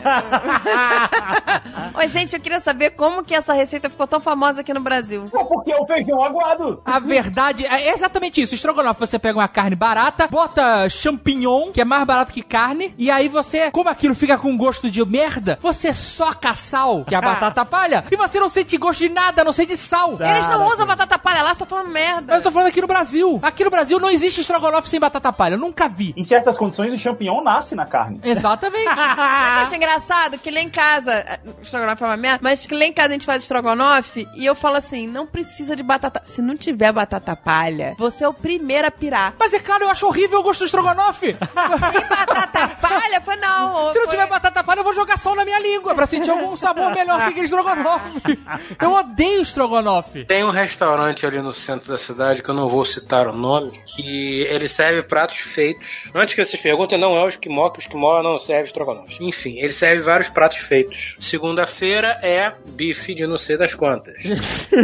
Ô, gente, eu queria saber como que essa receita ficou tão famosa aqui no Brasil.
Pô, porque é o feijão aguado.
A verdade é exatamente isso. Estrogonofe, você pega uma carne barata, bota champignon, que é mais barato que carne, e aí você, como aquilo fica com gosto de merda, você soca sal, que é a batata palha, e você não sente gosto de nada, a não sente sal.
Eles não usam batata palha lá, você tá falando merda.
Mas eu tô falando aqui no Brasil. Aqui no Brasil não existe estrogonofe sem batata palha. Eu nunca vi.
Em certas condições, o champignon nasce na carne.
Exatamente.
Eu acho engraçado que lá em casa, o estrogonofe é uma merda, mas que lá em casa a gente faz estrogonofe e eu falo assim, não precisa de batata. Se não tiver batata palha, você é o primeiro a pirar.
Mas é claro, eu acho horrível o gosto do estrogonofe.
E batata palha? Foi não.
Se não
foi-
tiver batata palha, eu vou jogar sal na minha língua pra sentir algum sabor melhor que aquele estrogonofe. Eu odeio estrogonofe.
Tem um restaurante ali no centro da cidade, que eu não vou citar o nome, que ele serve pratos feitos. Antes que vocês perguntem, não é o esquimó, que o esquimó não serve estrogonofe. Enfim, ele serve vários pratos feitos. Segunda-feira é bife de não sei das quantas.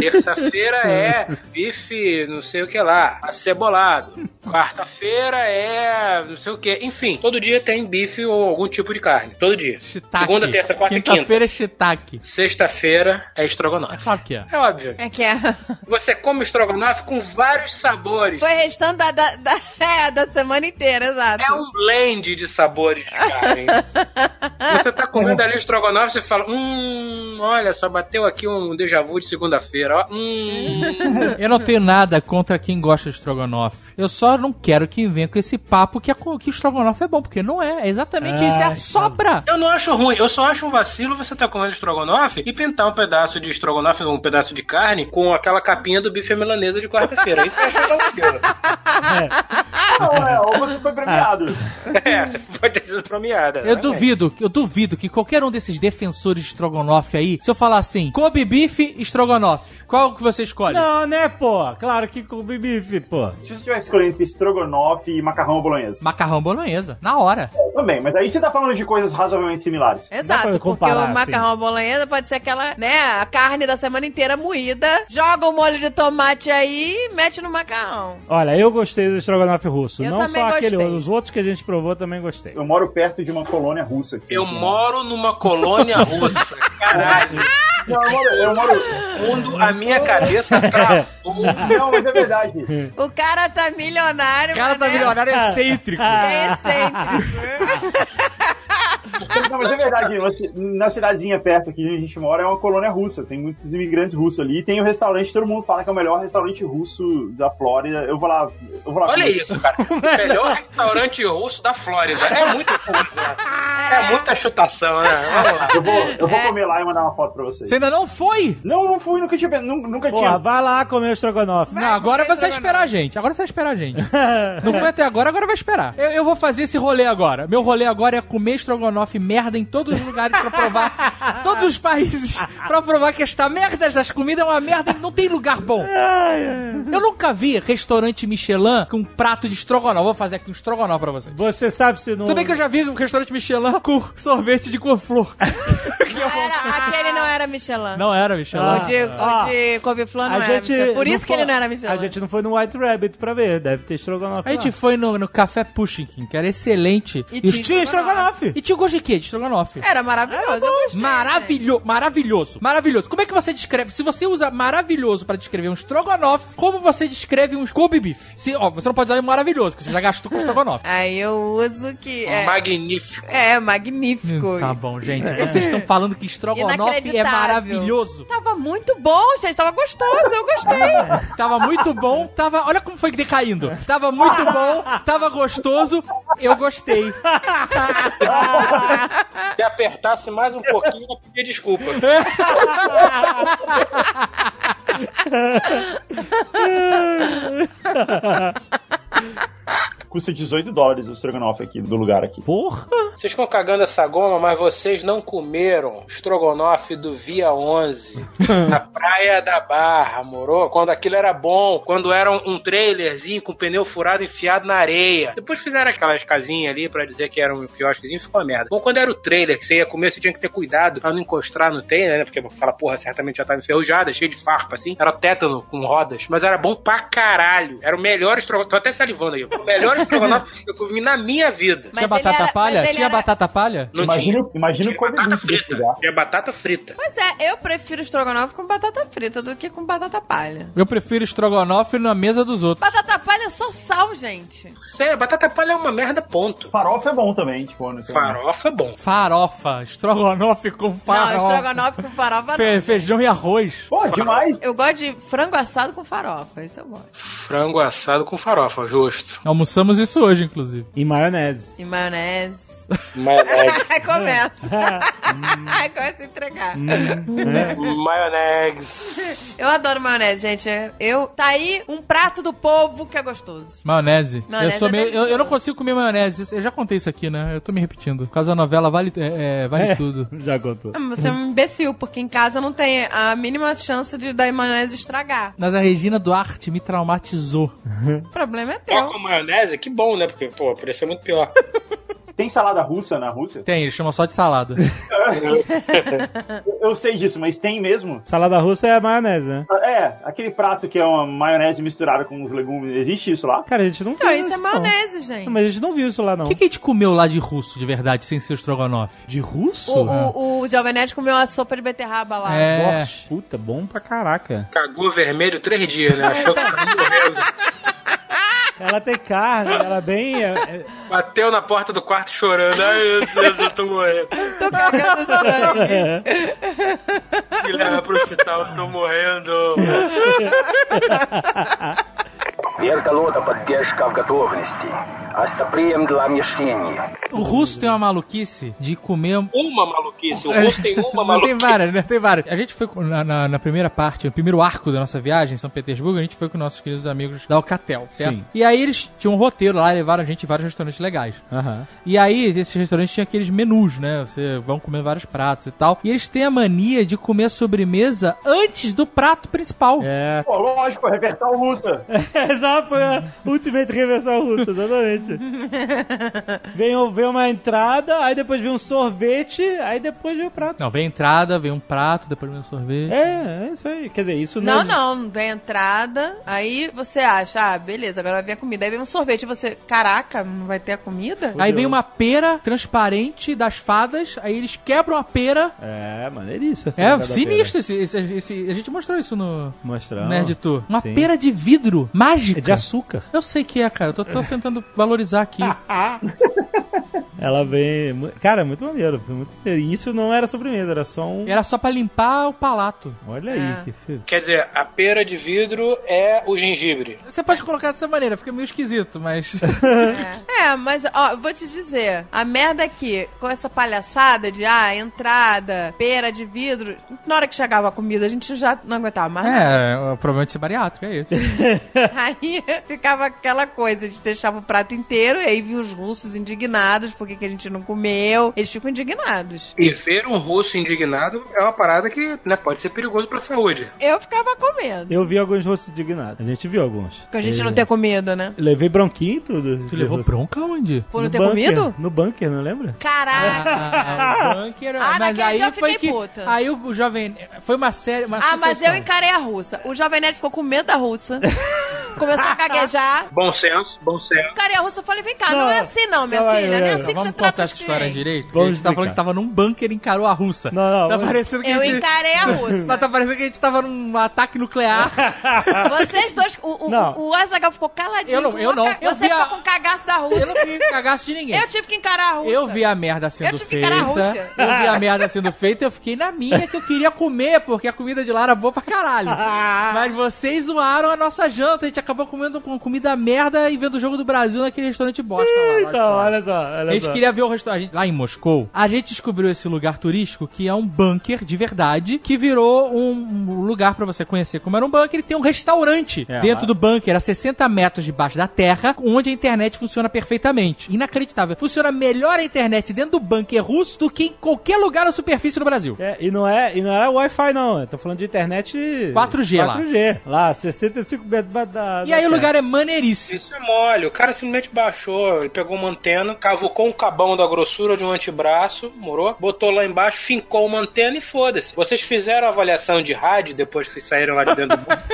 Terça-feira é bife não sei o que lá, acebolado. Quarta-feira é não sei o que. Enfim, todo dia tem bife ou algum tipo de carne. Todo dia.
Shiitake.
Segunda, terça, quarta e quinta.
Quinta-feira é shiitake.
Sexta-feira é
É
estrogonofe.
claro que é.
É óbvio.
É que é.
Você come estrogonofe com vários sabores.
Foi restando da, da, da- é, da semana inteira, exato.
É um blend de sabores de carne. Você tá comendo ali o estrogonofe você fala, hum, olha só, bateu aqui um déjà vu de segunda-feira, ó. Hum.
Eu não tenho nada contra quem gosta de estrogonofe. Eu só não quero que venha com esse papo que, a, co- que estrogonofe é bom, porque não é. É exatamente isso. É a
Ai,
sobra.
Eu não acho ruim, eu só acho um vacilo você tá comendo estrogonofe e pintar um pedaço de estrogonofe, um pedaço de carne, com aquela capinha do bife à milanesa de quarta-feira. Isso eu acho um vacilo.
Não, é, ou você foi premiado.
É, você pode ter sido premiada.
Eu
né?
duvido, eu duvido que qualquer um desses defensores de estrogonofe aí, se eu falar assim, Kobe bife, estrogonofe, qual que você escolhe?
Não, né, pô? Claro que com bife, pô.
Se você tiver escolhendo entre estrogonofe e macarrão à bolonhesa.
Macarrão bolonhesa, na hora.
Também, mas aí você tá falando de coisas razoavelmente similares.
Dá pra
Exato, porque
comparar, assim.
o macarrão à bolonhesa pode ser aquela, né, a carne da semana inteira moída, joga o molho de tomate aí e mete no macarrão.
Olha, eu gostei do estrogonofe russo.
Eu
Não
também
só aquele,
gostei.
os outros que a gente provou também gostei.
Eu moro perto de uma colônia russa. aqui.
Eu moro numa colônia russa. Caralho.
Não, eu moro... Eu moro
Fundo, a minha cabeça travou.
não, mas é verdade.
O cara tá milionário,
O cara
mas,
tá
né,
milionário excêntrico.
É excêntrico.
Não, mas é verdade. mas Na cidadezinha perto aqui onde a gente mora é uma colônia russa. Tem muitos imigrantes russos ali. E tem o restaurante, todo mundo fala que é o melhor restaurante russo da Flórida. Eu vou lá. Eu vou lá
Olha
comer.
isso, cara. O melhor restaurante russo da Flórida. É muito coisa. É muita chutação, né? Vamos lá.
Eu vou, eu vou comer lá e mandar uma foto pra vocês.
Você ainda não foi?
Não, não fui, nunca tinha. nu- Nunca
Porra,
tinha.
vai lá comer o estrogonofe.
não, agora você vai esperar a gente. Agora você vai esperar a gente. Não foi até agora, agora vai esperar. Eu, eu vou fazer esse rolê agora. Meu rolê agora é comer estrogonofe merda em todos os lugares pra provar. todos os países pra provar que esta merda das comidas é uma merda e não tem lugar bom. Eu nunca vi restaurante Michelin com um prato de estrogonofe. Vou fazer aqui um estrogonofe pra vocês.
Você sabe se não.
Tudo bem que eu já vi um restaurante Michelin com sorvete de couve-flor.
Não era- aquele não era Michelin.
Não era Michelin.
O de, o de couve-flor não
Ah, A
era
gente
Michelin. Por
não
isso que
foi-
ele não era Michelin.
A gente não foi no White Rabbit pra ver, deve ter estrogonofe.
A gente foi no, no Café Pushkin, que era excelente.
E
E, É,
tinha
os-
Tinha estrogonofe!
e tinha gosto de quê? De estrogonofe.
Era maravilhoso. eu gostei. né?
Maravilho... Maravilhoso. Maravilhoso. Como é que você descreve? Se você usa maravilhoso pra descrever um estrogonofe, como você descreve um Kobe beef? Se, ó, você não pode usar um maravilhoso, porque você já gastou com estrogonofe.
Aí eu uso que. É,
Magnífico.
é
Hum,
magnífico.
Tá bom, gente. Vocês estão falando que estrogonofe é
Inacreditável.
maravilhoso.
Tava muito bom, gente. Tava gostoso. Eu gostei.
Tava muito bom, tava. Olha como foi decaindo. Tava muito bom, tava gostoso, eu gostei.
Se apertasse mais um pouquinho, eu pedia desculpa.
Custa 18 dólares o estrogonofe aqui, do lugar aqui.
Porra!
Vocês ficam cagando essa goma, mas vocês não comeram estrogonofe do Via 11 na Praia da Barra, moro? Quando aquilo era bom, quando era um, um trailerzinho com pneu furado enfiado na areia. Depois fizeram aquelas casinhas ali pra dizer que era um quiosquezinho, ficou uma merda. Bom, quando era o trailer que você ia comer, você tinha que ter cuidado pra não encostar no trailer, né? Porque aquela porra certamente já tava enferrujada, cheia de farpa, assim. Era tétano com rodas, mas era bom pra caralho. Era o melhor estrogonofe, tô até salivando aí. O melhor estrogonofe que eu comi na minha vida.
Mas
tinha
ele
batata
era-
palha?
mas ele
Tinha
era-
batata palha?
Não tinha.
Imagina, imagina o
Tinha batata
cobertor desse
frita.
lugar.
Tinha batata frita.
Pois é, eu prefiro estrogonofe com batata frita do que com batata palha.
Eu prefiro estrogonofe na mesa dos outros.
Batata palha é só sal, gente.
Sério, batata palha é uma merda, ponto.
Farofa é bom também, tipo, não sei
Farofa é bom.
Farofa, estrogonofe com farofa.
Não, estrogonofe com farofa
Fe-
não.
feijão e arroz.
Pô, demais!
Eu gosto de frango assado com farofa, isso eu gosto.
Frango assado com farofa, justo.
Almoçamos isso hoje, inclusive.
E maionese.
E maionese.
É.
Maionese.
Começa.
Hum.
Começa a entregar.
Maionese.
Eu adoro maionese, gente. Eu tá aí um prato do povo que é gostoso.
Maionese.
Maionese
eu sou
é
meio. Eu,
delicioso.
eu não consigo comer maionese. Isso- Eu já contei isso aqui, né? Eu tô me repetindo. Por causa da novela vale, é, é, vale tudo.
Já contou.
Ah, mas Você é um imbecil, porque em casa não tem a mínima chance de da maionese estragar.
Mas a Regina Duarte me traumatizou.
O problema é
Só
teu.
com maionese? Que bom, né? Porque, pô, podia ser muito pior.
Tem salada russa na Rússia?
Tem, ele chama só de salada.
Eu- Eu sei disso, mas tem mesmo?
Salada russa é maionese, né?
É, aquele prato que é uma maionese misturada com os legumes. Existe isso lá?
Cara, a gente não
Então,
viu
isso é
não.
maionese, gente.
Não, Mas a gente não viu isso lá, não.
O que, que a gente comeu lá de russo, de verdade, sem ser o estrogonofe?
De russo?
O, o, o Jovem Nerd comeu a sopa de beterraba lá.
Ah. É.
Nossa, Puta, bom pra caraca.
Cagou vermelho três dias, né? Achou que tava morrendo.
Ela tem carne, ela é bem. é- é-
Bateu na porta do quarto chorando. Ai, meu Deus, eu tô morrendo.
Tô cagando esse sangue.
Me leva pro hospital, eu tô morrendo.
Вертолета поддержка в готовности. Остоприем для внешения.
O russo tem uma maluquice de comer
Uma maluquice. O rosto tem uma
Não, É. tem
maluquice.
várias, né? Tem várias. A gente foi com- na, na- na primeira parte, no primeiro arco da nossa viagem em São Petersburgo, a gente foi com nossos queridos amigos da Alcatel, certo?
Sim.
E aí eles tinham um roteiro lá, levaram a gente em vários restaurantes legais.
Aham.
E aí, esses restaurantes tinham aqueles menus, né? Você vão comer vários pratos e tal. E eles têm a mania de comer a sobremesa antes do prato principal.
É.
Pô, lógico, é reversal russa.
Exato, foi a Ultimate Reversal Russa, exatamente. vem, o- vem uma entrada, aí depois vem um sorvete, aí depois vem o prato.
Não, vem a entrada, vem um prato, depois vem um sorvete.
É, é isso aí. Quer dizer, isso é
Não, não, vem a entrada, aí você acha, ah, beleza, agora vai vir a comida. Aí vem um sorvete, e você, caraca, não vai ter a comida?
Aí vem uma pera transparente das fadas, aí eles quebram a pera.
É, maneiríssimo. essa
É,
entrada
sinistro esse- esse- esse. A gente mostrou isso no,
pera. né? Mostrando.
Nerd Tour. Uma
Sim.
pera de vidro mágica.
É de açúcar.
Eu sei que é, cara. Eu tô, tô tentando valorizar aqui.
Ela vem. mu- Cara, é muito maneiro. foi Muito maneiro. E isso não era sobremesa, era só um.
Era só pra limpar o palato.
Olha
É.
aí, que filho.
Quer dizer, a pera de vidro é o gengibre.
Você pode colocar dessa maneira, fica meio esquisito, mas.
É, É, mas, ó, eu vou te dizer. A merda aqui, com essa palhaçada de, ah, entrada, pera de vidro. Na hora que chegava a comida, a gente já não aguentava mais.
É, o problema de ser bariátrico, é isso.
Aí ficava aquela coisa de deixava o prato inteiro e aí via os russos indignados, porque que a gente não comeu. Eles ficam indignados.
E ver um russo indignado é uma parada que né, pode ser perigoso pra saúde.
Eu ficava comendo.
Eu vi alguns rostos indignados. A gente viu alguns.
Porque a gente não ter comido, né?
Levei bronquinho e tudo.
Tu levou bronca onde?
Por não
No
ter
bunker,
comido?
No bunker, não lembra?
Caraca!
Ah, o bunker,
Ah,
mas
naquele
aí
dia eu
foi
fiquei
que
puta.
aí o o jovem foi uma série, uma
ah, mas eu
sucessão.
encarei a russa. O Jovem Nerd ficou com medo da russa. Começou a gaguejar.
Bom senso, bom senso.
Encarei a russa e falei, vem cá, não,
Não,
é assim não, minha
Não,
filha. Não é
não,
assim que
Então, Vamos
você
contar
trata
essa
os
história
clientes.
direito.
Vamos
a gente tá
explicar.
falando que tava num bunker e encarou a russa.
Não, não,
Tá
vamos-
parecendo que
Eu
a gente...
encarei a russa.
Mas tá parecendo que a gente tava num ataque nuclear.
Vocês dois, o, o,
Não.
o Azaghal ficou caladinho.
Eu não- eu não. Eu
Você
vi a-
ficou com um cagaço da russa.
Eu não vi cagaço de ninguém.
Eu tive que encarar a russa.
Eu vi a merda sendo
Eu tive que
feita.
encarar a
Eu
Rússia. Ah.
vi a merda sendo feita, eu fiquei na minha que eu queria comer, porque a comida de lá era boa pra caralho.
Ah.
Mas vocês zoaram a nossa janta, a gente acabou comendo com comida merda e vendo o jogo do Brasil naquele restaurante bosta lá. lá de
Então,
fora.
olha só, olha
A gente
só.
queria ver o restaurante. Lá em Moscou, a gente descobriu esse lugar turístico que é um bunker de verdade, que virou um lugar pra você conhecer como era um bunker. E tem um restaurante
É,
dentro
lá-
do bunker, a 60 metros debaixo da terra, onde a internet funciona perfeitamente. Inacreditável. Funciona melhor a internet dentro do bunker russo do que em qualquer lugar na superfície do Brasil.
É, e não é, e não era Wi-Fi não, eu tô falando de internet
4G lá.
4G, lá, 65 metros da- da
E aí o lugar é maneiríssimo.
Isso é mole. O cara simplesmente baixou, ele pegou uma antena, cavucou um cabão da grossura de um antebraço, morou, botou lá embaixo, fincou uma antena e foda-se. Vocês fizeram a avaliação de rádio depois que vocês saíram lá de dentro do bunker?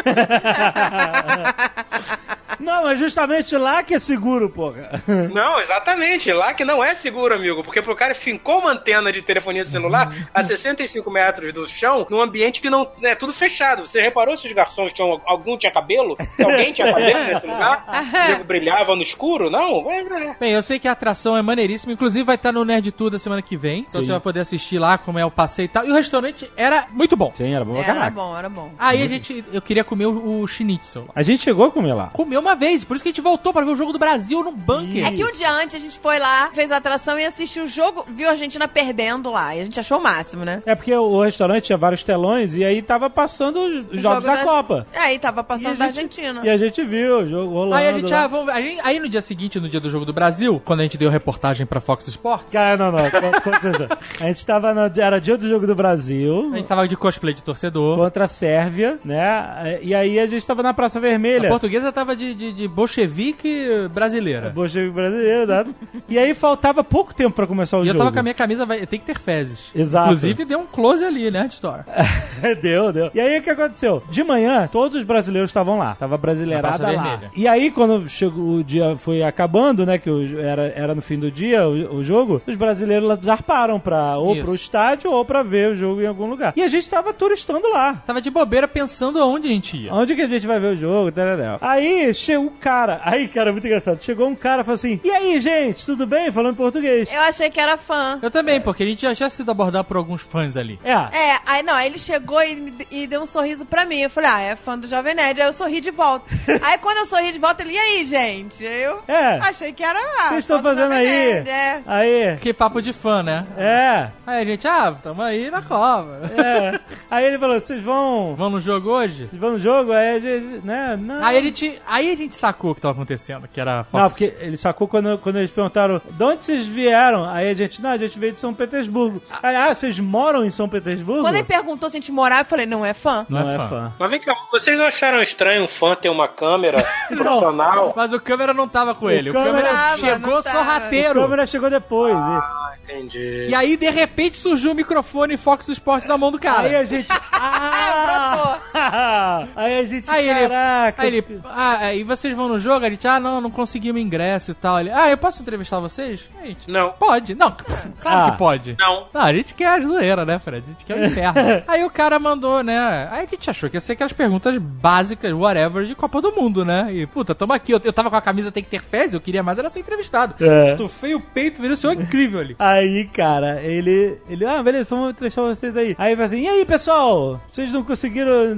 Não, é justamente lá que é seguro, porra.
Não, exatamente. Lá que não é seguro, amigo. Porque pro cara fincou uma antena de telefonia de celular a 65 metros do chão, num ambiente que não. É tudo fechado. Você reparou se os garçons tinham. Algum tinha cabelo? Se alguém tinha cabelo nesse lugar? O nego brilhava no escuro? Não? É, é.
Bem, eu sei que a atração é maneiríssima, inclusive vai estar no Nerd Tour da semana que vem. Então
Sim.
você vai poder assistir lá como é o passeio e tal. E o restaurante era muito bom.
Sim, era bom pra
É, Era
caraca.
bom, era bom.
Aí a gente, eu queria comer o, o schnitzel. lá.
A gente chegou a comer lá.
Comeu uma vez, por isso que a gente voltou pra ver o jogo do Brasil num bunker.
É que um dia antes a gente foi lá, fez a atração e assistiu o jogo, viu a Argentina perdendo lá. E a gente achou o máximo, né?
É porque o restaurante tinha vários telões e aí tava passando os jogos
jogo
da, Copa.
Aí tava passando
E a
da
gente-
Argentina.
E a gente viu o jogo rolando.
Aí a gente,
lá.
ah, vamos ver. Aí, aí no dia seguinte, no dia do jogo do Brasil, quando a gente deu reportagem pra Fox Sports,
Cara, Ah, não, não. co- conta- a gente tava na, era dia do jogo do Brasil
a gente tava de cosplay de torcedor.
contra a Sérvia, né? E aí a gente tava na Praça
A
Vermelha.
portuguesa tava de, de, de bolchevique brasileira.
Bolchevique brasileiro, dado. E aí faltava pouco tempo pra começar o
E eu
jogo.
tava com a minha camisa, vai, tem que ter fezes.
Exato. É.
Inclusive, deu um close ali, né, Store?
deu, deu. E aí o que aconteceu? De manhã, todos os brasileiros estavam lá. Tava
Na
brasileirada
Praça
lá.
Vermelha.
E aí, quando chegou, o dia foi acabando, né? Que o- era, era no fim do dia o, o jogo, os brasileiros lá zarparam pra, ou
Isso.
pro estádio ou pra ver o jogo em algum lugar. E a gente tava turistando lá.
Tava de bobeira pensando aonde a gente ia.
Onde que a gente vai ver o jogo? Tarará. Aí chegou o cara. Aí, cara, muito engraçado. Chegou um cara e falou assim: E aí, gente, tudo bem? Falando em português.
Eu achei que era fã.
Eu também, porque a gente já tinha sido abordado por alguns fãs ali.
É.
É, aí não, aí ele chegou e, me- e deu um sorriso pra mim. Eu falei, ah, é fã do Jovem Nerd. Aí eu sorri de volta. aí quando eu sorri de volta, ele, e aí, gente? Eu
É.
achei que era. ah,
O que vocês estão
fã do
fazendo
Jovem
aí?
Nerd, é.
Aí.
Que papo de fã, né?
É.
Aí a gente, ah, tamo aí na cova.
É. aí ele falou: Vocês vão.
Vamos no jogo hoje?
Vocês vão no um jogo? Aí a gente. Né? Não.
Aí a gente, aí a gente sacou o que tava acontecendo, que era Fox.
Não, porque ele sacou quando, quando eles perguntaram de onde vocês vieram. Aí a gente, não, a gente veio de São Petersburgo. Aí, ah, vocês moram em São Petersburgo?
é
Quando ele perguntou se a gente morava, eu falei, não é fã.
não, é fã.
Mas vem cá, vocês não acharam estranho um fã ter uma câmera profissional?
Mas o câmera não tava com ele. O
câmera-
câmera,
Tava, não
chegou
tava.
A
sorrateiro.
câmera chegou depois. né?
Ah, entendi.
E aí, de repente, surgiu o microfone Fox Sports na mão do cara.
Aí a gente. Ah! aí a gente.
Aí ele,
caraca.
aí ele, ah, aí vocês vão no jogo, a gente, ah, não, não conseguimos ingresso e tal. Ele, ah, eu posso entrevistar vocês? Gente,
Não.
pode. Não, claro
Ah.
que pode.
Não.
Não, a gente quer a zoeira, né, Fred? A gente quer o inferno. aí o cara mandou, né? Aí a gente achou que ia ser aquelas perguntas básicas, whatever, de Copa do Mundo, né? E, puta, tamo aqui. Eu, eu tava com a camisa Tem que ter fezes, eu queria mais era ser entrevistado.
É.
Estufei o peito, virei o senhor incrível ali.
Aí Aí, cara, ele. Ele, ah, beleza, então vou entrevistar vocês aí. Aí ele fala assim: e aí, pessoal? Vocês não conseguiram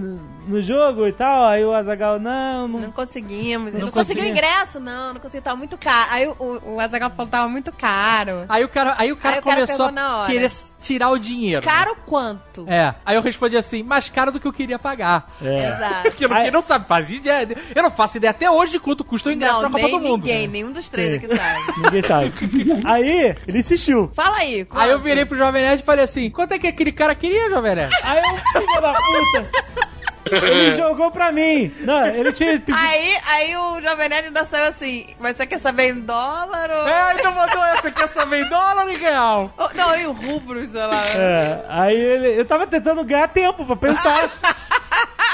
no jogo e tal? Aí o Azagal, não, não.
Não conseguimos. Não,
Não
conseguiu
conseguia.
ingresso, não. Não conseguiu. Tava muito caro. Aí o, o Azagal falou que tava muito caro.
Aí o cara, aí o cara
Aí o cara
começou
pegou na
a
hora.
querer s- tirar o dinheiro.
Caro quanto?
É. Aí eu respondi assim, mais caro do que eu queria pagar.
É.
Exato.
Porque eu não, eu não sabe, fazia ideia. né? Eu não faço ideia até hoje de quanto custa o ingresso
Não,
pra Copa
nem
do Mundo.
ninguém, nenhum dos três
né? Sim.
aqui sabe.
Ninguém sabe. Aí, ele insistiu.
Fala aí. quanto?
Aí eu virei pro Jovem Nerd e falei assim, quanto é que aquele cara queria, Jovem Nerd?
Aí eu, filho da puta. Ele jogou pra mim. Não, ele tinha pedido.
Aí, aí o Jovem Nerd ainda saiu assim, mas você quer saber em dólar ou...
É, então mandou essa, quer saber em dólar ou em real?
ou- Não, em rubros, sei lá.
É, aí ele, eu tava tentando ganhar tempo pra pensar.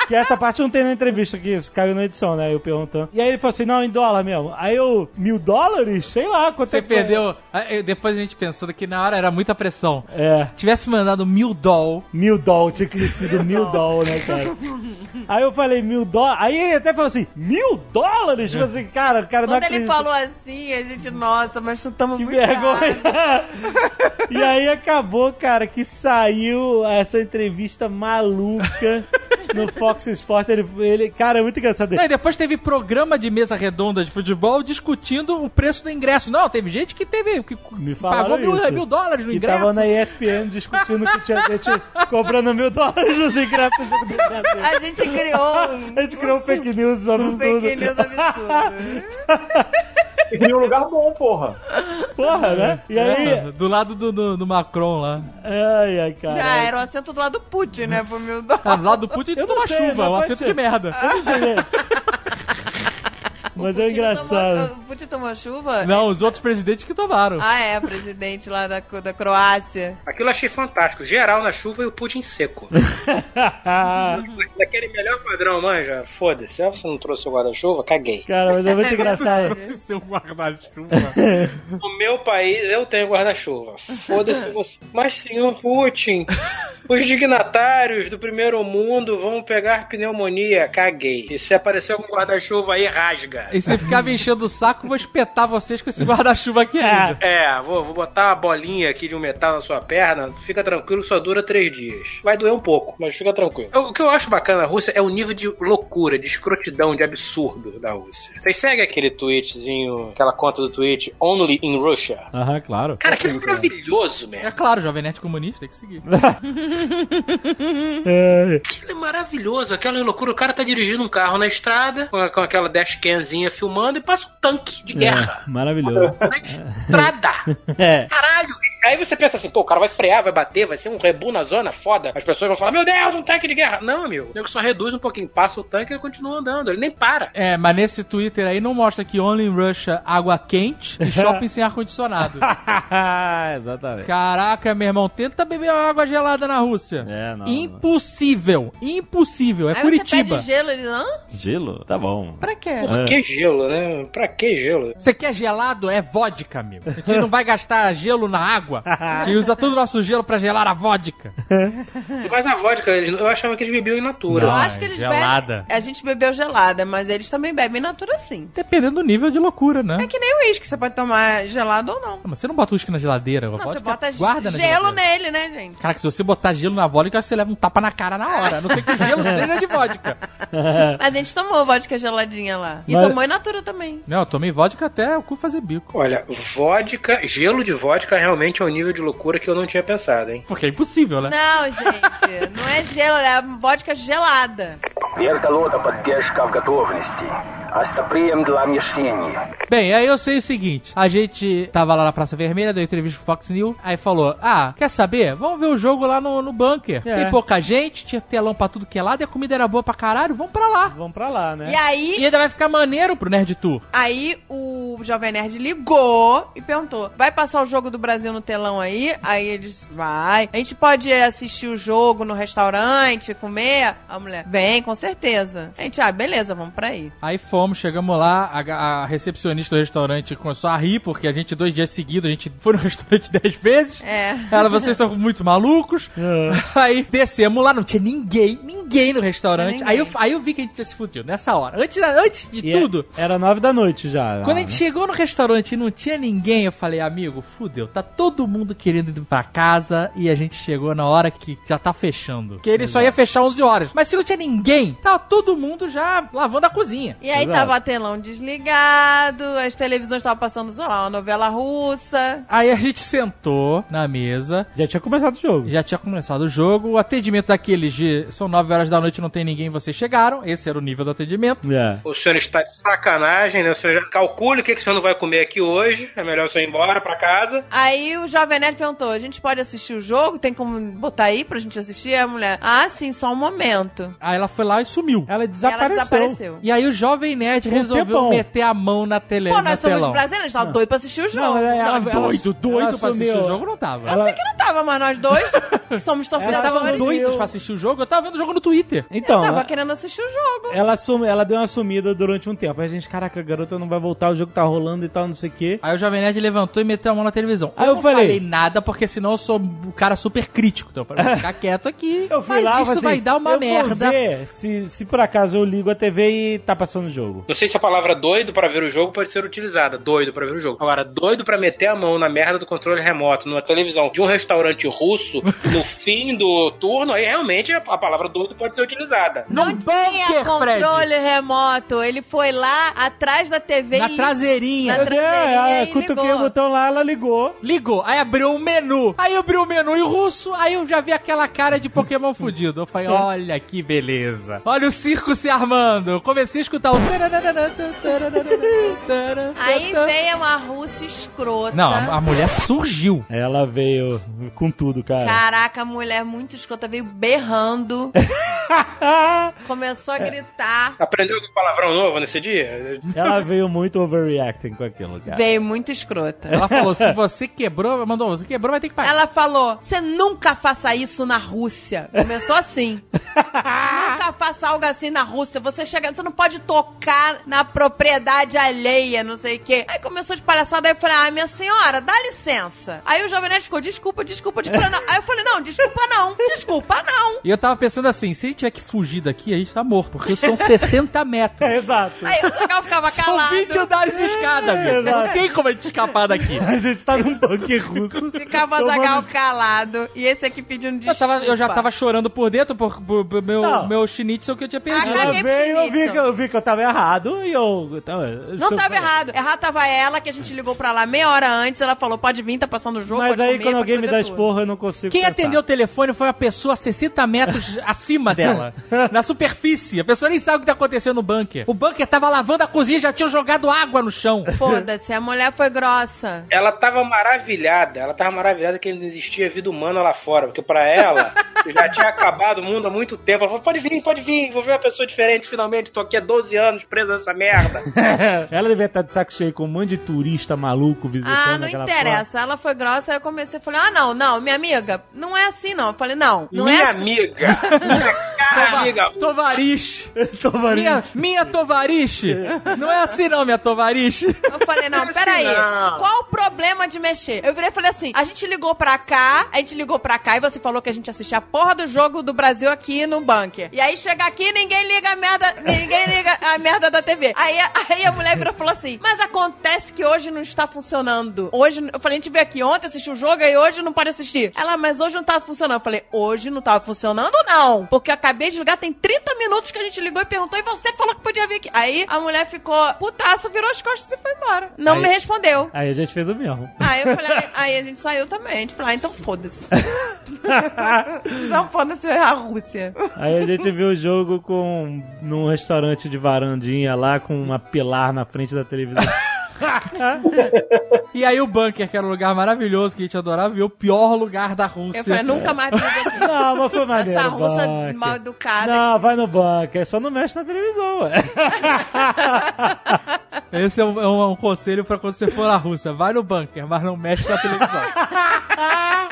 Que essa parte não tem na entrevista, que isso caiu na edição, né? Eu perguntando. E aí ele falou assim: não, em dólar mesmo. Aí eu, mil dólares? Sei lá quanto
Você
é que é.
perdeu... Aí, Depois a gente pensando que na hora era muita pressão.
É,
Tivesse mandado mil doll...
mil dólar, tinha que ter sido mil dólar, né, cara? Aí eu falei, mil dólares. Aí ele até falou assim: mil dólares? Eu falei assim, cara, o cara não
Quando ele
acredita.
falou assim, a gente, nossa, mas chutamos
Que
muito caro.
vergonha! e aí acabou, cara, que saiu essa entrevista maluca no Fox Sports. Ele, ele- cara, é muito engraçado.
Não, e depois teve programa de mesa redonda de futebol discutindo o preço do ingresso. Não, teve gente que teve. Que
Me falaram
pagou mil,
isso.
mil dólares no
que
ingresso.
tava na ESPN discutindo que tinha gente comprando mil dólares nos ingressos do jogo do Brasil.
A gente criou um,
A gente criou um fake news
um fake
absurdo.
news absurdo.
Em um lugar bom, porra.
Porra, né? E aí...
É, do lado do, do- do Macron lá.
Ai, ai, cara.
Já Ah, era o assento do lado do Putin, né, pro
é
meu
Ah,
dólar.
do lado do Putin
Eu
tudo uma
não sei,
chuva,
não
um
pode
assento
ser.
de merda.
Mas é engraçado.
Tomou, o Putin tomou chuva?
Não, os outros presidentes que tomaram.
Ah, é, presidente lá da, da Croácia.
Aquilo eu achei fantástico. Geral na chuva e o pudim seco. Daquele melhor padrão, manja. Foda-se. Se você não trouxe o guarda-chuva, caguei.
Cara, mas é muito engraçado.
Seu guarda-chuva.
No meu país, eu tenho guarda-chuva. Foda-se você. Mas, senhor Putin, os dignatários do primeiro mundo vão pegar pneumonia. Caguei. E se aparecer algum guarda-chuva aí, rasga.
E se ficava enchendo o saco, vou espetar vocês com esse guarda-chuva aqui ainda.
É, vou, vou botar uma bolinha aqui de um metal na sua perna. Fica tranquilo, só dura três dias. Vai doer um pouco, mas fica tranquilo. O, o que eu acho bacana na Rússia é o nível de loucura, de escrotidão, de absurdo da Rússia. Vocês seguem aquele tweetzinho, aquela conta do tweet Only in Russia?
Aham, claro.
Cara, que maravilhoso, né?
É
man.
claro, Jovem Nerd Comunista, tem que seguir.
É,
Aquilo é maravilhoso, aquela loucura. O cara tá dirigindo um carro na estrada, com, com aquela dashcanzinha filmando, e passa um tanque de guerra.
é, maravilhoso.
Na estrada!
É.
Caralho! Aí você pensa assim, pô, o cara vai frear, vai bater, vai ser um rebu na zona, foda. As pessoas vão falar, meu Deus, um tanque de guerra. Não, amigo. O nego só reduz um pouquinho, passa o tanque e ele continua andando. Ele nem para.
É, mas nesse Twitter aí não mostra que Only in Russia água quente e shopping sem ar-condicionado.
Ah, Exatamente.
Caraca, meu irmão, tenta beber água gelada na Rússia.
É, não,
impossível, impossível. É
Aí você
Curitiba.
pede gelo, ele, hã?
Gelo? Tá bom.
Pra quê?
Por que gelo, né? Pra que gelo?
Você quer gelado? É vodka, amigo. A gente não vai gastar gelo na água. A gente usa todo o nosso gelo pra gelar a vodka.
É. Mas a vodka, eles- eu achava que eles bebiam in natura.
Eu
Não,
acho
é
que eles
gelada.
bebem... A gente bebeu gelada, mas eles também bebem natura sim.
Dependendo do nível de loucura, né?
É que nem o uísque, você pode tomar gelado ou não.
Não, mas você não bota uísque na geladeira.
Não, você bota
guarda na
gelo
geladeira.
nele, né, gente?
Caraca, se você botar gelo na vodka, você leva um tapa na cara na hora. A não ser que o gelo seja de vodka. É.
Mas a gente tomou vodka geladinha lá. E
Mas-
tomou in natura também.
Não, eu tomei vodka até o cu fazer bico.
Olha, vodka, gelo de vodka realmente é um nível de loucura que eu não tinha pensado, hein?
Porque é impossível, né?
Não, gente, não é gelo, é vodka gelada.
Вертолота поддержка в готовности. Остоприем для мещения.
Bem, aí eu sei o seguinte: a gente tava lá na Praça Vermelha, deu entrevista pro Fox News, aí falou: Ah, quer saber? Vamos ver o jogo lá no, no bunker.
É.
Tem pouca gente, tinha telão pra tudo que é lado, e a comida era boa pra caralho, vamos pra lá.
Vamos pra lá,
É.
né?
E aí,
E ainda vai ficar maneiro pro Nerd Tour.
Aí o Jovem Nerd ligou e perguntou: vai passar o jogo do Brasil no telão aí? Aí eles, vai. A gente pode assistir o jogo no restaurante, comer? A mulher, vem, com certeza. A gente, ah, beleza, vamos pra aí.
Aí fomos, chegamos lá, a, a recepcionista do restaurante começou a rir, porque a gente, dois dias seguidos, a gente foi no restaurante dez vezes.
É.
Ela, vocês são muito malucos.
Ah.
Aí descemos lá, não tinha ninguém, ninguém no restaurante.
Tinha
Aí, eu, aí eu vi que a gente tinha se fudido, nessa hora. Antes, da- antes de
E é-
tudo,
Era nove da noite já.
quando a gente chegou no restaurante e não tinha ninguém, eu falei, amigo, fudeu, tá todo mundo querendo ir pra casa e a gente chegou na hora que já tá fechando. Que ele só ia fechar 11 horas. Mas se não tinha ninguém, tava todo mundo já lavando a cozinha.
E aí tava telão desligado, as televisões estavam passando, sei lá, uma novela russa.
Aí a gente sentou na mesa. Já tinha começado o jogo. Já tinha começado o jogo. O atendimento daqueles de são 9 horas da noite, não tem ninguém, vocês chegaram. Esse era o nível do atendimento.
É.
O senhor está de sacanagem, né? O senhor já calcule o que, que o senhor não vai comer aqui hoje. É melhor o senhor ir embora pra casa.
Aí o Jovem Nerd perguntou: a gente pode assistir o jogo? Tem como botar aí pra gente assistir? Aí a mulher, ah, sim, só um momento.
Aí ela foi lá e sumiu. Ela
desapareceu. Ela desapareceu.
E aí o jovem nerd
Um
resolveu
tempão.
meter a mão na tele.
Pô, nós
na
somos
telão.
brasileiros, a gente tá doido pra assistir o jogo.
Não, é, ela- ela-
Não,
ela-
Doido, doido
ela
pra assistir
sumiu.
o jogo, não tava.
Eu sei que não tava, mas nós dois somos
Elas
torcedores.
estavam doidas pra assistir o jogo, eu tava vendo o jogo no Twitter.
Então,
Tava
né?
ela,
querendo assistir o jogo.
ela sum- ela deu uma sumida durante um tempo. Aí a gente, caraca, a garota não vai voltar, o jogo tá rolando e tal, não sei o quê.
Aí o Jovem Nerd levantou e meteu a mão na televisão.
Aí eu
não
falei-
nada, porque senão eu sou um cara super crítico. Então eu falei, vou ficar quieto aqui.
Eu fui
mas
lá,
isso
falei
vai
assim,
dar uma
eu vou
merda.
ver se, se por acaso eu ligo a TV e tá passando o jogo.
Não sei se a palavra doido pra ver o jogo pode ser utilizada. Doido pra ver o jogo. Agora, doido pra meter a mão na merda do controle remoto numa televisão de um restaurante russo no fim do turno, aí realmente a a palavra doido pode ser utilizada.
Não
É
tinha é controle remoto. Ele foi lá atrás da TV.
Na
e-
traseirinha.
Na traseirinha.
É,
e
cutuquei
ligou.
o botão lá, ela ligou.
Ligou, aí abriu um menu. Aí abriu o menu em russo, aí eu já vi aquela cara de Pokémon fudido. Eu falei, olha que beleza. Olha o circo se armando. Eu comecei a escutar o...
Aí veio uma russa escrota.
Não, a, a mulher surgiu.
Ela veio com tudo, cara.
Caraca, a mulher muito escrota veio berrando. Começou a gritar.
Aprendeu algum palavrão novo nesse dia?
Ela veio muito overreacting com aquilo, cara.
Veio muito escrota.
Ela falou, se você quebrou, mandou, você quebrou, vai ter que pagar.
Ela falou: você nunca faça isso na Rússia. Começou assim. nunca faça algo assim na Rússia. Você chega, você não pode tocar na propriedade alheia, não sei o quê. Aí começou de palhaçada, aí eu falei: ah, minha senhora, dá licença. Aí o jovem nerd ficou: desculpa, desculpa, desculpa. não. Aí eu falei: não, desculpa não, desculpa não.
E eu tava pensando assim, se ele tiver que fugir daqui, a gente tá morto, porque são 60 metros.
exato.
Aí o Zagal ficava
São
É, calado.
20 andares de escada,
É,
velho. Não
exato.
tem como a gente escapar daqui.
A gente tá num bunker russo.
Ficava o
Tomando-
Zagal calado. E esse é aqui pedindo
Eu,
um desculpa.
tava- eu já tava chorando por dentro por, por- por meu,
Não.
meu schnitzel que eu tinha perdido.
Ela veio, eu vi, que, eu vi que eu tava errado e eu. eu tava-
Não
eu-
tava errado. Errado tava ela, que a gente ligou pra lá meia hora antes. Ela falou: pode vir, tá passando o jogo.
Mas
pode
aí
comer,
quando
pode
alguém me
fazer
dá
tudo."
esporra, eu não consigo.
Quem
pensar.
atendeu o telefone foi uma pessoa 60 metros acima dela, na superfície. A pessoa nem sabe o que tá acontecendo no bunker. O bunker tava lavando a cozinha e já tinham jogado água no chão.
Foda-se, a mulher foi grossa.
Ela tava maravilhada, ela tava maravilhada que não existia vida humana lá fora, porque pra ela já tinha acabado o mundo há muito tempo. Ela falou: pode vir, pode vir, vou ver uma pessoa diferente finalmente, tô aqui há 12 anos presa nessa merda.
Ela devia estar de saco cheio com um monte de turista maluco visitando
Ah, não
aquela
interessa. Ela foi grossa, aí eu comecei a falar: ah, não, não, minha amiga, não é assim não. Eu falei: não, não
minha
é assim.
amiga, minha
Ah,
cara amiga,
Tovariche. Minha,
Tovariche.
minha tovariche. Não é assim não, minha tovariche.
Eu falei: não,
Não é
peraí.
assim, não.
Qual o problema de mexer? Eu virei e falei assim: a gente ligou pra cá, a gente ligou pra cá e você falou que a gente assistia a porra do jogo do Brasil aqui no bunker. E aí chega aqui ninguém liga a merda, ninguém liga a merda da TV. Aí, a- aí a mulher virou e falou assim: mas acontece que hoje não está funcionando. Hoje, eu falei: a gente veio aqui ontem, assistiu o jogo e hoje não pode assistir. Ela, mas hoje não tá funcionando. Eu falei: hoje não tava funcionando, não. Porque eu acabei de ligar, tem 30 minutos que a gente ligou e perguntou e você falou que podia vir aqui. Aí a mulher ficou putaça, virou as costas e foi embora. Não
Aí-
me respondeu.
Praia. Aí a gente fez o mesmo.
Aí eu falei, aí- aí a gente saiu também. A gente falou, ah, então foda-se. então foda-se a Rússia.
Aí a gente viu o jogo com num restaurante de varandinha lá com uma pilar na frente da televisão.
E aí o bunker, que era um lugar maravilhoso que a gente adorava, viu o pior lugar da Rússia.
Eu falei, nunca mais fiz aqui.
Não, mas foi maneiro.
Essa russa
bunker.
mal educada.
Não, vai no bunker, só não mexe na televisão, ué.
Esse é um, é um- um conselho pra quando você for à Rússia. Vai no bunker, mas não mexe na televisão.
A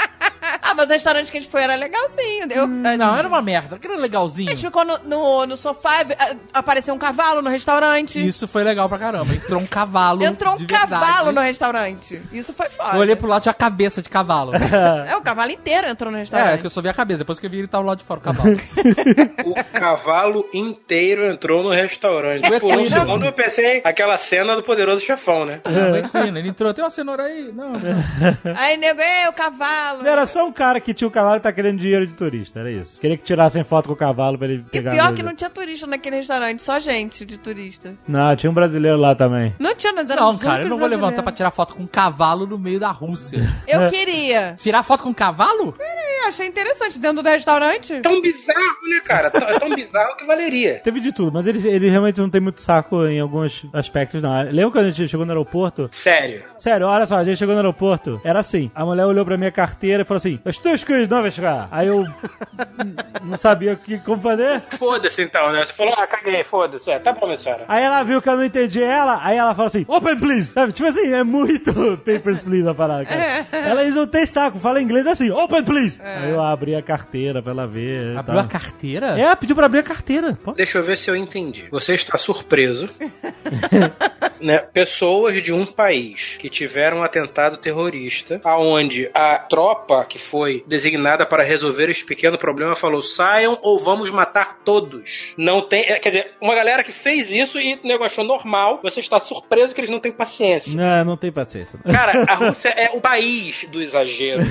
Ah, mas o restaurante que a gente foi era legalzinho. Eu,
Hum, não, era uma merda. Aquilo era legalzinho.
A gente ficou no, no, no sofá, e, ah, apareceu um cavalo no restaurante.
Isso foi legal pra caramba. assim, Entrou um cavalo.
Entrou um
de verdade.
cavalo no restaurante. Isso foi foda.
Eu olhei pro lado tinha a cabeça de cavalo.
É, o cavalo inteiro entrou no
É,
restaurante.
que eu só vi a cabeça. Depois que eu vi ele tava lá de fora, o cavalo.
cavalo inteiro entrou no restaurante.
é
Por um segundo eu pensei aquela cena do poderoso chefão, né?
ele entrou, tem uma cenoura aí. Não,
Aí, nego, é o cavalo.
Não era só um cara que tinha o cavalo e tá querendo dinheiro de turista, era isso. Queria que tirassem foto com o cavalo pra ele pegar.
Pior
a
que não tinha turista naquele restaurante, só gente de turista.
não... não, tinha um brasileiro lá também.
Não tinha, nós éramos
não cara, eu não vou levantar pra tirar foto com um cavalo no meio da Rússia.
Eu queria.
Tirar foto com um cavalo?
Peraí, achei interessante. Dentro do restaurante.
É Tão bizarro, né, cara? Tão- É tão bizarro que valeria.
Teve de tudo, mas ele, ele realmente não tem muito saco em alguns aspectos, não. Lembra quando a gente chegou no aeroporto?
Sério.
Sério, olha só, a gente chegou no aeroporto, era assim, a mulher olhou pra minha carteira e falou assim, estou escrito, não vai chegar. Aí eu não sabia o que como fazer.
Foda-se então, né? Você falou, ah, caguei, foda-se. É, tá bom, minha senhora.
Aí ela viu que eu não entendi ela, aí ela falou assim, open please, sabe? Tipo assim, é muito papers please a parada, cara. Ela eles não tem saco, fala inglês assim, open please. Aí eu abri a carteira pra ela ver.
Abriu
tá.
a
carteira?
É, pediu pra abrir a carteira. Pô.
Deixa eu ver se eu entendi. Você está surpreso. né? Pessoas de um país que tiveram um atentado terrorista, aonde a tropa que foi designada para resolver esse pequeno problema falou: saiam ou vamos matar todos. Não tem. é, Quer dizer, uma galera que fez isso e o nego achou normal. Você está surpreso que eles não têm paciência.
Não, É, não tem paciência.
Cara, a Rússia é o país do exagero.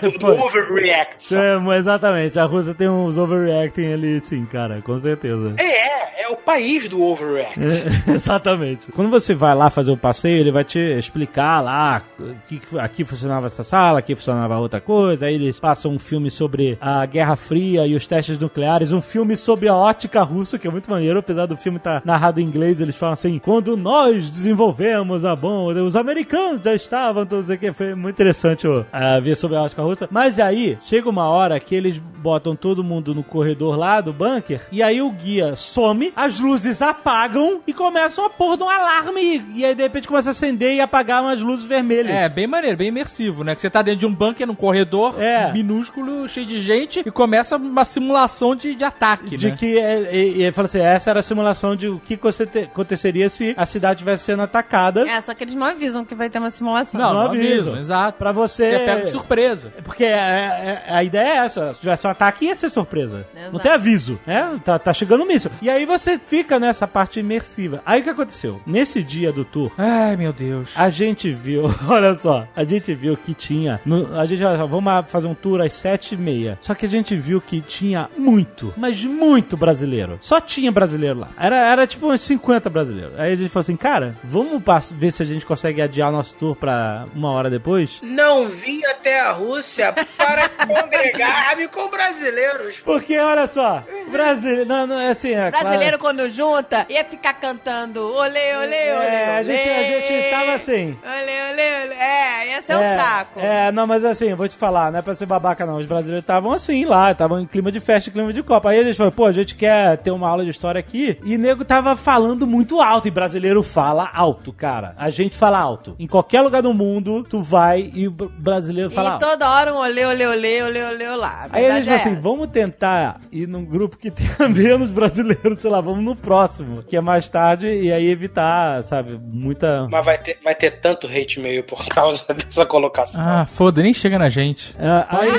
do, do
Foi.
overreact.
É, mas exatamente, a Rússia tem uns overreacting ali, sim, cara, com certeza.
É, é o país do overreact.
É, exatamente. Quando você vai lá fazer o passeio, ele vai te explicar lá que que- aqui funcionava essa sala, aqui funcionava outra coisa. Aí eles passam um filme sobre a Guerra Fria e os testes nucleares, um filme sobre a ótica russa, que é muito maneiro, apesar do filme estar narrado em inglês, eles falam assim: quando nós desenvolvemos a bomba, os americanos já estavam, não sei o que, foi muito interessante ó, a ver sobre a ótica russa. Mas aí chega uma hora que eles botam todo mundo no corredor lá do bunker, e aí o guia some, as luzes apagam e começam a pôr de um alarme. E aí de repente começa a acender e apagar umas luzes vermelhas.
É, bem maneiro, bem imersivo, né? Que você tá dentro de um bunker, num corredor minúsculo, cheio de gente, e começa uma simulação de, de ataque,
De
né?
que é, e- e ele falou assim: essa era a simulação de o que aconte- aconteceria se a cidade estivesse sendo atacada.
É, só que eles não avisam que vai ter uma simulação.
Não,
é
não avisam.
exato.
Pra você.
Você é pego de surpresa.
Porque é- é- é- a ideia é essa: se tivesse um ataque, ia ser surpresa.
Exato.
Não tem aviso, né? Tá, tá chegando um míssil. E aí você fica nessa parte imersiva. Aí o que aconteceu? Nesse dia do tour.
Ai, meu Deus.
A gente viu, olha só, a gente viu que tinha. no- a gente, olha, só, vamos lá fazer um tour às sete e meia. Só que a gente viu que tinha muito, mas muito brasileiro. Só tinha brasileiro lá. Era, era tipo uns 50 brasileiros. Aí a gente falou assim, cara, vamos pass- ver se a gente consegue adiar nosso tour pra uma hora depois.
Não vim até a Rússia para congregar-me com brasileiros.
Porque, olha só, brasileiro. Não, não, é assim, é claro-
Brasileiro, quando junta, ia ficar cantando olê, olê, olê.
É, a gente, a gente tava assim.
Olê, olê, olê. É, ia ser um saco.
É, não, mas assim, eu vou te falar, não é pra ser babaca, não. Os brasileiros estavam assim lá, estavam em clima de festa, clima de copa. Aí eles falaram, pô, a gente quer ter uma aula de história aqui. E nego tava falando muito alto, e brasileiro fala alto, cara. A gente fala alto. Em qualquer lugar do mundo, tu vai e o br- brasileiro fala
E
alto.
toda hora um olê, olê, olê, olê, olê, lá.
Aí eles
é
falam assim, vamos tentar ir num grupo que tenha menos brasileiro, sei lá, vamos no próximo, que é mais tarde, e aí evitar, sabe, muita...
Mas vai ter, vai ter tanto hate mail por causa dessa colocação.
Ah, foda, nem chega na gente. Pode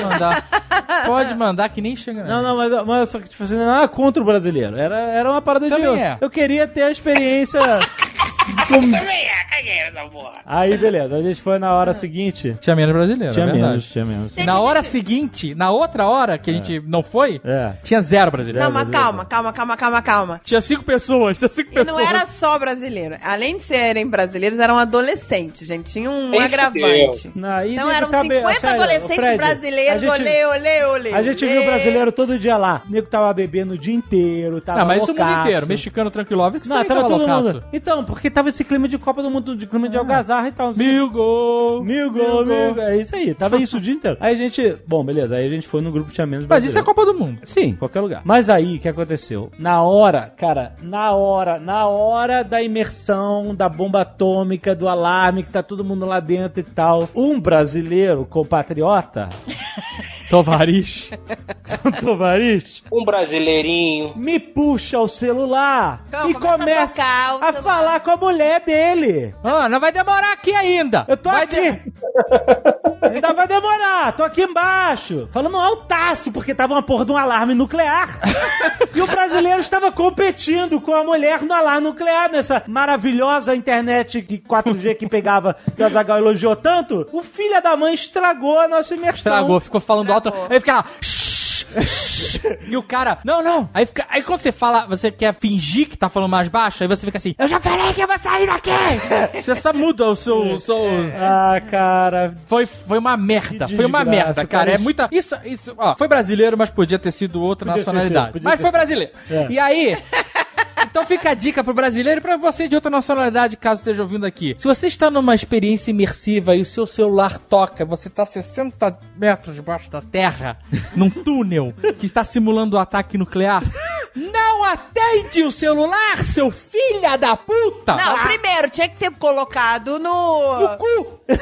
mandar. Pode mandar que nem chega na
Ah, Não, não, mas, mas só que, tipo assim, não é nada contra o brasileiro. Era, era uma parada
Também
de.
é.
Eu queria ter a experiência. com-
Também é, cagueira da porra.
Aí, beleza. A gente foi na hora seguinte.
Tinha menos brasileiro,
Tinha
é verdade.
menos, É. tinha menos.
Na hora seguinte, na outra hora que a gente não foi,
É.
tinha zero brasileiro.
Não, mas calma, calma, calma, calma, calma.
Tinha cinco pessoas, tinha cinco
E
pessoas.
não era só brasileiro. Além de serem brasileiros, eram adolescentes, gente. Tinha um
Meu
agravante.
Deus.
Não, aí
Então
nego
eram
tá
50
be- sério,
adolescentes
Fred,
brasileiros,
a gente-
olê, olê, olê.
A gente
olê.
viu o brasileiro todo dia lá. O nego tava bebendo o dia inteiro, tava
Não, Ah, mas isso é o mundo
loucaço.
inteiro. Mexicano tranquilo, óbvio que
Não,
você
tava todo
loucaço.
mundo. Então, porque tava esse clima de Copa do Mundo, de clima de algazarra e tal.
Mil gol!
Mil gol,
Mil
mil
gol.
gol. É isso aí, tava isso o dia inteiro. Aí a gente, bom, beleza, aí a gente foi no grupo que tinha menos
Mas isso é
brasileiro.
Copa do Mundo.
Sim, qualquer lugar. Mas aí, o que aconteceu? Na hora, cara, na hora, na hora da imersão, da bomba atômica, do alarme, que tá todo mundo lá dentro e tal, um brasileiro compatriota Tovariz. São Tovariz.
Um brasileirinho.
Me puxa o celular
Então,
e
começa a
começa
tocar
a,
o celular.
falar com a mulher dele.
Ah, não vai demorar aqui ainda.
Eu tô
Vai
aqui. Ainda vai demorar. Tô aqui embaixo. Falando altaço, porque tava uma porra de um alarme nuclear. e o brasileiro estava competindo com a mulher no alarme nuclear, nessa maravilhosa internet que 4G que pegava, que o Azaghal elogiou tanto. O filho da mãe estragou a nossa imersão.
Estragou, ficou falando
Estragou.
alto. Aí fica lá. "Shh, shh", e o cara, não, não. Aí, fica- aí quando você fala, você quer fingir que tá falando mais baixo, aí você fica assim, eu já falei que eu vou sair daqui! É. você só muda o seu. o seu-
Ah, cara.
Foi, foi uma merda,
Que
foi uma
desgraça,
merda, cara.
cara.
É muita. Isso, isso, ó, foi brasileiro, mas podia ter sido outra
Podia ter
nacionalidade.
sido, podia
mas
ter
foi
sido.
brasileiro.
É.
E aí. Então fica a dica pro brasileiro e pra você de outra nacionalidade, caso esteja ouvindo aqui. Se você está numa experiência imersiva e o seu celular toca, você está 60 metros debaixo da terra, num túnel que está simulando um ataque nuclear, não atende o celular, seu filha da puta!
Não, primeiro, tinha que ter colocado no.
Tá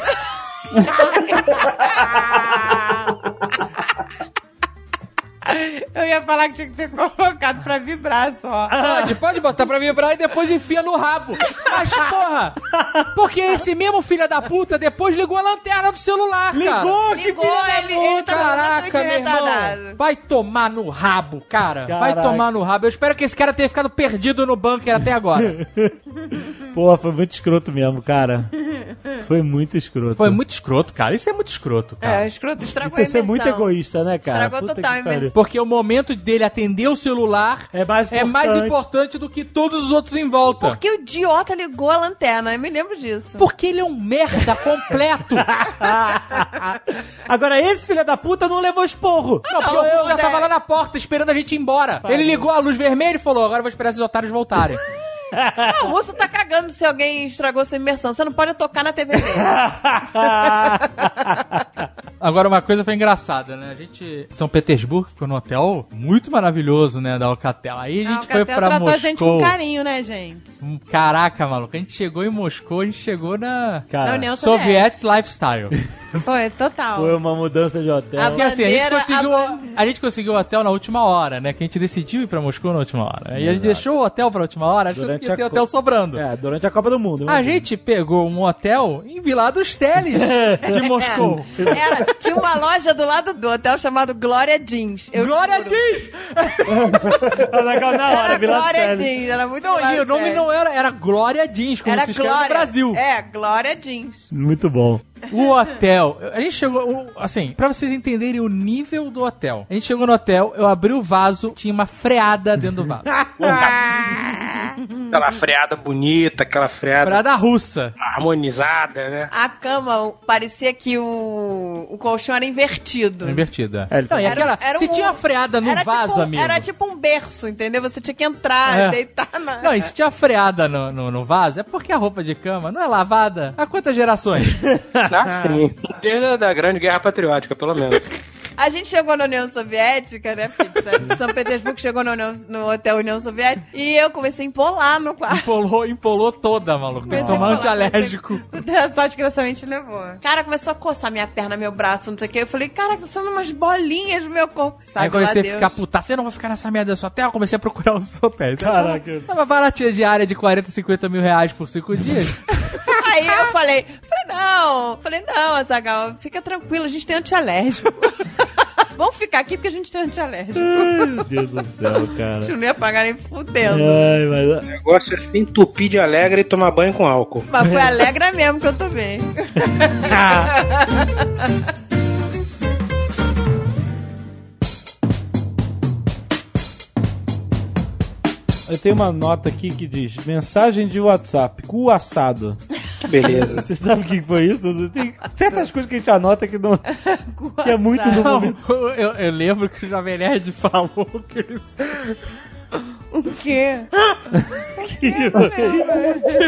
Ah. No cu!
Eu ia falar que tinha que ter colocado pra vibrar só.
Pode, pode botar pra vibrar e depois enfia no rabo. Mas porra! Porque esse mesmo filho da puta depois ligou a lanterna do celular, cara.
Ligou, que
Ligou,
filho da
ele, ele tá
Caraca, meu
completamente
irmão.
retardado.
Vai tomar no rabo, cara. Vai
Caraca.
tomar no rabo. Eu espero que esse cara tenha ficado perdido no bunker até agora.
Pô, foi muito escroto mesmo, cara. Foi muito escroto.
Foi muito escroto, cara. Isso é muito escroto, cara.
É, escroto, estragou
Isso é ser
a
muito
invenção.
egoísta, né, cara?
Estragou
Puta
total
que
a
pariu.
invenção.
Porque o momento dele atender o celular
É mais
é mais
importante.
importante do que todos os outros em volta.
Porque o idiota ligou a lanterna, eu me lembro disso.
Porque ele é um merda completo.
Agora, esse filho da puta não levou esporro.
Não, porque o Russo já tava lá na porta esperando a gente ir embora. Ele ligou a luz vermelha e falou: agora eu vou esperar esses otários voltarem.
Não, o russo tá cagando se alguém estragou sua imersão. Você não pode tocar na TV dele.
agora, uma coisa foi engraçada, né? A gente. São Petersburgo ficou num hotel muito maravilhoso, né? Da Alcatel. Aí a
Ah,
gente
o
foi
Catel
pra
tratou
Moscou.
a gente com carinho, né, gente?
Hum, Caraca, maluco. A gente chegou em Moscou, a gente chegou na.
Cara,
Na União Soviética.
Soviet Lifestyle.
Foi, total.
foi uma mudança de hotel.
Porque assim, a gente,
bandeira,
conseguiu,
a
a, gente conseguiu o hotel na última hora, né? Que a gente decidiu ir pra Moscou na última hora. E a gente deixou o hotel pra última hora, achando
Durante
que ia
a
ter
co-
hotel sobrando.
É, durante a Copa do Mundo.
A
né?
gente pegou um hotel em Vila dos Teles, de Moscou.
É. Era, tinha uma loja do lado do hotel chamado Glória Jeans. Eu
Glória
juro.
Jeans!
Tá legal na hora,
Era
Vila
Glória
Teles.
Jeans, era muito
Não, e
Glória
o nome
Jeans.
não era, era Glória Jeans, como
era
se escreve no
Glória.
Brasil.
É, Glória Jeans.
Muito bom.
O hotel, a gente chegou, o- assim, pra vocês entenderem o nível do hotel. A gente chegou no hotel, eu abri o vaso, tinha uma freada dentro do vaso.
Um Aquela freada bonita, aquela freada
freada russa.
harmonizada, né?
A cama parecia que o, o colchão era invertido.
Invertida.
É, ele
Não, e
Era-
aquela,
era
se
um-
tinha freada no
era
vaso,
tipo, um-
amigo...
Era tipo um berço, entendeu? Você tinha que entrar,
É.
deitar na.
Não, e se tinha freada no, no, no vaso, é porque a roupa de cama não é lavada há quantas gerações?
Ah, sim. Desde a da Grande Guerra Patriótica, pelo menos.
A gente chegou na União Soviética, né, Pizza? São Petersburgo chegou no, União- no hotel União Soviética e eu comecei a empolar no quarto.
Empolou, empolou toda, maluco. Tem que
Comecei a
tomar
empolar,
antialérgico.
comecei- Só desgraçadamente levou. Cara, começou a coçar minha perna, meu braço, não sei o que. Eu falei, caraca, são umas bolinhas no meu corpo. Sabe
Aí eu
lá
comecei
Deus.
a ficar puta, você não vai ficar nessa merda desse hotel? Eu comecei a procurar os hotéis.
Caraca.
Tava baratinha diária de 40, 50 mil reais por 5 dias.
Aí eu falei, falei, não, falei, não, Azagal, fica tranquilo, a gente tem antialérgico. Vamos ficar aqui porque a gente tem antialérgico.
Meu Deus do céu,
A
cara.
gente não ia pagar nem fudendo.
Ai, mas...
O negócio é se entupir de alegre e tomar banho com álcool.
Mas foi alegra mesmo que eu tô bem.
Eu tenho uma nota aqui que diz: mensagem de WhatsApp, cu assado.
Que beleza.
Você sabe o que foi isso? Tem certas coisas que a gente anota que, não, que é muito no
Não,
momento.
eu, eu lembro que o Jovem Nerd falou que eles,
O quê?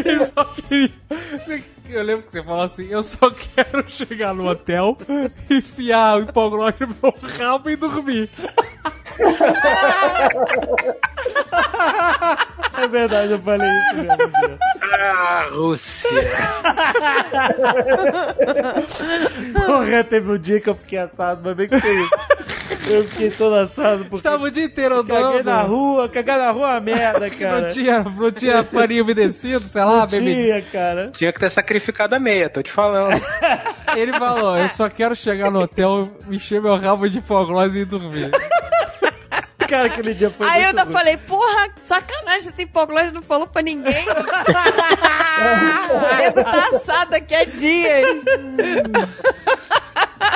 eles só queriam... Eu lembro que você falou assim, eu só quero chegar no hotel, enfiar o hipoglóide no meu rabo e dormir.
É verdade, eu falei isso mesmo.
Ah, Rússia.
Porra, teve um dia que eu fiquei assado, mas bem que foi isso. Eu fiquei todo assado porque.
Estava o dia inteiro andando.
Caguei na rua, cagar na rua é uma merda, cara.
Não tinha, não tinha paninho umedecido, sei lá,
Não tinha,
bebida.
cara.
Tinha que ter sacrificado a meia, tô te falando.
Ele falou: eu só quero chegar no hotel, encher meu rabo de foglose e dormir.
Cara, aquele dia foi
Aí eu
muito
ainda
bom.
falei, porra, sacanagem, você tem hipoglose não falou pra ninguém. o nego tá assado aqui há dias.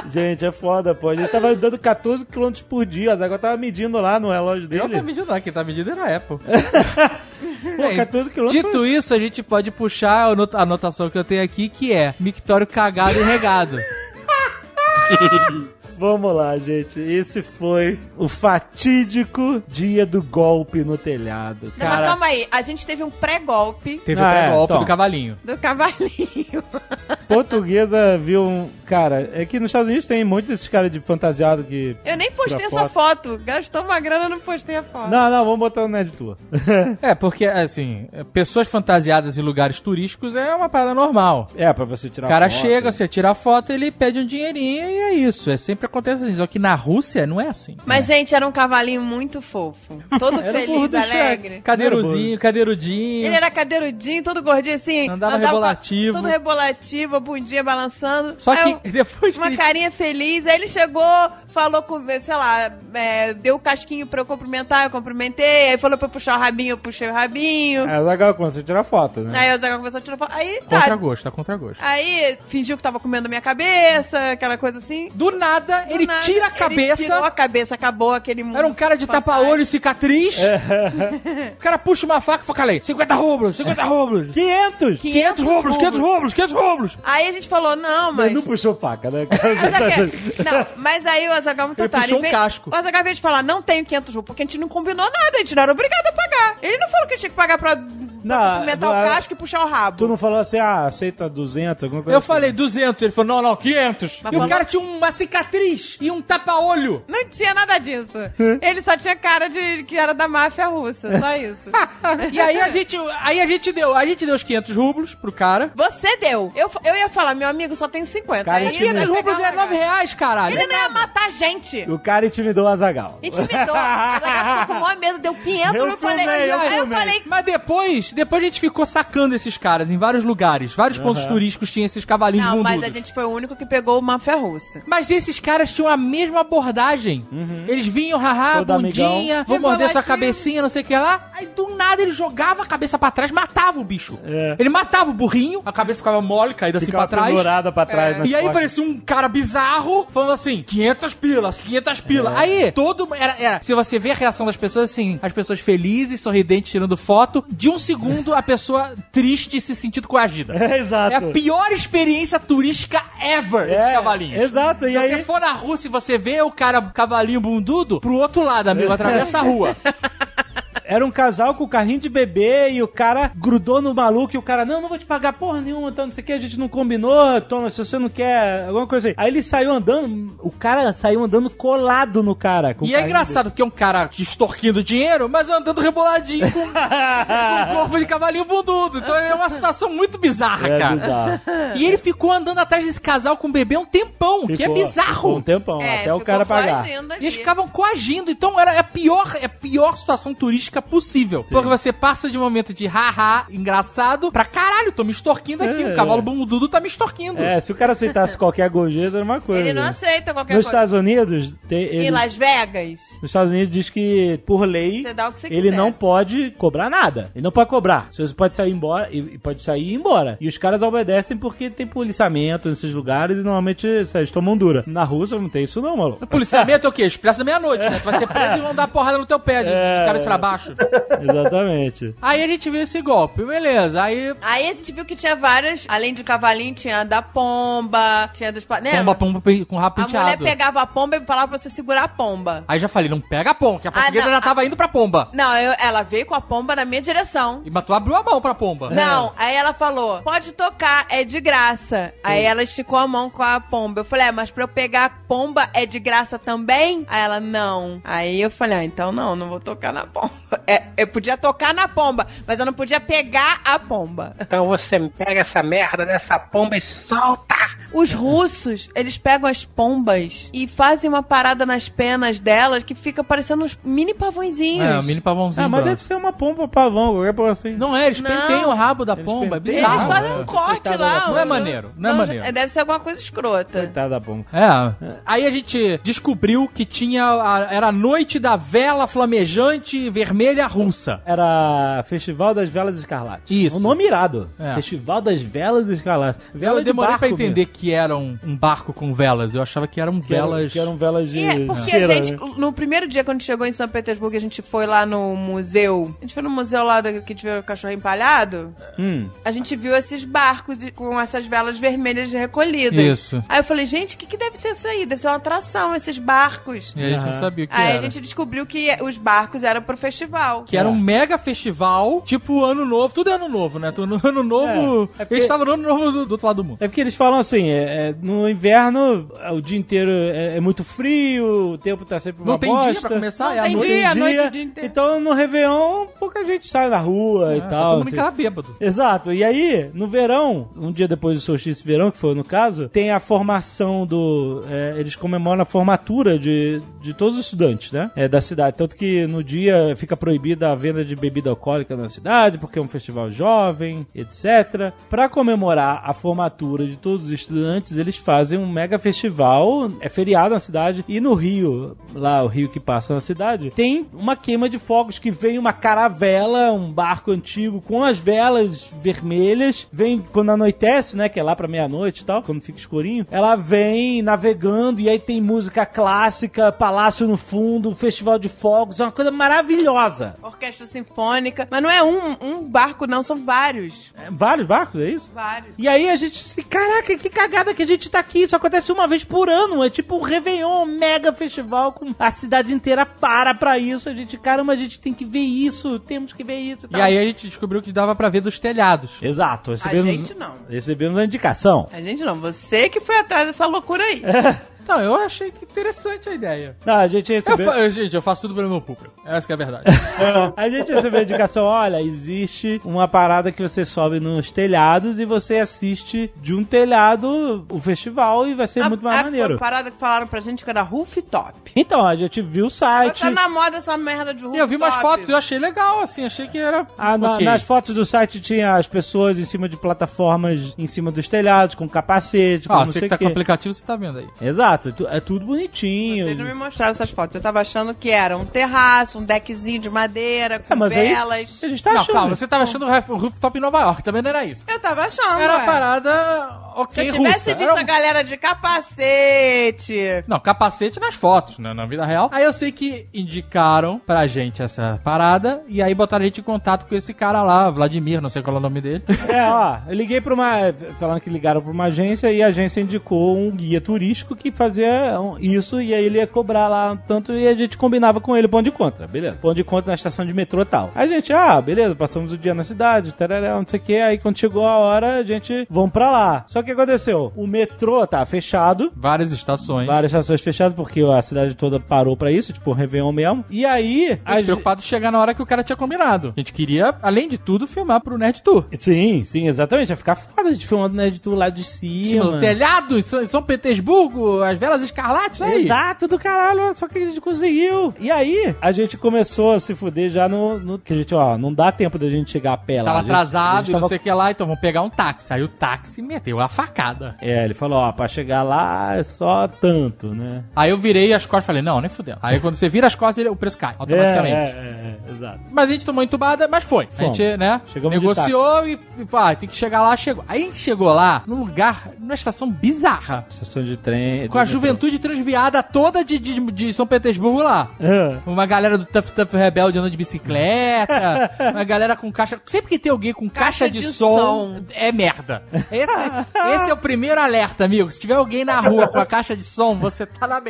Gente, é foda, pô. A gente tava dando 14 km por dia. O Zagal tava medindo lá no relógio
Eu
dele.
não tava medindo lá, quem tá medindo era a Apple. É,
Pô, 14 km.
Dito isso, a gente pode puxar a anota- a anotação que eu tenho aqui, que é mictório cagado e regado.
Vamos lá, gente. Esse foi o fatídico dia do golpe no telhado. tá?
Não, mas
Cara,
calma aí, a gente teve um pré-golpe
Teve
Ah,
o
é,
golpe
então.
do cavalinho.
do cavalinho.
portuguesa viu um. Cara, é que nos Estados Unidos tem um monte desses caras de fantasiado que.
É
Eu nem postei
Tira
essa foto. Gastou uma grana, não postei a foto.
Não, não, vamos botar no Nerd Tour.
É, porque, assim, pessoas fantasiadas em lugares turísticos é uma parada normal.
É, pra você
O
tirar
cara
foto.
chega, assim, você tira a foto, ele pede um dinheirinho e é isso. É sempre acontece isso. Só que na Rússia não é assim.
Mas, gente, era um cavalinho muito fofo. Todo
um
Era o burro
feliz,
do
alegre.
Cadeiruzinho, cadeirudinho.
Ele era cadeirudinho, todo gordinho assim.
Andava
com a-
rebolativo.
Todo rebolativo, a bundinha balançando.
Só
Aí
que depois
um-
que
Uma
ele-
carinha feliz. Aí ele chegou, falou com, sei lá, é, deu o casquinho pra eu cumprimentar, eu cumprimentei. Aí falou pra eu puxar o rabinho, eu puxei o rabinho.
É, o Zagal começou a tirar foto, né?
Aí o Zagal começou a tirar foto. Aí
Contra
tá.
gosto, tá contra gosto.
Aí fingiu que tava comendo minha cabeça, aquela coisa assim.
Do nada,
Do
ele
nada,
tira a cabeça.
Ele tirou a cabeça, acabou aquele mundo.
Era um cara de
fantástico.
tapa-olho, e cicatriz. o cara puxa uma faca e fala, "Calei, 50 rublos, 50 rublos.
500!
500 rublos, 500 rublos, 500 rublos.
Aí a gente falou, não,
Mas
mas...
não puxou faca, né? cara?
Mas é que- Não, mas aí o é Azagal muito
Ele
otário.
puxou um
Em vez-
casco.
O Azagal veio de falar, não tenho 500 rublos, porque a gente não combinou nada, a gente não era obrigado a pagar. Ele não falou que tinha que pagar pra
Não,
metal
não,
o casco e puxar o rabo.
Tu não falou assim, ah, aceita 200, alguma coisa assim.
Eu falei 200, ele falou, não, não, 500.
Mas
e o
falou-
cara tinha uma cicatriz e um tapa-olho.
Não tinha nada disso.
Hum?
Ele só tinha cara de que era da máfia russa, só isso.
E aí a gente, aí a gente deu, a gente deu os 500 rublos pro cara.
Você deu. Eu, eu ia falar, meu amigo, só tem 50.
Cara,
Aí
eu
ele
tive-
ia
500 rublos
pegar
é
o
9 reais, caralho.
Ele não ia matar a gente.
assim. O cara intimidou o Azagal.
Intimidou. O Azagal ficou com o maior medo, deu 500,
Eu
eu, falei...
fumei, eu
aí eu
fumei.
falei,
Mas depois, depois a gente ficou sacando esses caras em vários lugares. Vários pontos turísticos tinha esses cavalinhos
não, mas
bundudos.
a gente foi o único que pegou uma máfia russa.
Mas esses caras tinham a mesma abordagem. Eles vinham, haha,
Todo
bundinha,
Uhum. amigão.
vou morder sua
Reboladinho.
cabecinha, não sei o que lá. Aí do nada ele jogava a cabeça pra trás, matava o bicho. Ele matava o burrinho, a cabeça ficava mole, caída assim pra
É. Ficava
trás.
pendurada pra trás. nas
E aí
costas.
parecia um cara bizarro falando assim, 500 pilas, 500 pilas.
É.
Aí todo era, era, se você vê a reação das pessoas assim, as pessoas felizes, sorridentes, tirando foto, de um segundo a pessoa triste se sentindo coagida.
É, exato.
É a pior experiência turística ever, esses
É,
cavalinhos.
Exato,
Se
e
você
aí...
for na Rússia e você vê o cara cavalinho bundudo, pro outro lado, amigo, atravessa a rua.
Era um casal com carrinho de bebê e o cara grudou no maluco e o cara, não, não vou te pagar porra nenhuma, então não sei o que, a gente não combinou, toma, se você não quer, alguma coisa aí. Aí ele saiu andando, o cara saiu andando colado no cara. com o
E é
carrinho
engraçado porque é um cara extorquindo dinheiro, mas andando reboladinho com, com o corpo de cavalinho bundudo. Então é uma situação muito bizarra,
dele. É
cara.
bizarro.
E ele ficou andando atrás desse casal com o bebê um tempão, que é
Ficou- ficou
bizarro.
um tempão,
É,
até o
ficou
cara pagar.
coagindo
E eles
ali.
ficavam coagindo, então era a pior, é a pior situação turística possível. Porque você passa de um momento de haha, engraçado, pra caralho, tô me extorquindo aqui,
É.
o cavalo bundudo tá me extorquindo.
É, se o cara aceitasse qualquer gorjeta, era uma coisa.
Ele não
né?
aceita qualquer
Nos
coisa.
Estados Unidos, tem,
Em
eles-
Las Vegas,
nos Estados Unidos diz que, por lei,
você dá o que você
ele
quiser.
não pode cobrar nada. Ele não pode cobrar. Você pode sair embora e e pode sair e ir embora. E os caras obedecem porque tem policiamento nesses lugares e normalmente sabe, eles tomam dura. Na Rússia não tem isso não, maluco.
O policiamento é o quê? Expresso da meia-noite, né? Tu vai ser preso e vão dar porrada no teu pé, de
É.
de cabeça pra baixo.
Exatamente.
Aí a gente viu esse golpe, beleza. Aí.
Aí a gente viu que tinha várias, além de cavalinho, tinha a da pomba, tinha dos... pa- né?
Pomba, pomba pe- com rabo
A mulher
penteado.
pegava a pomba e falava pra você segurar a pomba.
Aí já falei, não pega a pomba, que a
Ah,
portuguesa
não,
já tava indo pra pomba.
Não, eu- ela veio com a pomba na minha direção.
E mas tu abriu a mão pra pomba.
Não, aí ela falou, pode tocar, é de graça. Aí ela esticou a mão com a pomba. Eu falei, é, mas pra eu pegar a pomba é de graça também? Aí ela, não. Aí eu falei, ah, então não, não vou tocar na pomba. É, eu podia tocar na pomba, mas eu não podia pegar a pomba.
Então você pega essa merda dessa pomba e solta!
Os russos, eles pegam as pombas e fazem uma parada nas penas delas que fica parecendo uns mini pavõezinhos.
É, um mini pavãozinho.
Ah, mas
branco.
Deve ser uma
um
pomba pavão, qualquer pomba assim.
Não é, eles penteiam o rabo da pomba. É
Eles
bizarro.
fazem um corte lá.
Não é
um-
maneiro, não é maneiro.
é, Deve ser alguma coisa escrota.
Coitada pomba.
É. Aí a gente descobriu que tinha. a- era a noite da vela flamejante vermelha russa.
Era Festival das Velas Escarlates.
Isso.
Um nome irado.
É.
Festival das Velas Escarlates. Vela
Eu
de
demorei
barco
pra entender
mesmo.
que era um, um barco com velas. Eu achava que eram
Que eram-
velas.
que um- eram velas de.
É, porque
cera,
a gente,
né?
no primeiro dia quando chegou em São Petersburgo, a gente foi lá no museu. A gente foi no museu lá do, que tiver o cachorro empalhado.
Hum.
A gente viu esses barcos e- com essas velas vermelhas recolhidas.
Isso.
Aí eu falei, gente, o que, que deve ser isso aí? Deve ser uma atração, esses barcos.
E aí a gente não sabia o que
Aí
era.
a gente descobriu que os barcos eram pro festival.
Que
É.
era um mega festival, tipo ano novo. Tudo é ano novo, né? Tudo ano novo.
É, é porque-
Eles estavam no ano novo do, do outro lado do mundo.
É porque eles falam assim, é, é, no inverno é, o dia inteiro é, é muito frio, o tempo tá sempre uma
Não tem
bosta.
dia pra começar, é a
Não
noite.
tem
Tem dia, a noite, o
dia.
dia inteiro.
Então no Réveillon pouca gente sai na rua e
tá
tal.
todo mundo em
assim.
casa bêbado.
Exato. E aí, no verão, um dia depois do solstício de verão, que foi no caso, tem a formação do. é, eles comemoram a formatura de, de todos os estudantes, né? É, da cidade. Tanto que no dia fica proibida a venda de bebida alcoólica na cidade, porque é um festival jovem, etc. Pra comemorar a formatura de todos os estudantes, eles fazem um mega festival. É feriado na cidade. E no Rio, lá o rio que passa na cidade, tem uma queima de fogos que vem uma caravela, um barco antigo com as velas vermelhas. Vem quando anoitece, né? Que é lá pra meia-noite e tal, quando fica escurinho. Ela vem navegando e aí tem música clássica, palácio no fundo, festival de fogos. É uma coisa maravilhosa.
Orquestra sinfônica. Mas não é um, um barco, não, são vários.
É, Vários barcos, é isso?
Vários.
E aí a gente se. Caraca, que cagada que a gente tá aqui. Isso acontece uma vez por ano. É tipo um Réveillon, um mega festival com a cidade inteira para pra isso. A gente, caramba, a gente tem que ver isso. Temos que ver isso.
E aí a gente descobriu que dava pra ver dos telhados.
Exato. Recebemos,
A gente não.
Recebemos a indicação.
A gente não, você que foi atrás dessa loucura aí.
Então, eu achei que interessante a ideia.
Não, a gente
Eu
recebeu.
fa- eu- gente, eu faço tudo pelo meu público. Essa que é a verdade.
A gente recebeu a indicação, olha, existe uma parada que você sobe nos telhados e você assiste de um telhado o festival e vai ser
A-
muito mais
a,
maneiro.
A Ah, parada que falaram pra gente que era rooftop.
Então, a gente viu o
Mas
site.
Tá na moda essa merda de rooftop.
E eu vi umas fotos e eu achei legal, assim. Achei que era.
Ah, na-
ok.
Nas fotos do site tinha as pessoas em cima de plataformas, em cima dos telhados, com capacete, com
Ah,
não
você
sei
que
o
tá
quê.
com o aplicativo, você tá vendo aí.
Exato, tu- é tudo
Vocês não me
bonitinho.
mostraram essas fotos. Eu tava achando que era um terraço, um deckzinho de madeira, com
É, mas é isso.
velas.
A gente tá
não,
achando.
calma, você tava achando o ref- o rooftop em Nova York, também não era isso.
Eu tava achando.
Era
ué.
uma
é.
parada
Se
ok
eu tivesse
russa.
visto
Era um-
a galera de capacete.
Não, capacete nas fotos, né? Na vida real. Aí eu sei que indicaram pra gente essa parada e aí botaram a gente em contato com esse cara lá, Vladimir, não sei qual é o nome dele.
É, ó, eu liguei pra uma. Falando que ligaram pra uma agência e a agência indicou um guia turístico que fazia um- isso e aí ele ia cobrar lá um tanto e a gente combinava com ele ponto de conta, beleza? Ponto de conta na estação de metrô tal. A gente, ah, beleza, passamos o dia na cidade, tarará, não sei o que. Aí quando chegou a hora, a gente, vamos pra lá. Só que aconteceu, o metrô tá fechado,
Várias estações.
Várias estações fechadas, porque a cidade toda parou pra isso, tipo, o Réveillon mesmo. E aí.
A gente
ge-
preocupado em chegar na hora que o cara tinha combinado. A gente queria, além de tudo, filmar pro Nerd Tour.
Sim, sim, exatamente. Vai ficar foda de filmando Nerd Tour lá de
Em cima
cima.
do telhado, em São, em São Petersburgo, as velas escarlates, aí.
Exato, do caralho, olha só que a gente conseguiu. E aí, a gente começou a se fuder já no. no- que a gente, ó, não dá tempo da gente chegar a pé lá.
Tava
A gente- a
atrasado
gente
e
tava-
não sei o que lá, então vamos pegar um táxi. Aí o táxi meteu a facada.
É, ele falou, ó, pra chegar lá é só tanto, né?
Aí eu virei as costas e falei, não, nem fudeu. Aí quando você vira as costas, ele- o preço cai automaticamente.
É, é, é, é, exato.
Mas a gente tomou entubada, mas foi. A
Fomos.
gente, né?
Chegamos de
negociou e, e pá, tem que chegar lá, chegou. Aí a gente chegou lá num lugar, numa estação bizarra.
Estação de trem. é
Com a juventude transviada toda de, de, de São Petersburgo lá.
Ah.
Uma galera do Tuff Tuff Rebelde andando de bicicleta, uma galera com caixa. Sempre que tem alguém com caixa, de, som, é merda. Esse, esse é o primeiro alerta, amigo. Se tiver alguém na rua com a caixa de som, você tá na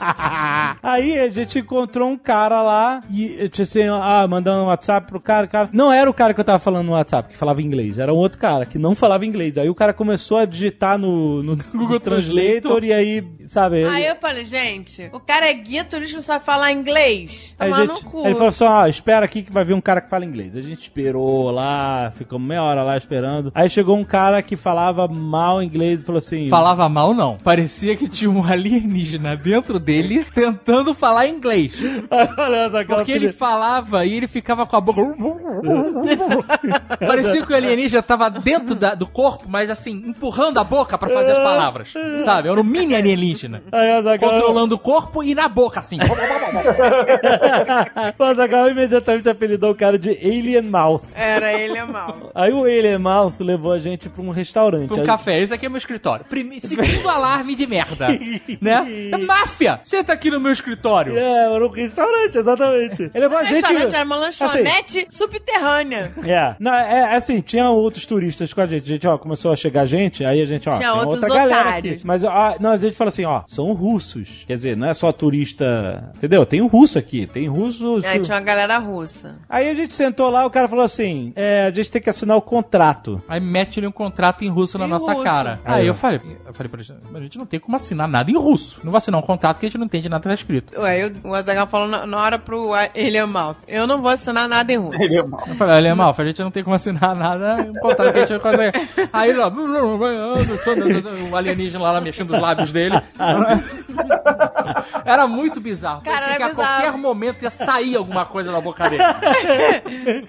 merda.
Aí a gente encontrou um cara lá e eu disse assim, ah, mandando um WhatsApp pro cara, cara. Não era o cara que eu tava falando no WhatsApp, que falava inglês, era um outro cara que não falava inglês. Aí o cara começou a digitar no, no Google Translator e aí aí, sabe?
Aí eu falei, gente, o cara é guia turístico, não sabe falar inglês.
Aí a
Tomar
gente-
no cu.
aí ele falou assim: ó, espera aqui que vai vir um cara que fala inglês. A gente esperou lá, ficou meia hora lá esperando. Aí chegou um cara que falava mal inglês e falou assim:
Falava mal, não. Parecia que tinha um alienígena dentro dele tentando falar inglês. Porque ele falava e ele ficava com a boca. Parecia que o alienígena tava dentro da- do corpo, mas assim, empurrando a boca pra fazer as palavras. Sabe? Era um mini alienígena. Controlando o corpo e na boca, assim.
o Azaghal imediatamente apelidou o cara de Alien Mouth.
Era ele é mal.
Aí o Alien Mouth levou a gente pra um restaurante.
Pra um
Aí-
café, esse aqui é meu escritório. Prime... Segundo alarme de merda. né? É máfia! Senta aqui no meu escritório.
É, era um restaurante, exatamente. Ele levou a gente. Assim,
restaurante era uma lanchonete subterrânea.
É. Não, é, é assim, tinha outros turistas com a gente. A gente, ó, começou a chegar gente, aí a gente, ó,
Tinha
tem
outros
outra galera
otários.
aqui. Mas, ó, não, a gente fala assim, ó, são russos. Quer dizer, não é só turista, entendeu? Tem um russo aqui, tem russo...
Aí É, tinha uma galera russa.
Aí a gente sentou lá, o cara falou assim, é, a gente tem que assinar o contrato.
Aí mete-lhe um contrato em russo É. na
Em
nossa
russo.
cara.
Aí,
Aí
ó.
eu falei, eu falei pra ele, "Mas a gente não tem como assinar nada em russo. Não vai assinar um contrato que a gente não entende nada que tá escrito.
Ué, eu- o Azaghal falou na, na hora pro A- ele é mal. Eu não vou assinar nada em russo.
é um-
Eu falei, olha, Malfa, a gente não tem como assinar nada, um contrato que a gente não consegue. Aí ele, "Ah, ó, o alienígena lá mexendo os lábios dele. Era muito bizarro.
Cara,
Parecia
era
que a
bizarro.
qualquer momento ia sair alguma coisa da boca dele.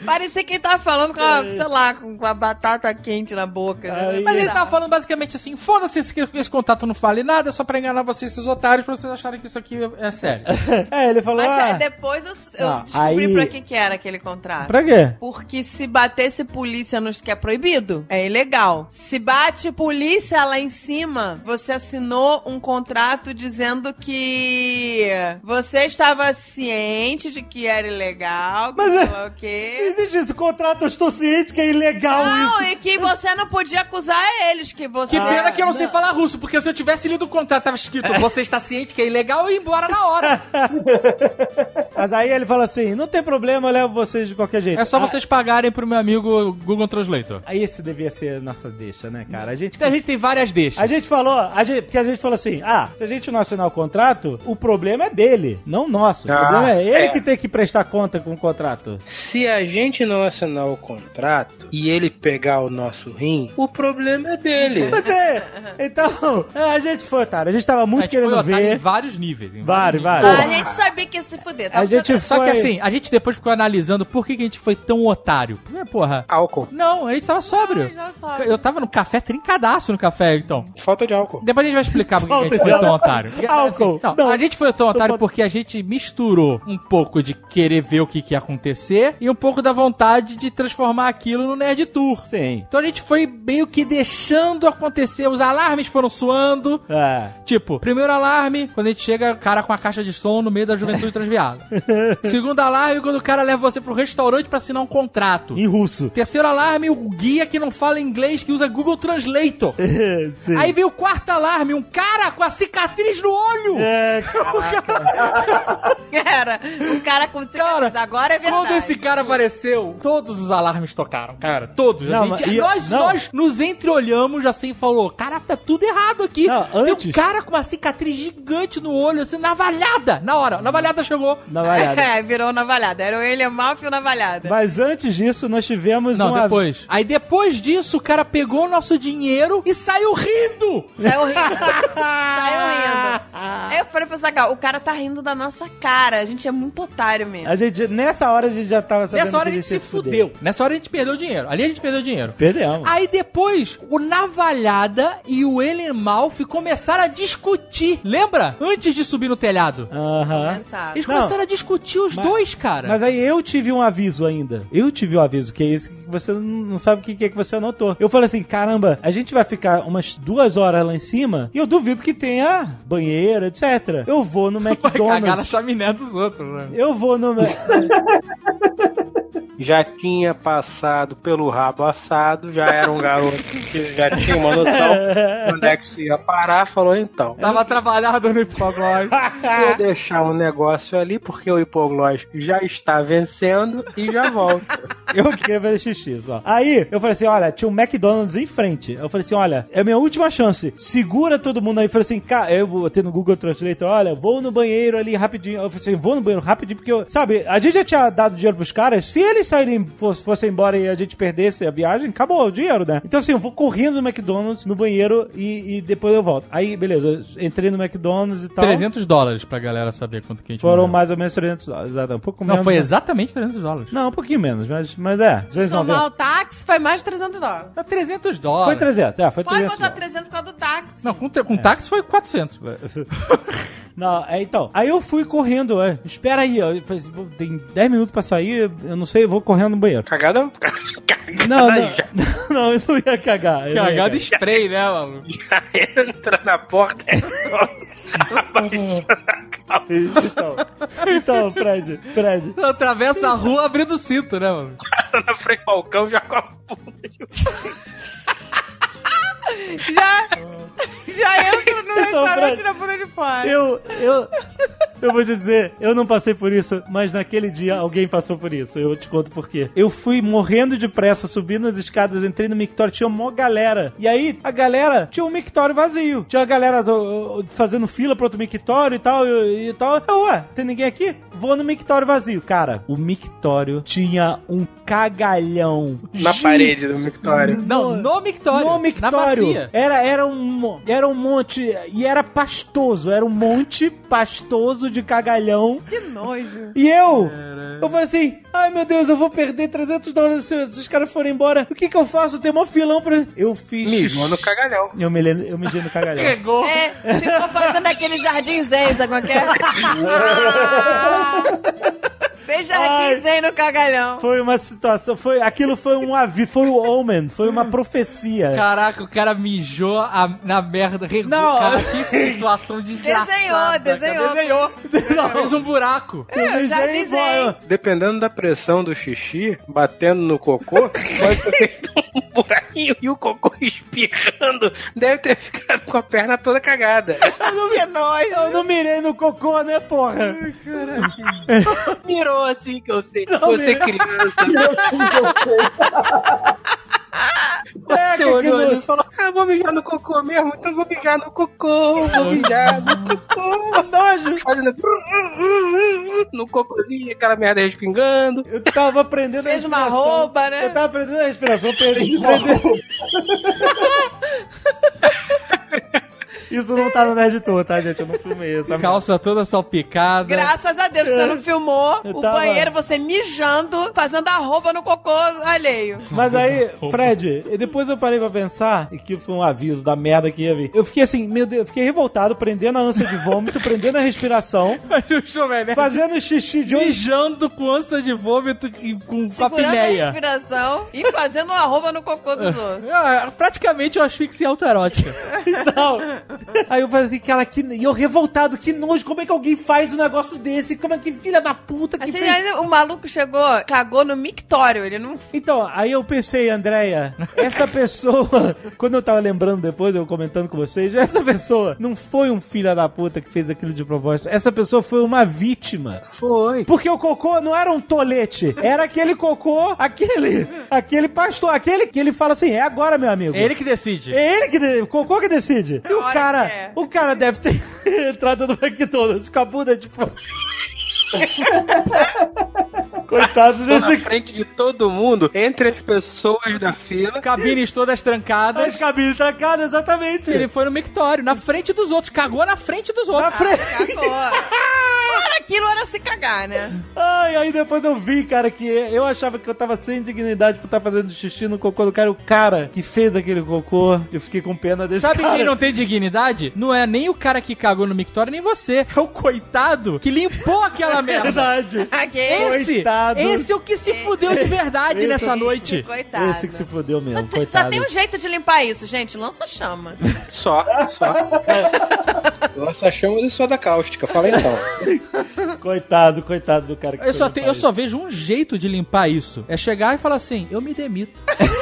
Parecia que ele tava falando com, a, sei lá, com com a batata quente na boca. né?
Mas ele tava falando basicamente assim: foda-se esse, esse contato não fale nada, é só pra enganar vocês, esses otários, pra vocês acharem que isso aqui é- é sério.
É, ele falou,
Mas é,
ah,
depois eu, eu
Ah,
descobri
aí-
pra que que era aquele contrato.
Pra quê?
Porque se batesse polícia nos que é proibido, é ilegal. Se bate polícia lá em cima, você assinou um contrato dizendo que você estava ciente de que era ilegal, que
Mas
sei
é-
lá o quê.
existe esse contrato, eu estou ciente que é ilegal isso.
Não, e que você não podia acusar eles que você.
Que pena que eu Ah, não, sei falar russo, porque se eu tivesse lido o contrato, tava escrito você está ciente que é ilegal e ir embora na hora.
Mas aí ele falou assim, não tem problema, eu levo vocês de qualquer jeito.
É só
Ah,
vocês pagarem pro meu amigo Google Translator.
Aí esse devia ser a nossa deixa, né, cara? A gente...
Então A gente tem várias deixas.
A gente falou, a gente- porque a gente falou assim: ah, se a gente não assinar o contrato, o problema é dele, não nosso. O
Ah,
problema é ele
é.
que tem que prestar conta com o contrato.
Se a gente não assinar o contrato e ele pegar o nosso rim, o problema é dele.
Mas é, então, é, a gente foi, otário. A gente tava muito querendo ver.
vários níveis. em
Vários,
Ah,
vários.
a gente sabia que ia se fuder. tá?
A gente
Só
foi-
que assim, a gente depois ficou analisando por que, que a gente foi tão otário. Porque, porra.
Álcool.
Não, a gente tava sóbrio.
Não, já sabe.
Eu tava no café trincadaço no café, então.
Falta de álcool.
Depois a gente vai explicar por que a gente
Falta
foi
de
tão
álcool.
otário. Porque,
Álcool.
não,
Não.
A gente foi tão otário porque a gente misturou um pouco de querer ver o que, que ia acontecer e um pouco da vontade de transformar aquilo no Nerd Tour.
Sim.
Então a gente foi meio que deixando acontecer, os alarmes foram soando.
É.
Tipo, primeiro alarme, quando a gente chega, o cara com a caixa de som no meio da juventude transviada. Segundo alarme, quando o cara leva você pro restaurante pra assinar um contrato.
Em russo.
Terceiro alarme, o guia que não fala inglês, que usa Google Translator.
Sim.
Aí veio o quarto alarme, um cara com a cicatriz no olho!
É,
Cara, o um cara com
Cara,
cicatriz agora é verdade.
Quando esse cara apareceu, todos os alarmes tocaram, cara. Todos.
Não,
a gente,
mas- e-
nós,
não.
nós nos entreolhamos assim e falou: Cara, tá tudo errado aqui.
Não,
Tem
antes-
um cara com uma cicatriz gigante no olho, assim, navalhada. Na hora, a navalhada chegou.
na variada.
É, virou navalhada. Era o William Malfi e o navalhada.
Mas antes disso, nós tivemos
Não,
uma.
depois. Aí depois disso, o cara pegou o nosso dinheiro e saiu rindo. Ah!
Saiu rindo. Saiu rindo. Aí eu falei pra Zagal, o cara tá rindo da nossa cara. A gente é muito otário mesmo.
A gente, nessa hora a gente já tava sabendo.
Nessa hora a
que
gente se
ia
fudeu.
fuder. Hum.
Nessa hora a gente perdeu dinheiro. Ali a gente perdeu dinheiro.
Perdemos.
Aí depois, o Navalhada e o Ellen Malfi começaram a discutir. Lembra? Antes de subir no telhado. né?
Aham.
Sabe?
Eles
Não.
começaram a discutir os
Mas-
dois, cara.
Mas aí eu tive um aviso ainda. Eu tive um aviso, que é esse que você n- não sabe o que que é que você anotou. Eu falei assim: caramba, a gente vai ficar umas duas horas lá em cima e eu duvido que tenha banheiro, etc. Eu vou no
Vai cagar na
McDonald's.
chaminé dos outros, né?
Eu vou no.
Já tinha passado pelo rabo assado, já era um garoto que já tinha uma noção de onde é que isso ia parar, falou
É
então.
Tava trabalhado no hipoglós.
Vou deixar um negócio ali porque o hipoglós já está vencendo e já volto.
Eu que queria fazer xixi só. Aí eu falei assim: olha, tinha um McDonald's em frente. Eu falei assim: olha, é a minha última chance. Segura todo mundo aí. Eu falei assim: cara, eu botei no Google Translate, olha, vou no banheiro ali rapidinho. Eu falei assim: vou no banheiro rapidinho, porque eu, sabe, a gente já tinha dado dinheiro pros caras. Se eles saírem, fosse- fossem embora e a gente perdesse a viagem, acabou o dinheiro, né? Então assim, eu vou correndo no McDonald's, no banheiro e, e depois eu volto. Aí, beleza, eu entrei no McDonald's e tal.
300 Então, dólares pra galera saber quanto que a gente
Foram
morreu.
mais ou menos 300 dólares, exato, um pouco
Não,
menos.
foi exatamente 300 dólares.
Não, um pouquinho menos, mas, mas é. 290.
Somar o táxi foi mais de 300 dólares.
Tá 300 dólares.
Foi 300, é, foi
Pode
300.
botar 300 por causa do táxi.
Não, com, te- com táxi foi 400.
Não, é, então. Aí eu fui correndo, é, espera aí, ó. Eu falei assim, "Pô, tem 10 minutos pra sair, eu não sei, eu vou correndo no banheiro.
Cagada?
Não, não, não, eu não ia cagar. eu não ia
Cagado
cagar.
spray, né, mano?
Entra na porta.
Então, então, Fred, Fred.
Atravessa a rua abrindo o cinto, né, mano?
Passa na frente do balcão já com a bunda.
Já, já entra no
Então,
restaurante
Fred,
na bunda de fora.
Eu, eu, eu vou te dizer, eu não passei por isso, mas naquele dia alguém passou por isso. Eu te conto por quê. Eu fui morrendo de pressa, subindo as escadas, entrei no mictório, tinha uma galera. E aí, a galera tinha um mictório vazio. Tinha a galera do- fazendo fila pro outro mictório e tal, e, e tal. Eu, ué, tem ninguém aqui? Vou no mictório vazio. Cara, o mictório tinha um cagalhão.
Na parede do Victória.
Não, no mictório.
No
Na
mictório.
bacia.
Era, era, um, mo- era um monte. E era pastoso. Era um monte pastoso de cagalhão.
Que nojo.
E eu. Eu falei assim: ai meu Deus, eu vou perder 300 dólares se, se os caras forem embora. O que que eu faço? Tem mó filão pra. Eu fiz.
Mijou no cagalhão.
Eu me, le- eu medi no cagalhão.
Pegou.
É, ficou fazendo aquele jardim zen, sabe como é que é? Fez jardim
Ai.
zen no cagalhão.
Foi uma situação, foi, aquilo foi um avi, foi um omen, foi uma
É.
profecia.
Caraca, o cara mijou a- na merda. Regou,
Não.
cara, que situação desgraçada. cara.
desenhou.
Desenhou. Não, Fez um buraco.
eu mijei
já
e
avisei.
falei,
Dependendo da pressão do xixi, batendo no cocô, pode ter feito um buraquinho e o cocô espirrando deve ter ficado com a perna toda cagada.
Que nojo.
Eu não mirei no cocô, né, porra?
Mirou assim que eu sei. você criança. Você
Caraca, que
olhou ali
nojo.
e falou: Ah, vou mijar no cocô mesmo, então vou mijar no cocô, vou mijar no cocô.
Nojo.
Fazendo no cocôzinho, aquela merda respingando.
Eu tava aprendendo
Fez
a
uma
respiração.
rouba, né?
Eu tava aprendendo a respiração, perdi. perdi. Isso não tá no Nerd Tour, tá, gente? Eu não filmei essa
Calça toda salpicada.
Graças a Deus, você não filmou
É. Eu
o
tava-
banheiro, você mijando, fazendo arroba no cocô alheio.
Mas aí, Fred, e depois eu parei pra pensar, e que foi um aviso da merda que ia vir. Eu fiquei assim, meu Deus, eu fiquei revoltado, prendendo a ânsia de vômito, prendendo a respiração,
Mas o Jovem Nerd
fazendo xixi de um
um mijando com ânsia de vômito e com
Segurando a
papineia.
respiração e fazendo um arroba no cocô dos outros.
Ah, praticamente eu achei que se autoerótica.
Não. Aí eu falei assim, cara, que... e eu revoltado, que nojo, como é que alguém faz um negócio desse? Como é que filha da puta que
Assim,
fez?
aí o maluco chegou, cagou no mictório, ele não...
Então, aí eu pensei, Andréia, essa pessoa, quando eu tava lembrando depois, eu comentando com vocês, essa pessoa não foi um filho da puta que fez aquilo de propósito, essa pessoa foi uma vítima.
Foi.
Porque o cocô não era um tolete, era aquele cocô, aquele, aquele pastor, aquele que ele fala assim, é agora, meu amigo.
É ele que decide.
É ele que de- o cocô que decide. E o
hora
cara,
que é.
o cara deve ter entrado no McDonald's com a bunda de tipo. fora. Coitado
Na
desse
frente de todo mundo, entre as pessoas da fila,
Cabines todas trancadas.
As cabines trancadas, exatamente.
Ele foi no mictório, na frente dos outros. Cagou na frente dos
Na
outros.
frente.
Cagou. Ora, aquilo era se cagar, né?
Ai, aí depois eu vi, cara, que eu achava que eu tava sem dignidade por estar fazendo xixi no cocô do cara. O cara que fez aquele cocô, eu fiquei com pena desse
Sabe
cara.
quem não tem dignidade? Não é nem o cara que cagou no mictório, nem você. É o coitado que limpou aquela merda.
Verdade.
Caguei.
Esse,
Coitado.
esse é o que se fudeu de verdade
Esse- é
nessa
Esse,
noite.
Coitado.
Esse que se fodeu mesmo,
Só tem-
coitado.
Só tem um jeito de limpar isso, gente. Lança chama.
só, só. Nossa, chama de soda cáustica, fala então.
Coitado, coitado do cara que
Eu só,
fez
tenho-
isso.
eu só vejo um jeito de limpar isso. É chegar e falar assim, eu me demito.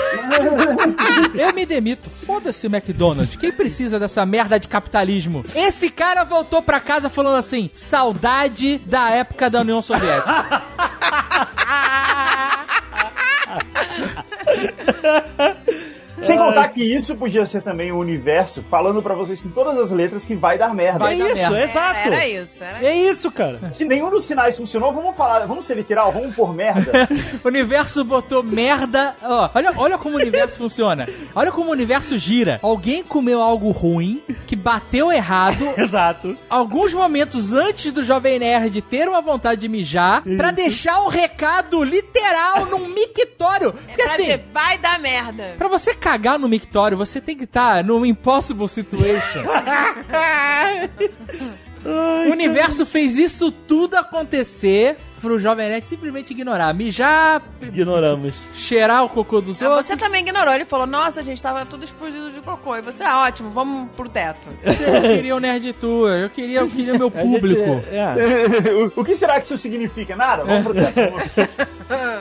eu me demito. Foda-se, McDonald's. Quem precisa dessa merda de capitalismo? Esse cara voltou pra casa falando assim, saudade da época da União Soviética.
Sem contar que isso podia ser também o universo falando pra vocês com todas as letras que vai dar merda.
Vai É dar isso, merda. exato.
Era, era isso, era
É isso, cara.
Se nenhum dos sinais funcionou, vamos falar, vamos ser literal, vamos pôr merda.
O universo botou merda. Ó, olha, olha como o universo funciona. Olha como o universo gira. Alguém comeu algo ruim, que bateu errado.
Exato.
Alguns momentos antes do Jovem Nerd ter uma vontade de mijar, pra deixar o recado literal num mictório. Porque
É pra dizer,
assim,
vai dar merda.
pra você cagar no mictório, você tem que estar num impossible situation. O universo fez isso tudo acontecer pro Jovem Nerd simplesmente ignorar. Mijar,
Ignoramos.
cheirar o cocô dos
Ah,
outros.
Você também ignorou. Ele falou, nossa, gente, tava tudo explodido de cocô. E você, ah, ótimo, vamos pro teto.
Eu queria o Nerd Tour, eu queria, eu queria o meu público.
é.
o que será que isso significa? Nada? Vamos pro
É.
teto.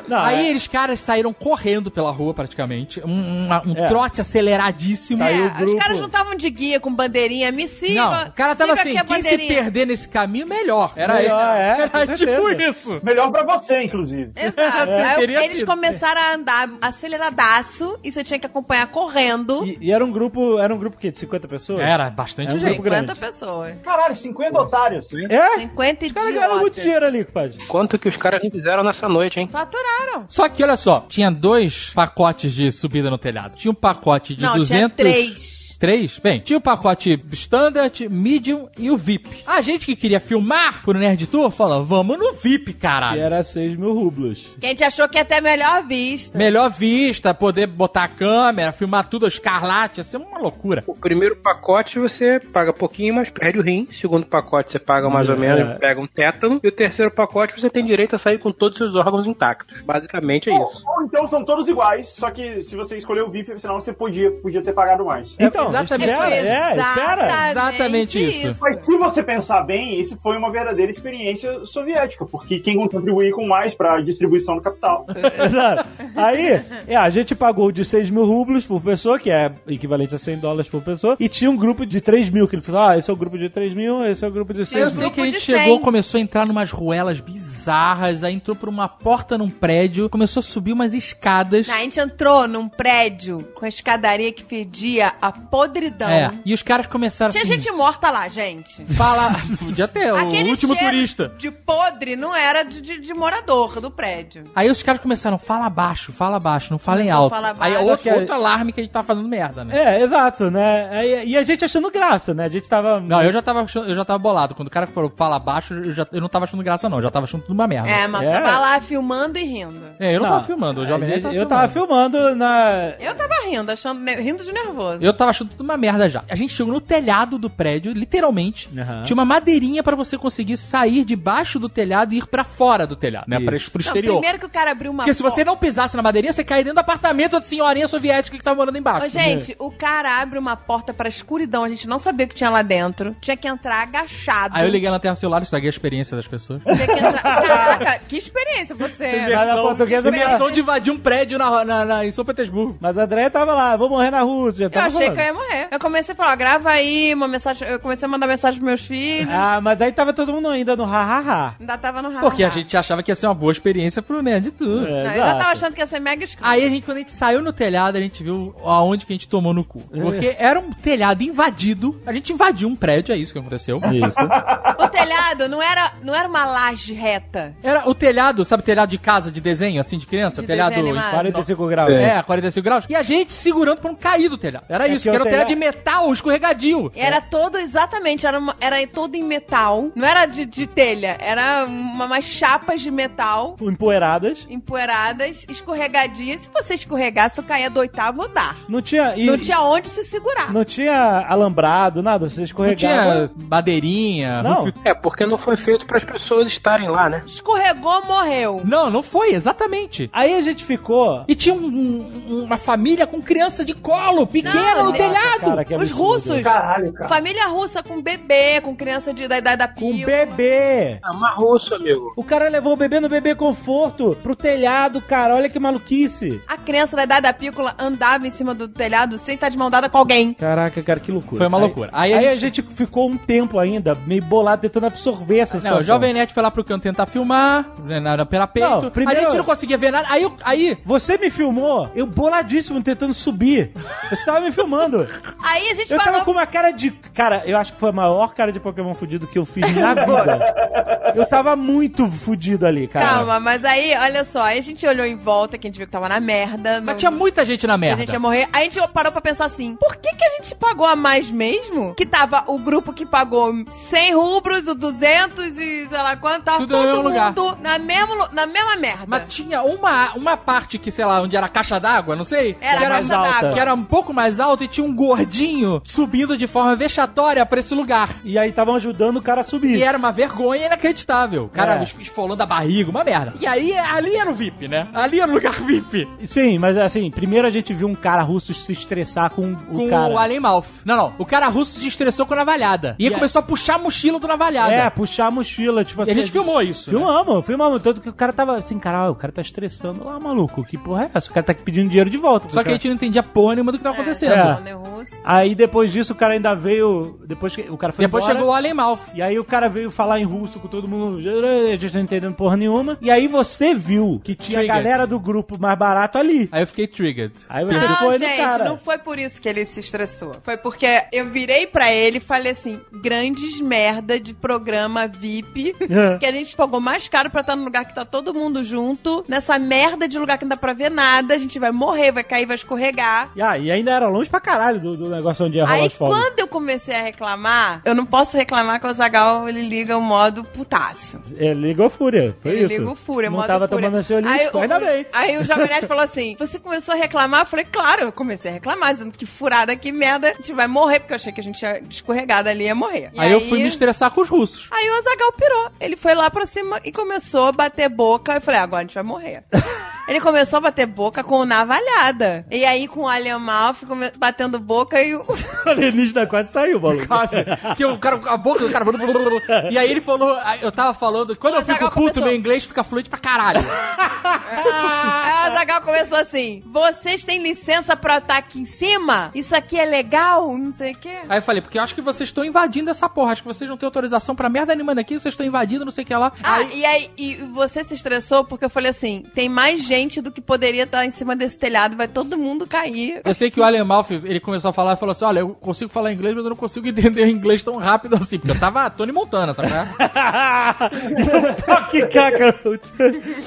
Não,
Aí
é.
eles, caras, saíram correndo pela rua, praticamente. Um, um- um
É.
trote aceleradíssimo.
Saiu
É,
o grupo.
Os caras não estavam de guia com bandeirinha, me siga.
Não, o cara
siga
tava assim,
aqui a
quem se
bandeirinha.
perder nesse caminho, melhor. Era,
Melhor, é,
era
com
tipo
certeza.
isso.
Melhor pra você, inclusive.
Exato.
Você
Aí
teria
eles
sido.
começaram a andar aceleradaço e você tinha que acompanhar correndo.
E, e era um grupo, era um grupo que de 50 pessoas?
Era bastante
É um
gente.
grupo grande.
50 pessoas.
Caralho, 50 otários.
É? Os
50
caras ganharam muito
idiotas.
dinheiro ali, compadre.
Quanto que os caras fizeram nessa noite, hein?
Faturaram.
Só que, olha só, tinha dois pacotes de subida no telhado. Tinha um pacote de
não,
200...
tinha três.
Três? Bem, tinha o pacote standard, medium e o VIP. A gente que queria filmar pro Nerd Tour fala, vamos no VIP,
E
caralho.
era 6 mil rublos.
Que a gente achou que ia ter melhor vista.
Melhor vista, poder botar a câmera, filmar tudo, a escarlate, ia ser uma loucura.
O primeiro pacote você paga pouquinho, mas perde o rim. O segundo pacote você paga mais ou
É.
menos, pega um tétano. E o terceiro pacote você tem direito a sair com todos os seus órgãos intactos. Basicamente é isso.
Ou então são todos iguais, só que se você escolher o VIP, senão você podia, podia ter pagado mais.
Então,
É exatamente
espera,
isso.
é, espera.
Exatamente isso.
Mas se você pensar bem, isso foi uma verdadeira experiência soviética, porque quem contribuir com mais pra distribuição do capital.
Exato. Aí, é, a gente pagou de 6 mil rublos por pessoa, que é equivalente a 100 dólares por pessoa, e tinha um grupo de 3 mil, que ele falou, ah, esse é o grupo de 3 mil, esse é o grupo de 6
Eu
mil.
sei que a gente
um de cem.
chegou, começou a entrar numas ruelas bizarras, aí entrou por uma porta num prédio, começou a subir umas escadas.
Não, a gente entrou num prédio com a escadaria que fedia a podridão.
É, e os caras começaram
então. Tinha
assim,
gente morta lá, gente.
fala, podia ter, o
Aquele
último
cheiro
turista.
De podre não era de, de- de morador do prédio.
Aí os caras começaram, fala baixo, fala baixo, não falem
Começou a
alto.
falar
Aí é
baixo.
outro,
Só que-
outro alarme que a gente tá fazendo merda, né?
É, exato, né? Aí- E a gente achando graça, né? A gente tava...
Não, eu já tava achando- eu já tava bolado. Quando o cara falou fala baixo, eu, já, eu não tava achando graça, não. Eu já tava achando tudo uma merda.
É, mas
É.
tava lá filmando e rindo.
É, eu não,
Não,
tava filmando, o Jovem
a
Nerd
gente- eu tava filmando na...
Eu tava rindo, achando, ne- rindo de nervoso.
Eu tava achando tudo uma merda já. A gente chegou no telhado do prédio, literalmente.
Aham.
Tinha uma madeirinha pra você conseguir sair debaixo do telhado e ir pra fora do telhado, né? Pra,
Isso.
pro
Não,
exterior.
primeiro que o cara abriu uma
Porque se você
porta.
não pisasse na madeirinha, você caía dentro do apartamento da senhorinha soviética que tava morando embaixo.
Ô,
né?
gente, o cara abre uma porta pra escuridão, a gente não sabia o que tinha lá dentro. Tinha que entrar agachado.
Aí eu liguei na terra celular, estraguei a experiência das pessoas.
Tinha que entrar. Caraca, que experiência você.
Mas a portuguesa... é.
Primeiro-
Imersão de invadir um prédio na, na- na- em São Petersburgo.
Mas a Andréia tava lá, vou morrer na Rússia,
Eu
tava
achei
falando.
que eu ia morrer. Eu comecei a falar, ó, grava aí uma mensagem. Eu comecei a mandar mensagem pros meus filhos.
Ah, mas aí tava todo mundo ainda no ha-ha-ha.
Ainda tava no rádio.
Porque a gente achava que ia ser uma boa experiência pro Nerd Tour.
Ah. É,
Eu ainda
exato.
tava achando que ia ser mega escuro.
Aí a gente, quando a gente saiu no telhado, a gente viu aonde que a gente tomou no cu.
É.
Porque era um telhado invadido. A gente invadiu um prédio, é isso que aconteceu.
Isso.
O telhado não era, não era uma laje reta.
Era o telhado, sabe, telhado de casa de desenho, assim, de criança?
De
telhado.
desenho animado.
45 graus.
É, 45 graus. E a gente segurando pra não cair do telhado. Era
É
isso,
porque
que era
o
o telhado de
telhado- É.
metal escorregadio.
Era todo, exatamente, era, uma- era todo em metal. Não era de, de telha, era uma, umas chapas de metal
Empoeiradas.
empoeiradas, escorregadias. Se você escorregasse, eu caía do oitavo andar.
Não tinha... e-
Não tinha onde se segurar.
Não tinha alambrado, nada, você
Não
escorregava.
tinha madeirinha.
Não,
É, porque não foi feito para as pessoas estarem lá, né?
Escorregou, morreu.
Não, não foi, exatamente.
Aí a gente ficou.
E tinha um- um- uma família com criança de colo, pequena,
Não,
no
ne- Errado!
cara, que
Os
absurdo.
russos.
Caralho, cara.
Família russa com bebê, com criança de, da idade da
Com
pílula.
bebê!
Ah, mas russo, amigo.
O cara levou o bebê no bebê conforto pro telhado, cara. Olha que maluquice.
A criança da idade da pícola andava em cima do telhado sem estar de mão dada com alguém.
Caraca, cara, que loucura.
Foi uma loucura. Aí a
a, gente... ficou um tempo ainda meio bolado tentando absorver essa situação.
Não, o Jovem Nerd foi lá pro canto tentar filmar, né, na, na pela peito.
Não, primeiro-
A gente não conseguia ver nada. Aí, eu- aí
Você me filmou, eu boladíssimo tentando subir. Você tava me filmando.
Aí a gente
Eu
falou.
tava com uma cara de. Cara, eu acho que foi a maior cara de Pokémon fudido que eu fiz na vida. Eu tava muito fudido ali, cara.
Calma, mas aí, olha só, aí a gente olhou em volta, que a gente viu que tava na merda.
Mas
não-
tinha muita gente na
que
merda.
A gente é ia morrer. Aí a gente parou pra pensar assim: por que, que a gente pagou a mais mesmo? Que tava o grupo que pagou 100 rubros, o 200 e sei lá quanto, tava
Tudo no
todo
mesmo lugar.
mundo na, mesmo, lu- na mesma merda.
Mas tinha uma, uma parte que, sei lá, onde era a caixa d'água, não sei.
Era
que
a caixa d'água.
Que era um pouco mais alta e tinha um gordinho subindo de forma vexatória pra esse lugar.
E aí estavam ajudando o cara a subir.
E era uma vergonha inacreditável. O cara
É.
es- esfolando a barriga, uma merda. E aí, ali era o VIP, né? Ali era o lugar VIP.
Sim, mas assim, primeiro a gente viu um cara russo se estressar com o
Com
cara.
o Alien Mouth. Não, não. O cara russo se estressou com a navalhada. E aí
E
começou a puxar a mochila do navalhada.
É, puxar a mochila, tipo
E
assim.
a gente filmou isso. né?
Filmamos, filmamos. Tanto que o cara tava assim, caralho, o cara tá estressando lá, maluco. Que porra é essa? O cara tá pedindo dinheiro de volta.
Só que a
Cara-
gente não entendia porra nenhuma do que tava acontecendo.
É.
Falando em russo.
Aí depois disso o cara ainda veio. Depois que o cara foi
Depois
embora.
chegou o Alien Mouth.
E aí o cara veio falar em russo com todo mundo, a gente não entendendo porra nenhuma. E aí você viu que tinha a
Triggered.
galera do grupo mais barato ali.
Aí eu fiquei triggered.
Aí você
Não,
foi no
gente,
cara.
não foi por isso que ele se estressou. Foi porque eu virei pra ele e falei assim: grandes merda de programa VIP,
É.
que a gente pagou mais caro pra estar num lugar que tá todo mundo junto, nessa merda de lugar que não dá pra ver nada, a gente vai morrer, vai cair, vai escorregar.
E, ah, e ainda era longe pra caralho do, do negócio onde ia rolar
Aí,
os fogos.
quando eu comecei a reclamar, eu não posso reclamar que o Zagal ele liga o modo putaço.
É, ligou fúria, foi
ele
isso.
liga o fúria,
Não
modo
tava
fúria.
tomando ansiolítico,
o-
ainda bem.
Aí o Jovem Nerd falou assim: Você começou a reclamar? Eu falei, claro, eu comecei a reclamar, dizendo que furada, que merda, a gente vai morrer, porque eu achei que a gente ia escorregado ali e ia morrer. E
Aí, eu fui me estressar com os russos.
Aí o Azagal pirou. Ele foi lá pra cima e começou a bater boca. Eu falei, "Ah, agora a gente vai morrer. Ele começou a bater boca com o navalhada. E aí com o Alien Malf come- batendo boca e o.
O alienígena quase saiu, maluco.
Quase. que o cara, a boca do cara. blub, blub, blub, blub. E aí ele falou, aí eu tava falando, quando eu fico
Azaghal
culto,
começou.
meu inglês fica fluente pra caralho.
Ah!
Aí o Azagal começou assim: Vocês têm licença pra eu estar aqui em cima? Isso aqui é legal? Não sei o quê.
Aí eu falei, porque eu acho que vocês estão invadindo essa porra, acho que vocês não têm autorização pra merda nenhuma daqui, vocês estão invadindo, não sei o que lá.
Ah, e aí e você se estressou porque eu falei assim: tem mais gente do que poderia estar em cima desse telhado, vai todo mundo cair.
Eu sei que o Alien Malf, ele começou a falar e falou assim: olha, eu consigo falar inglês, mas eu não consigo entender o inglês tão rápido assim, porque eu tava Tony Montana, sabe? qual é?
que cacante.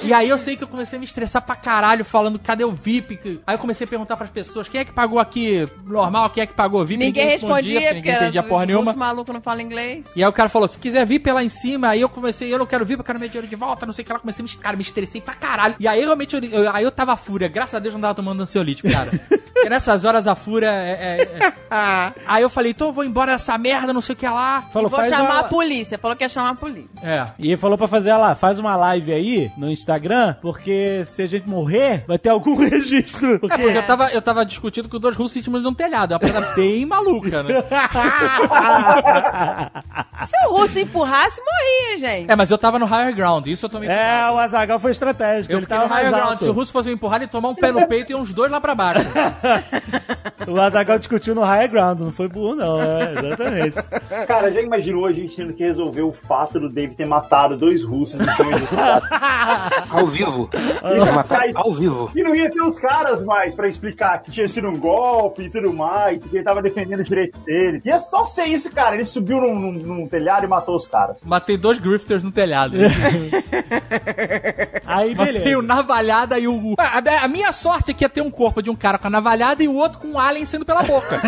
E aí eu sei que eu comecei a me estressar pra caralho, falando, cadê o VIP? Aí eu comecei a perguntar pras pessoas, quem é que pagou aqui normal, quem é que pagou VIP?
Ninguém, respondia,
porque
porque
ninguém entendia
era
porra
os
nenhuma.
russos malucos não falam inglês.
E aí o cara falou, se quiser VIP é lá em cima, aí eu comecei, eu não quero VIP, eu quero meu dinheiro de volta, não sei o que lá, comecei a me, est- cara, me estressei pra caralho. E aí realmente, eu, eu- aí eu tava fúria, graças a Deus eu não tava tomando ansiolítico, cara. Porque nessas horas a fúria é... é- é- Aí eu falei, então eu vou embora dessa merda, não sei o que lá.
Falou,
Vou
faz
chamar a
uma...
polícia. Falou que ia chamar a polícia.
É.
E ele falou pra fazer, olha lá, faz uma live aí no Instagram, porque se a gente morrer, vai ter algum registro. Porque
Porque eu tava, eu tava discutindo com dois russos em cima de um telhado, é uma parada bem maluca, né?
Se o russo empurrasse, morria, gente.
Ah, tá. É, mas eu tava no higher ground, isso eu tomei
É, o Azagal foi estratégico.
Eu
ele
fiquei
tava
no higher
mais
ground.
alto.
Se o russo fosse me empurrar, ele ia tomar um pé no peito e uns dois lá pra baixo.
O Azagal discutiu no higher ground, não foi burro, não. É, exatamente.
É.
Cara, já imaginou a gente tendo que resolver o fato do Dave ter matado dois russos em cima de um telhado?
Ao vivo.
Isso
Mas tá
faz-
Ao vivo.
E não ia ter os caras mais pra explicar que tinha sido um golpe e tudo mais, que ele tava defendendo o direito dele. Ia só ser isso, cara. Ele subiu num, num- num telhado e matou os caras.
Matei dois grifters no telhado.
Aí,
Matei
beleza.
o navalhada e o. A, a- a minha sorte é que ia ter um corpo de um cara com a navalhada e o outro com um alien saindo pela boca.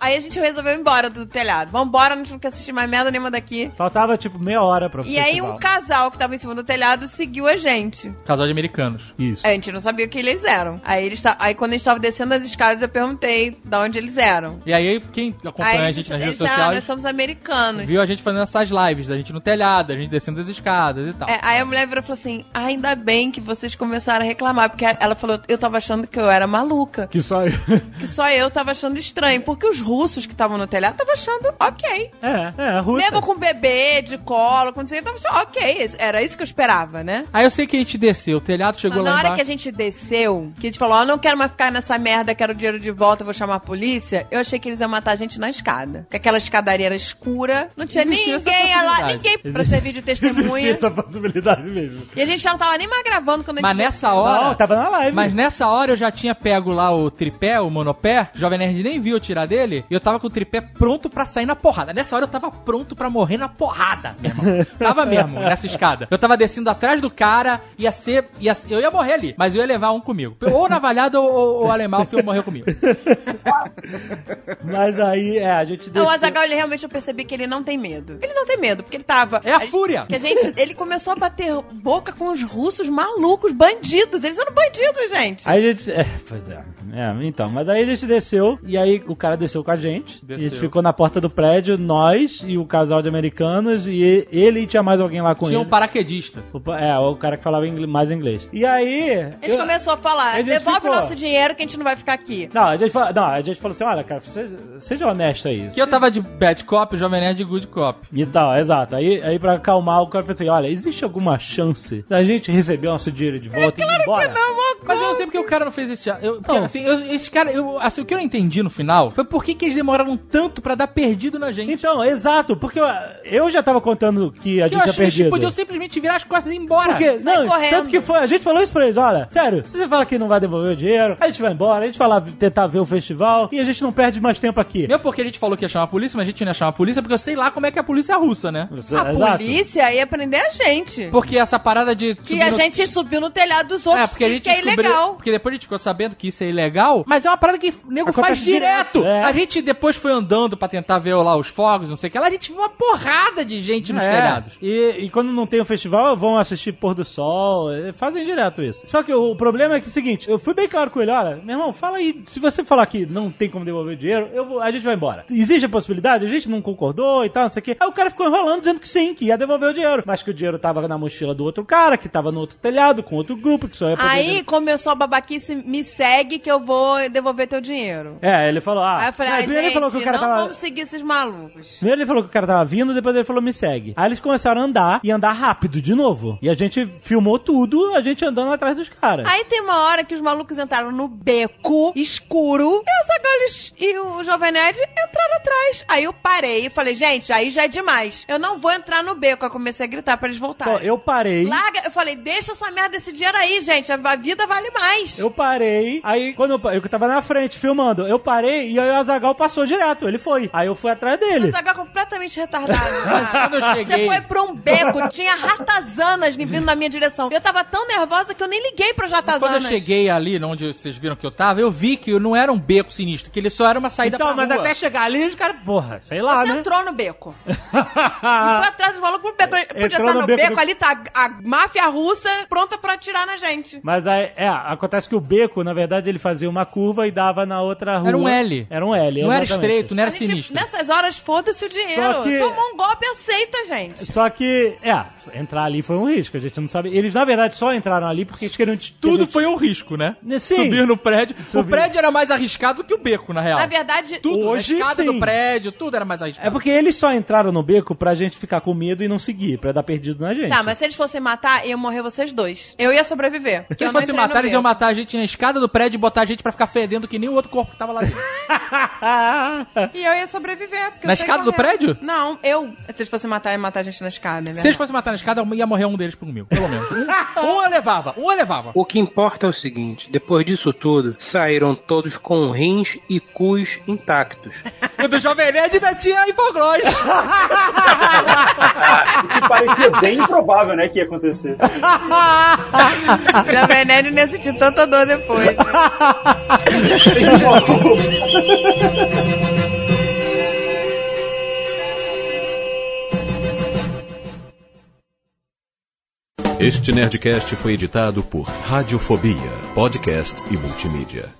Aí a gente resolveu ir embora do telhado. Vambora, não tinha que assistir mais merda nenhuma daqui.
Faltava, tipo, meia hora pra
E
é
aí um casal que tava em cima do telhado seguiu a gente.
Casal de americanos.
Isso.
A gente não sabia o que eles eram. Aí, eles ta- aí quando a gente tava descendo as escadas, eu perguntei de onde eles eram.
E aí, quem
Aí
acompanha a gente nas redes
eles falaram, ah, nós
sociais
somos americanos.
viu a gente fazendo essas lives, da gente no telhado, a gente descendo as escadas e tal.
É, aí eu mulher virou e falou assim: ainda bem que vocês começaram a reclamar, porque ela falou, eu tava achando que eu era maluca.
Que só.
Que só eu tava achando estranho, porque os russos que estavam no telhado estavam achando ok.
É, é, russa.
Nego com bebê de colo, quando você tava achando ok, era isso que eu esperava, né?
Aí eu sei que a gente desceu, o telhado chegou
Mas na
lá
hora
embaixo.
que a gente desceu, que a gente falou, ó, não quero mais ficar nessa merda, quero dinheiro de volta, vou chamar a polícia, eu achei que eles iam matar a gente na escada. Que aquela escadaria era escura, não tinha
Existia essa
ninguém lá,
possibilidade.
ninguém pra ser vídeo
Existia
testemunha.
essa possibilidade mesmo.
E a gente não tava nem mais gravando quando a gente
Mas nessa hora. Mas nessa hora eu já tinha pego lá o tripé, o monopé. O Jovem Nerd nem viu eu tirar dele. E eu tava com o tripé pronto pra sair na porrada. Nessa hora eu tava pronto pra morrer na porrada, meu irmão. tava mesmo, nessa escada. Eu tava descendo atrás do cara, ia ser. Ia, eu ia morrer ali, mas eu ia levar um comigo. Ou navalhada ou, ou o Alemalfi morreu comigo.
Mas aí, é, a gente
Não,
desceu.
o Azagal, ele realmente eu percebi que ele não tem medo. Ele não tem medo, porque ele tava.
É a fúria.
Que a gente, ele começou a bater boca com os russos malucos, bandidos. Eles eram bandidos, gente.
Aí a gente. É, pois é. É, então, mas aí a gente desceu, e aí o cara desceu com a gente. E a gente ficou na porta do prédio, nós e o casal de americanos, e ele e tinha mais alguém lá com
Tinha um
ele.
paraquedista.
O- É, o cara que falava ingl- mais inglês. E aí.
A gente
eu-
começou a falar:
a gente
devolve
ficou-
o nosso dinheiro que a gente não vai ficar aqui.
Não, a gente falou, não, a gente falou assim: olha, cara, seja, seja honesto aí.
Que eu tava de bad cop, o Jovem Nerd de good cop.
E tal, exato. Aí, aí pra acalmar, o cara falou assim: olha, existe alguma chance da gente receber nosso dinheiro de volta e ir embora?
Mas eu É não sei porque o cara não fez esse. Eu, porque, assim, eu- esse cara, eu, assim, o que eu não entendi no final foi por que, que eles demoraram tanto pra dar perdido na gente.
Então, exato, porque eu, eu já tava contando que a
Que
gente tinha
eu achei que eles
perdido.
tipo, podiam simplesmente virar as costas e ir embora.
Porque, não, tanto que foi, a gente falou isso pra eles, olha, sério, se você fala que não vai devolver o dinheiro, a gente vai embora, a gente vai lá tentar ver o festival e a gente não perde mais tempo aqui.
Não porque a gente falou que ia chamar a polícia, mas a gente não ia chamar a polícia porque eu sei lá como é que é a polícia russa, né?
A polícia ia prender a gente.
Porque essa parada de.
Que a
subir no-
gente subiu no telhado dos outros,
É, porque a gente
que é
descobriu-
ilegal.
Porque depois a gente ficou sabendo que isso é ilegal, mas é uma parada que o nego
Acontece
faz direto.
direto, é.
A gente depois foi andando pra tentar ver lá os fogos, não sei o que lá, a gente viu uma porrada de gente nos
É,
telhados.
E, e quando não tem o festival, vão assistir pôr do sol, eh, fazem direto isso. Só que o, o problema é que é o seguinte, eu fui bem claro com ele, olha, meu irmão, fala aí, se você falar que não tem como devolver o dinheiro, eu vou- a gente vai embora. Existe a possibilidade, a gente não concordou e tal, não sei o quê. Aí o cara ficou enrolando dizendo que sim, que ia devolver o dinheiro, mas que o dinheiro tava na mochila do outro cara, que tava no outro telhado, com outro grupo, que só ia poder...
Aí começou a babaquice, me segue que eu vou devolver teu dinheiro.
É, ele falou, ah...
Aí eu falei,
Aí
ah,
primeiro
gente,
ele falou que o cara
não
tava...
vamos seguir esses malucos.
Primeiro ele falou que o cara tava vindo, depois ele falou, me segue. Aí eles começaram a andar e andar rápido de novo. E a gente filmou tudo, a gente andando atrás dos caras.
Aí tem uma hora que os malucos entraram no beco escuro e os agalos e o Jovem Nerd entraram atrás. Aí eu parei e falei, gente, aí já é demais. Eu não vou entrar no beco. Aí comecei a gritar pra eles
Pô,
voltarem.
eu parei.
Larga, eu falei, deixa essa merda desse dinheiro aí, gente. A a vida vale mais.
Eu parei, aí quando eu, pa- eu tava na frente filmando, eu parei e aí o Azagal passou direto, ele foi. Aí eu fui atrás dele.
Os agalos é completamente retardados.
Mas quando eu
Você
cheguei-
foi pra um beco, tinha ratazanas vindo na minha direção. Eu tava tão nervosa que eu nem liguei pras ratazanas.
Quando eu cheguei ali, onde vocês viram que eu tava, eu vi que não era um beco sinistro, que ele só era uma saída
Então,
pra
mas
rua.
até chegar ali, os caras, porra, sei lá,
Você
né?
entrou no beco. Foi atrás dos malucos pro beco.
É,
Podia
Entrou
estar
no
no,
beco
beco,
do-
ali, tá a a máfia russa pronta pra atirar na gente.
Mas aí, é, acontece que o beco, na verdade, ele fazia uma curva e dava na outra rua.
Era um L.
Era um L,
Não era
exatamente.
estreito, né? não era
A gente,
sinistro.
Nessas horas, foda-se o dinheiro.
Só que-
Tomou um golpe, aceita, gente.
Só que, é, entrar ali foi um risco, a gente não sabe. Eles, na verdade, só entraram ali porque eles queriam...
Tudo foi um risco, né?
Sim.
Subir no prédio.
Subir.
O prédio era mais arriscado que o beco, na real.
Na verdade,
tudo,
Hoje,
a escada
sim.
do prédio, tudo era mais arriscado.
É porque eles só entraram no beco pra gente ficar com medo e não seguir, pra dar perdido na gente.
Tá, mas se eles fossem matar, iam morrer vocês dois. Eu ia sobreviver. porque
Se
eu
eles
não
fossem
entrei no
matar, eles
beco.
iam matar a gente na escada do prédio e botar a gente pra ficar fedendo que nem o outro corpo que tava lá dentro.
Ah,
E eu ia sobreviver. Porque
Na
eu saí
escada do
correndo.
prédio?
Não, eu. Se eles fossem matar, ia matar a gente na escada. É
Se eles
verdade.
fossem matar na escada, ia morrer um deles comigo, pelo menos. Um, um eu levava, um eu levava.
O que importa é o seguinte: depois disso tudo, saíram todos com rins e cus intactos.
O do Jovem Nerd ainda tinha hipoglós.
E parecia bem improvável, né, que ia acontecer.
Jovem Nerd não ia sentir tanta dor depois.
Este Nerdcast foi editado por Radiofobia, podcast e multimídia.